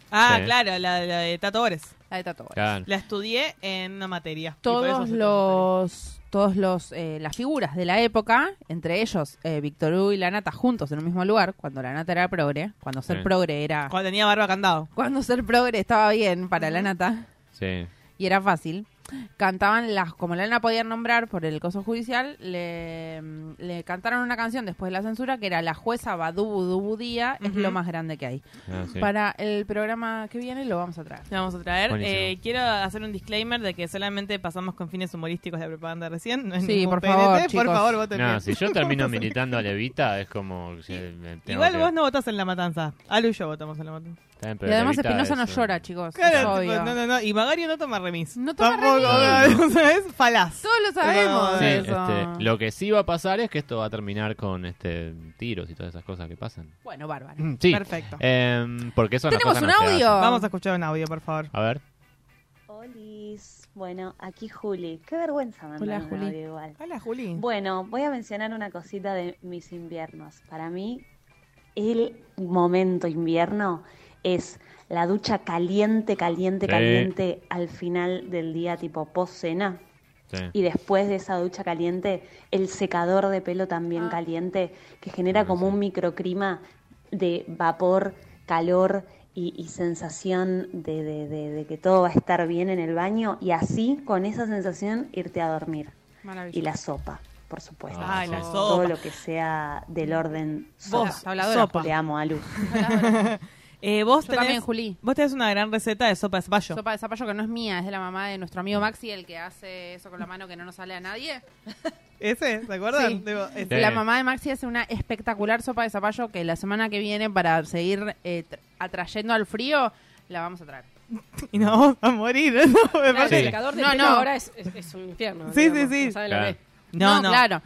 [SPEAKER 3] Ah,
[SPEAKER 2] Sí.
[SPEAKER 3] claro, la, la de Tato Bores.
[SPEAKER 2] La de Tato Bores.
[SPEAKER 1] Claro.
[SPEAKER 3] La estudié en una materia. y por eso
[SPEAKER 2] todos
[SPEAKER 3] sé
[SPEAKER 2] los todos los eh, las figuras de la época entre ellos eh, Víctor Hugo y la Nata juntos en un mismo lugar cuando la Nata era progre cuando ser
[SPEAKER 1] Sí.
[SPEAKER 2] progre era
[SPEAKER 3] cuando tenía barba candado
[SPEAKER 2] cuando ser progre estaba bien para la Nata
[SPEAKER 1] Sí.
[SPEAKER 2] y era fácil cantaban las como la Nata podían nombrar por el coso judicial le, mm, le cantaron una canción después de la censura que era la jueza Badubu Dubudía es
[SPEAKER 3] Ujú.
[SPEAKER 2] lo más grande que hay
[SPEAKER 1] Ah, sí.
[SPEAKER 2] para el programa que viene lo vamos a traer
[SPEAKER 3] Lo vamos a traer.
[SPEAKER 2] Buenísimo.
[SPEAKER 3] Eh, quiero hacer un disclaimer de que solamente pasamos con fines humorísticos la propaganda recién. No es
[SPEAKER 2] Sí,
[SPEAKER 3] ningún
[SPEAKER 2] por
[SPEAKER 3] PNT,
[SPEAKER 2] favor,
[SPEAKER 3] Por
[SPEAKER 2] chicos.
[SPEAKER 3] favor, voten
[SPEAKER 1] No,
[SPEAKER 3] bien.
[SPEAKER 1] si yo
[SPEAKER 2] [laughs]
[SPEAKER 1] termino
[SPEAKER 2] Pues, eh.
[SPEAKER 1] militando a Levita, es como. que me tengo
[SPEAKER 3] Igual
[SPEAKER 1] que-
[SPEAKER 3] vos no votás en La Matanza. Alu y yo votamos en La Matanza.
[SPEAKER 1] Está bien, pero
[SPEAKER 2] y además
[SPEAKER 1] Levita
[SPEAKER 2] Espinosa
[SPEAKER 1] es eh,
[SPEAKER 2] no
[SPEAKER 1] un-
[SPEAKER 2] llora chicos
[SPEAKER 3] Claro,
[SPEAKER 2] es
[SPEAKER 3] tipo,
[SPEAKER 2] obvio.
[SPEAKER 3] no, no, no. Y Magario no toma remis. No
[SPEAKER 2] toma
[SPEAKER 3] [laughs]
[SPEAKER 2] remis.
[SPEAKER 3] Es falaz.
[SPEAKER 2] Todos lo sabemos.
[SPEAKER 1] Sí,
[SPEAKER 2] Eso.
[SPEAKER 1] este, lo que sí va a pasar es que esto va a terminar con este tiros y todas esas cosas que pasan. [clears throat]
[SPEAKER 2] Bueno, bárbaro.
[SPEAKER 1] Mm, Sí.
[SPEAKER 3] Perfecto.
[SPEAKER 1] Em, porque eso
[SPEAKER 3] Tenemos
[SPEAKER 1] no
[SPEAKER 3] un audio. Vamos a escuchar un audio, por favor.
[SPEAKER 1] A ver.
[SPEAKER 12] Olis, bueno, aquí Juli. Qué vergüenza mandar
[SPEAKER 3] Hola,
[SPEAKER 12] un
[SPEAKER 3] Juli.
[SPEAKER 12] audio igual.
[SPEAKER 3] Hola, Juli.
[SPEAKER 12] Bueno, voy a mencionar una cosita de mis inviernos. Para mí, el momento invierno es la ducha caliente, caliente,
[SPEAKER 13] Sí.
[SPEAKER 12] caliente al final del día, tipo post-cena.
[SPEAKER 1] Ah,
[SPEAKER 12] Y después de esa ducha caliente, el secador de pelo también caliente, que genera como un microclima
[SPEAKER 6] de vapor, calor y, y sensación de, de- de- de que todo va a estar bien en el baño y así, con esa sensación, irte a dormir.
[SPEAKER 2] Maravilloso.
[SPEAKER 6] Y la sopa, por supuesto.
[SPEAKER 2] Ay, la
[SPEAKER 6] Todo
[SPEAKER 14] sopa.
[SPEAKER 6] lo que sea del orden
[SPEAKER 14] Vos,
[SPEAKER 6] sopa.
[SPEAKER 14] habladora. Sopa.
[SPEAKER 6] Te amo, Alu.
[SPEAKER 2] [laughs]
[SPEAKER 14] Eh, vos
[SPEAKER 2] Yo
[SPEAKER 14] tenés,
[SPEAKER 2] también, Juli.
[SPEAKER 14] Vos tenés una gran receta de sopa de zapallo.
[SPEAKER 2] Sopa de zapallo que no es mía, es de la mamá de nuestro amigo Maxi, el que hace eso con la mano que no nos sale a nadie.
[SPEAKER 3] ¿Ese? ¿Se acuerdan?
[SPEAKER 2] Sí.
[SPEAKER 3] Digo, ese.
[SPEAKER 2] La mamá de Maxi hace una espectacular sopa de zapallo que la semana que viene, para seguir eh, tra- atrayendo al frío, la vamos a traer.
[SPEAKER 3] Y nos vamos a morir. [laughs] ¿no?
[SPEAKER 4] [laughs]
[SPEAKER 3] Me
[SPEAKER 4] Claro,
[SPEAKER 3] parece-
[SPEAKER 4] el calor de
[SPEAKER 2] No,
[SPEAKER 4] pelo
[SPEAKER 2] no.
[SPEAKER 4] ahora es, es- es un infierno.
[SPEAKER 3] Sí,
[SPEAKER 4] digamos,
[SPEAKER 3] sí, sí.
[SPEAKER 4] no saben lo
[SPEAKER 1] Claro.
[SPEAKER 4] que es.
[SPEAKER 3] No, no.
[SPEAKER 2] claro.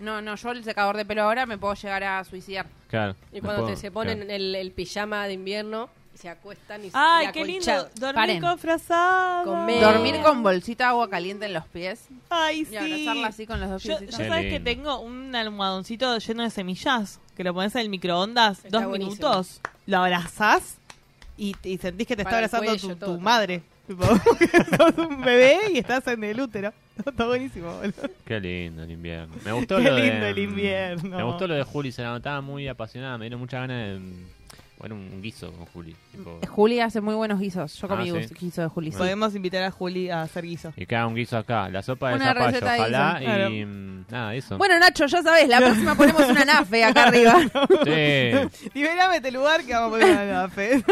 [SPEAKER 2] No, no, yo el secador de pelo ahora me puedo llegar a suicidar.
[SPEAKER 1] Claro.
[SPEAKER 4] Y
[SPEAKER 1] no
[SPEAKER 4] cuando
[SPEAKER 1] puedo-
[SPEAKER 4] te, se ponen
[SPEAKER 1] claro.
[SPEAKER 4] el, el pijama de invierno y se acuestan y se
[SPEAKER 14] Ay,
[SPEAKER 4] y
[SPEAKER 14] qué lindo.
[SPEAKER 4] acolchado.
[SPEAKER 14] Dormir
[SPEAKER 2] Paren.
[SPEAKER 14] con frazada.
[SPEAKER 4] Comer.
[SPEAKER 2] Dormir con bolsita de agua caliente en los pies
[SPEAKER 3] Ay, sí.
[SPEAKER 2] y abrazarla así con los dos
[SPEAKER 14] Yo,
[SPEAKER 2] pies.
[SPEAKER 14] yo
[SPEAKER 1] Qué
[SPEAKER 14] sabes que
[SPEAKER 1] lindo.
[SPEAKER 14] tengo un almohadoncito lleno de semillas que lo pones en el microondas
[SPEAKER 4] Está
[SPEAKER 14] dos
[SPEAKER 4] buenísimo.
[SPEAKER 14] minutos, lo abrazás
[SPEAKER 3] Y, y sentís que te está
[SPEAKER 4] Para el
[SPEAKER 3] abrazando
[SPEAKER 4] cuello,
[SPEAKER 3] tu,
[SPEAKER 4] todo.
[SPEAKER 3] tu madre. Tipo, [laughs] sos un bebé y estás en el útero. [laughs] Está buenísimo, boludo.
[SPEAKER 1] Qué lindo el invierno. Me gustó
[SPEAKER 3] Qué
[SPEAKER 1] lo de,
[SPEAKER 3] lindo el
[SPEAKER 1] mm,
[SPEAKER 3] invierno.
[SPEAKER 1] Me gustó lo de Juli, se la notaba muy apasionada. Me dieron muchas ganas de. mm, Bueno, un guiso con Juli. tipo-
[SPEAKER 2] Eh, Juli hace muy buenos guisos. Yo comí
[SPEAKER 1] Ah,
[SPEAKER 2] guis-
[SPEAKER 1] sí.
[SPEAKER 2] guiso de Juli. sí.
[SPEAKER 3] Podemos invitar a Juli a hacer [laughs] guiso.
[SPEAKER 1] Y queda un guiso acá. La sopa de
[SPEAKER 2] Una
[SPEAKER 1] zapallo,
[SPEAKER 2] receta de
[SPEAKER 1] ojalá.
[SPEAKER 2] guiso,
[SPEAKER 3] claro.
[SPEAKER 1] Y. mm, Nada, eso.
[SPEAKER 2] Bueno, Nacho, ya sabes, la próxima ponemos una nafe acá arriba.
[SPEAKER 4] [laughs]
[SPEAKER 1] Sí,
[SPEAKER 3] Liberame este lugar que vamos a poner una fe.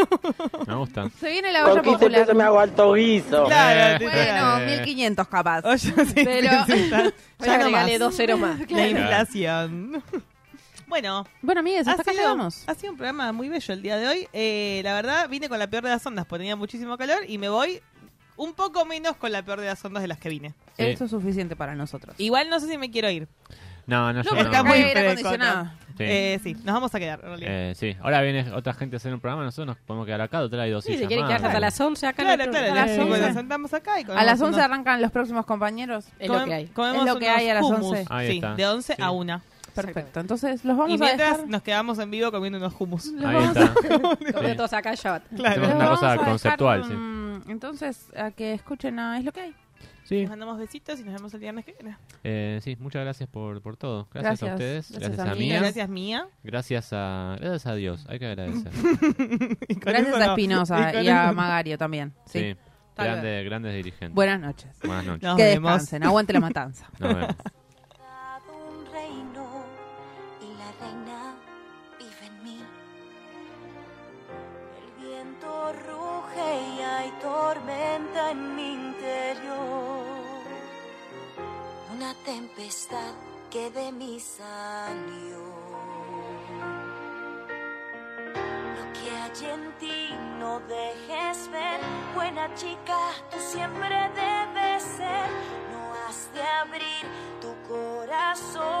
[SPEAKER 1] me gusta.
[SPEAKER 2] Se viene la olla popular.
[SPEAKER 15] hago alto guiso.
[SPEAKER 3] [laughs] Claro,
[SPEAKER 2] Bueno,
[SPEAKER 1] Eh.
[SPEAKER 2] 1500 capaz.
[SPEAKER 3] Oye, [laughs] sí,
[SPEAKER 4] Pero-
[SPEAKER 3] sí, sí,
[SPEAKER 4] [laughs]
[SPEAKER 3] está-
[SPEAKER 4] Voy a
[SPEAKER 3] ya no
[SPEAKER 4] agregarle
[SPEAKER 3] más.
[SPEAKER 4] dos ceros más.
[SPEAKER 2] [laughs]
[SPEAKER 3] La inflación. [laughs] Bueno,
[SPEAKER 2] Bueno, amigues,
[SPEAKER 3] ha
[SPEAKER 2] hasta acá
[SPEAKER 3] sido,
[SPEAKER 2] llegamos.
[SPEAKER 3] ha sido un programa muy bello el día de hoy. Eh, la verdad, vine con la peor de las ondas, porque tenía muchísimo calor y me voy un poco menos con la peor de las ondas de las que vine.
[SPEAKER 1] Sí.
[SPEAKER 2] Eso es suficiente para nosotros.
[SPEAKER 3] Igual no sé si me quiero ir.
[SPEAKER 1] No, no, yo
[SPEAKER 2] No,
[SPEAKER 1] no.
[SPEAKER 2] porque
[SPEAKER 3] está muy
[SPEAKER 2] aire
[SPEAKER 3] fresco
[SPEAKER 2] acondicionado.
[SPEAKER 3] acá.
[SPEAKER 1] Sí.
[SPEAKER 3] Eh, sí, nos vamos a quedar. en realidad.
[SPEAKER 1] Eh, sí, ahora viene otra gente a hacer un programa. Nosotros nos podemos quedar acá. Otra hay dos
[SPEAKER 4] Sí, si
[SPEAKER 1] sillas
[SPEAKER 4] quieren
[SPEAKER 1] más.
[SPEAKER 4] quedarse hasta las 11 acá. no hay
[SPEAKER 3] claro,
[SPEAKER 4] problema.
[SPEAKER 3] claro.
[SPEAKER 2] A las
[SPEAKER 3] tipo,
[SPEAKER 2] 11.
[SPEAKER 3] nos sentamos acá y
[SPEAKER 2] A las 11
[SPEAKER 3] comemos
[SPEAKER 2] arrancan los próximos compañeros.
[SPEAKER 4] Es
[SPEAKER 3] unos-
[SPEAKER 4] lo que hay.
[SPEAKER 3] comemos
[SPEAKER 2] Es lo que
[SPEAKER 3] unos
[SPEAKER 2] hay a las
[SPEAKER 3] hummus.
[SPEAKER 2] 11.
[SPEAKER 1] Ahí
[SPEAKER 3] Sí,
[SPEAKER 1] está.
[SPEAKER 3] de 11
[SPEAKER 1] Sí.
[SPEAKER 3] a 1.
[SPEAKER 2] Perfecto. Entonces los vamos
[SPEAKER 3] Y mientras
[SPEAKER 2] a dejar.
[SPEAKER 3] nos quedamos en vivo comiendo unos hummus.
[SPEAKER 1] Ahí está.
[SPEAKER 4] Comió
[SPEAKER 1] Sí.
[SPEAKER 4] todos acá, ya va.
[SPEAKER 3] Claro.
[SPEAKER 1] Hacemos
[SPEAKER 2] los
[SPEAKER 1] una
[SPEAKER 2] vamos
[SPEAKER 1] cosa
[SPEAKER 2] a dejar
[SPEAKER 1] conceptual, sí.
[SPEAKER 2] con- Entonces, a que escuchen a Es lo que hay.
[SPEAKER 1] Sí,
[SPEAKER 3] Nos mandamos besitos y nos vemos el viernes que viene.
[SPEAKER 1] eh, sí, muchas gracias por, por todo. Gracias,
[SPEAKER 2] Gracias.
[SPEAKER 1] a ustedes,
[SPEAKER 2] Gracias
[SPEAKER 1] gracias,
[SPEAKER 2] a
[SPEAKER 1] a
[SPEAKER 2] mí.
[SPEAKER 1] mí,
[SPEAKER 3] Gracias, Mía.
[SPEAKER 1] gracias a, gracias a Dios, hay que agradecer.
[SPEAKER 3] Y con
[SPEAKER 2] Gracias
[SPEAKER 3] eso
[SPEAKER 2] a
[SPEAKER 3] no-
[SPEAKER 2] Espinosa
[SPEAKER 3] y con
[SPEAKER 2] y a
[SPEAKER 3] eso-
[SPEAKER 2] Magario también. Sí.
[SPEAKER 1] Sí,
[SPEAKER 2] Tal vez.
[SPEAKER 1] grandes, grandes dirigentes.
[SPEAKER 2] Buenas noches.
[SPEAKER 1] Buenas noches.
[SPEAKER 3] Nos
[SPEAKER 2] que
[SPEAKER 3] vemos.
[SPEAKER 2] descansen. Aguante la matanza.
[SPEAKER 1] Nos vemos.
[SPEAKER 16] dado un reino y la reina vive en mí. El viento ruge y hay tormenta en mi interior. Una tempestad que de mí salió. Lo que hay en ti no dejes ver. Buena chica, tú siempre debes ser. No has de abrir tu corazón. pues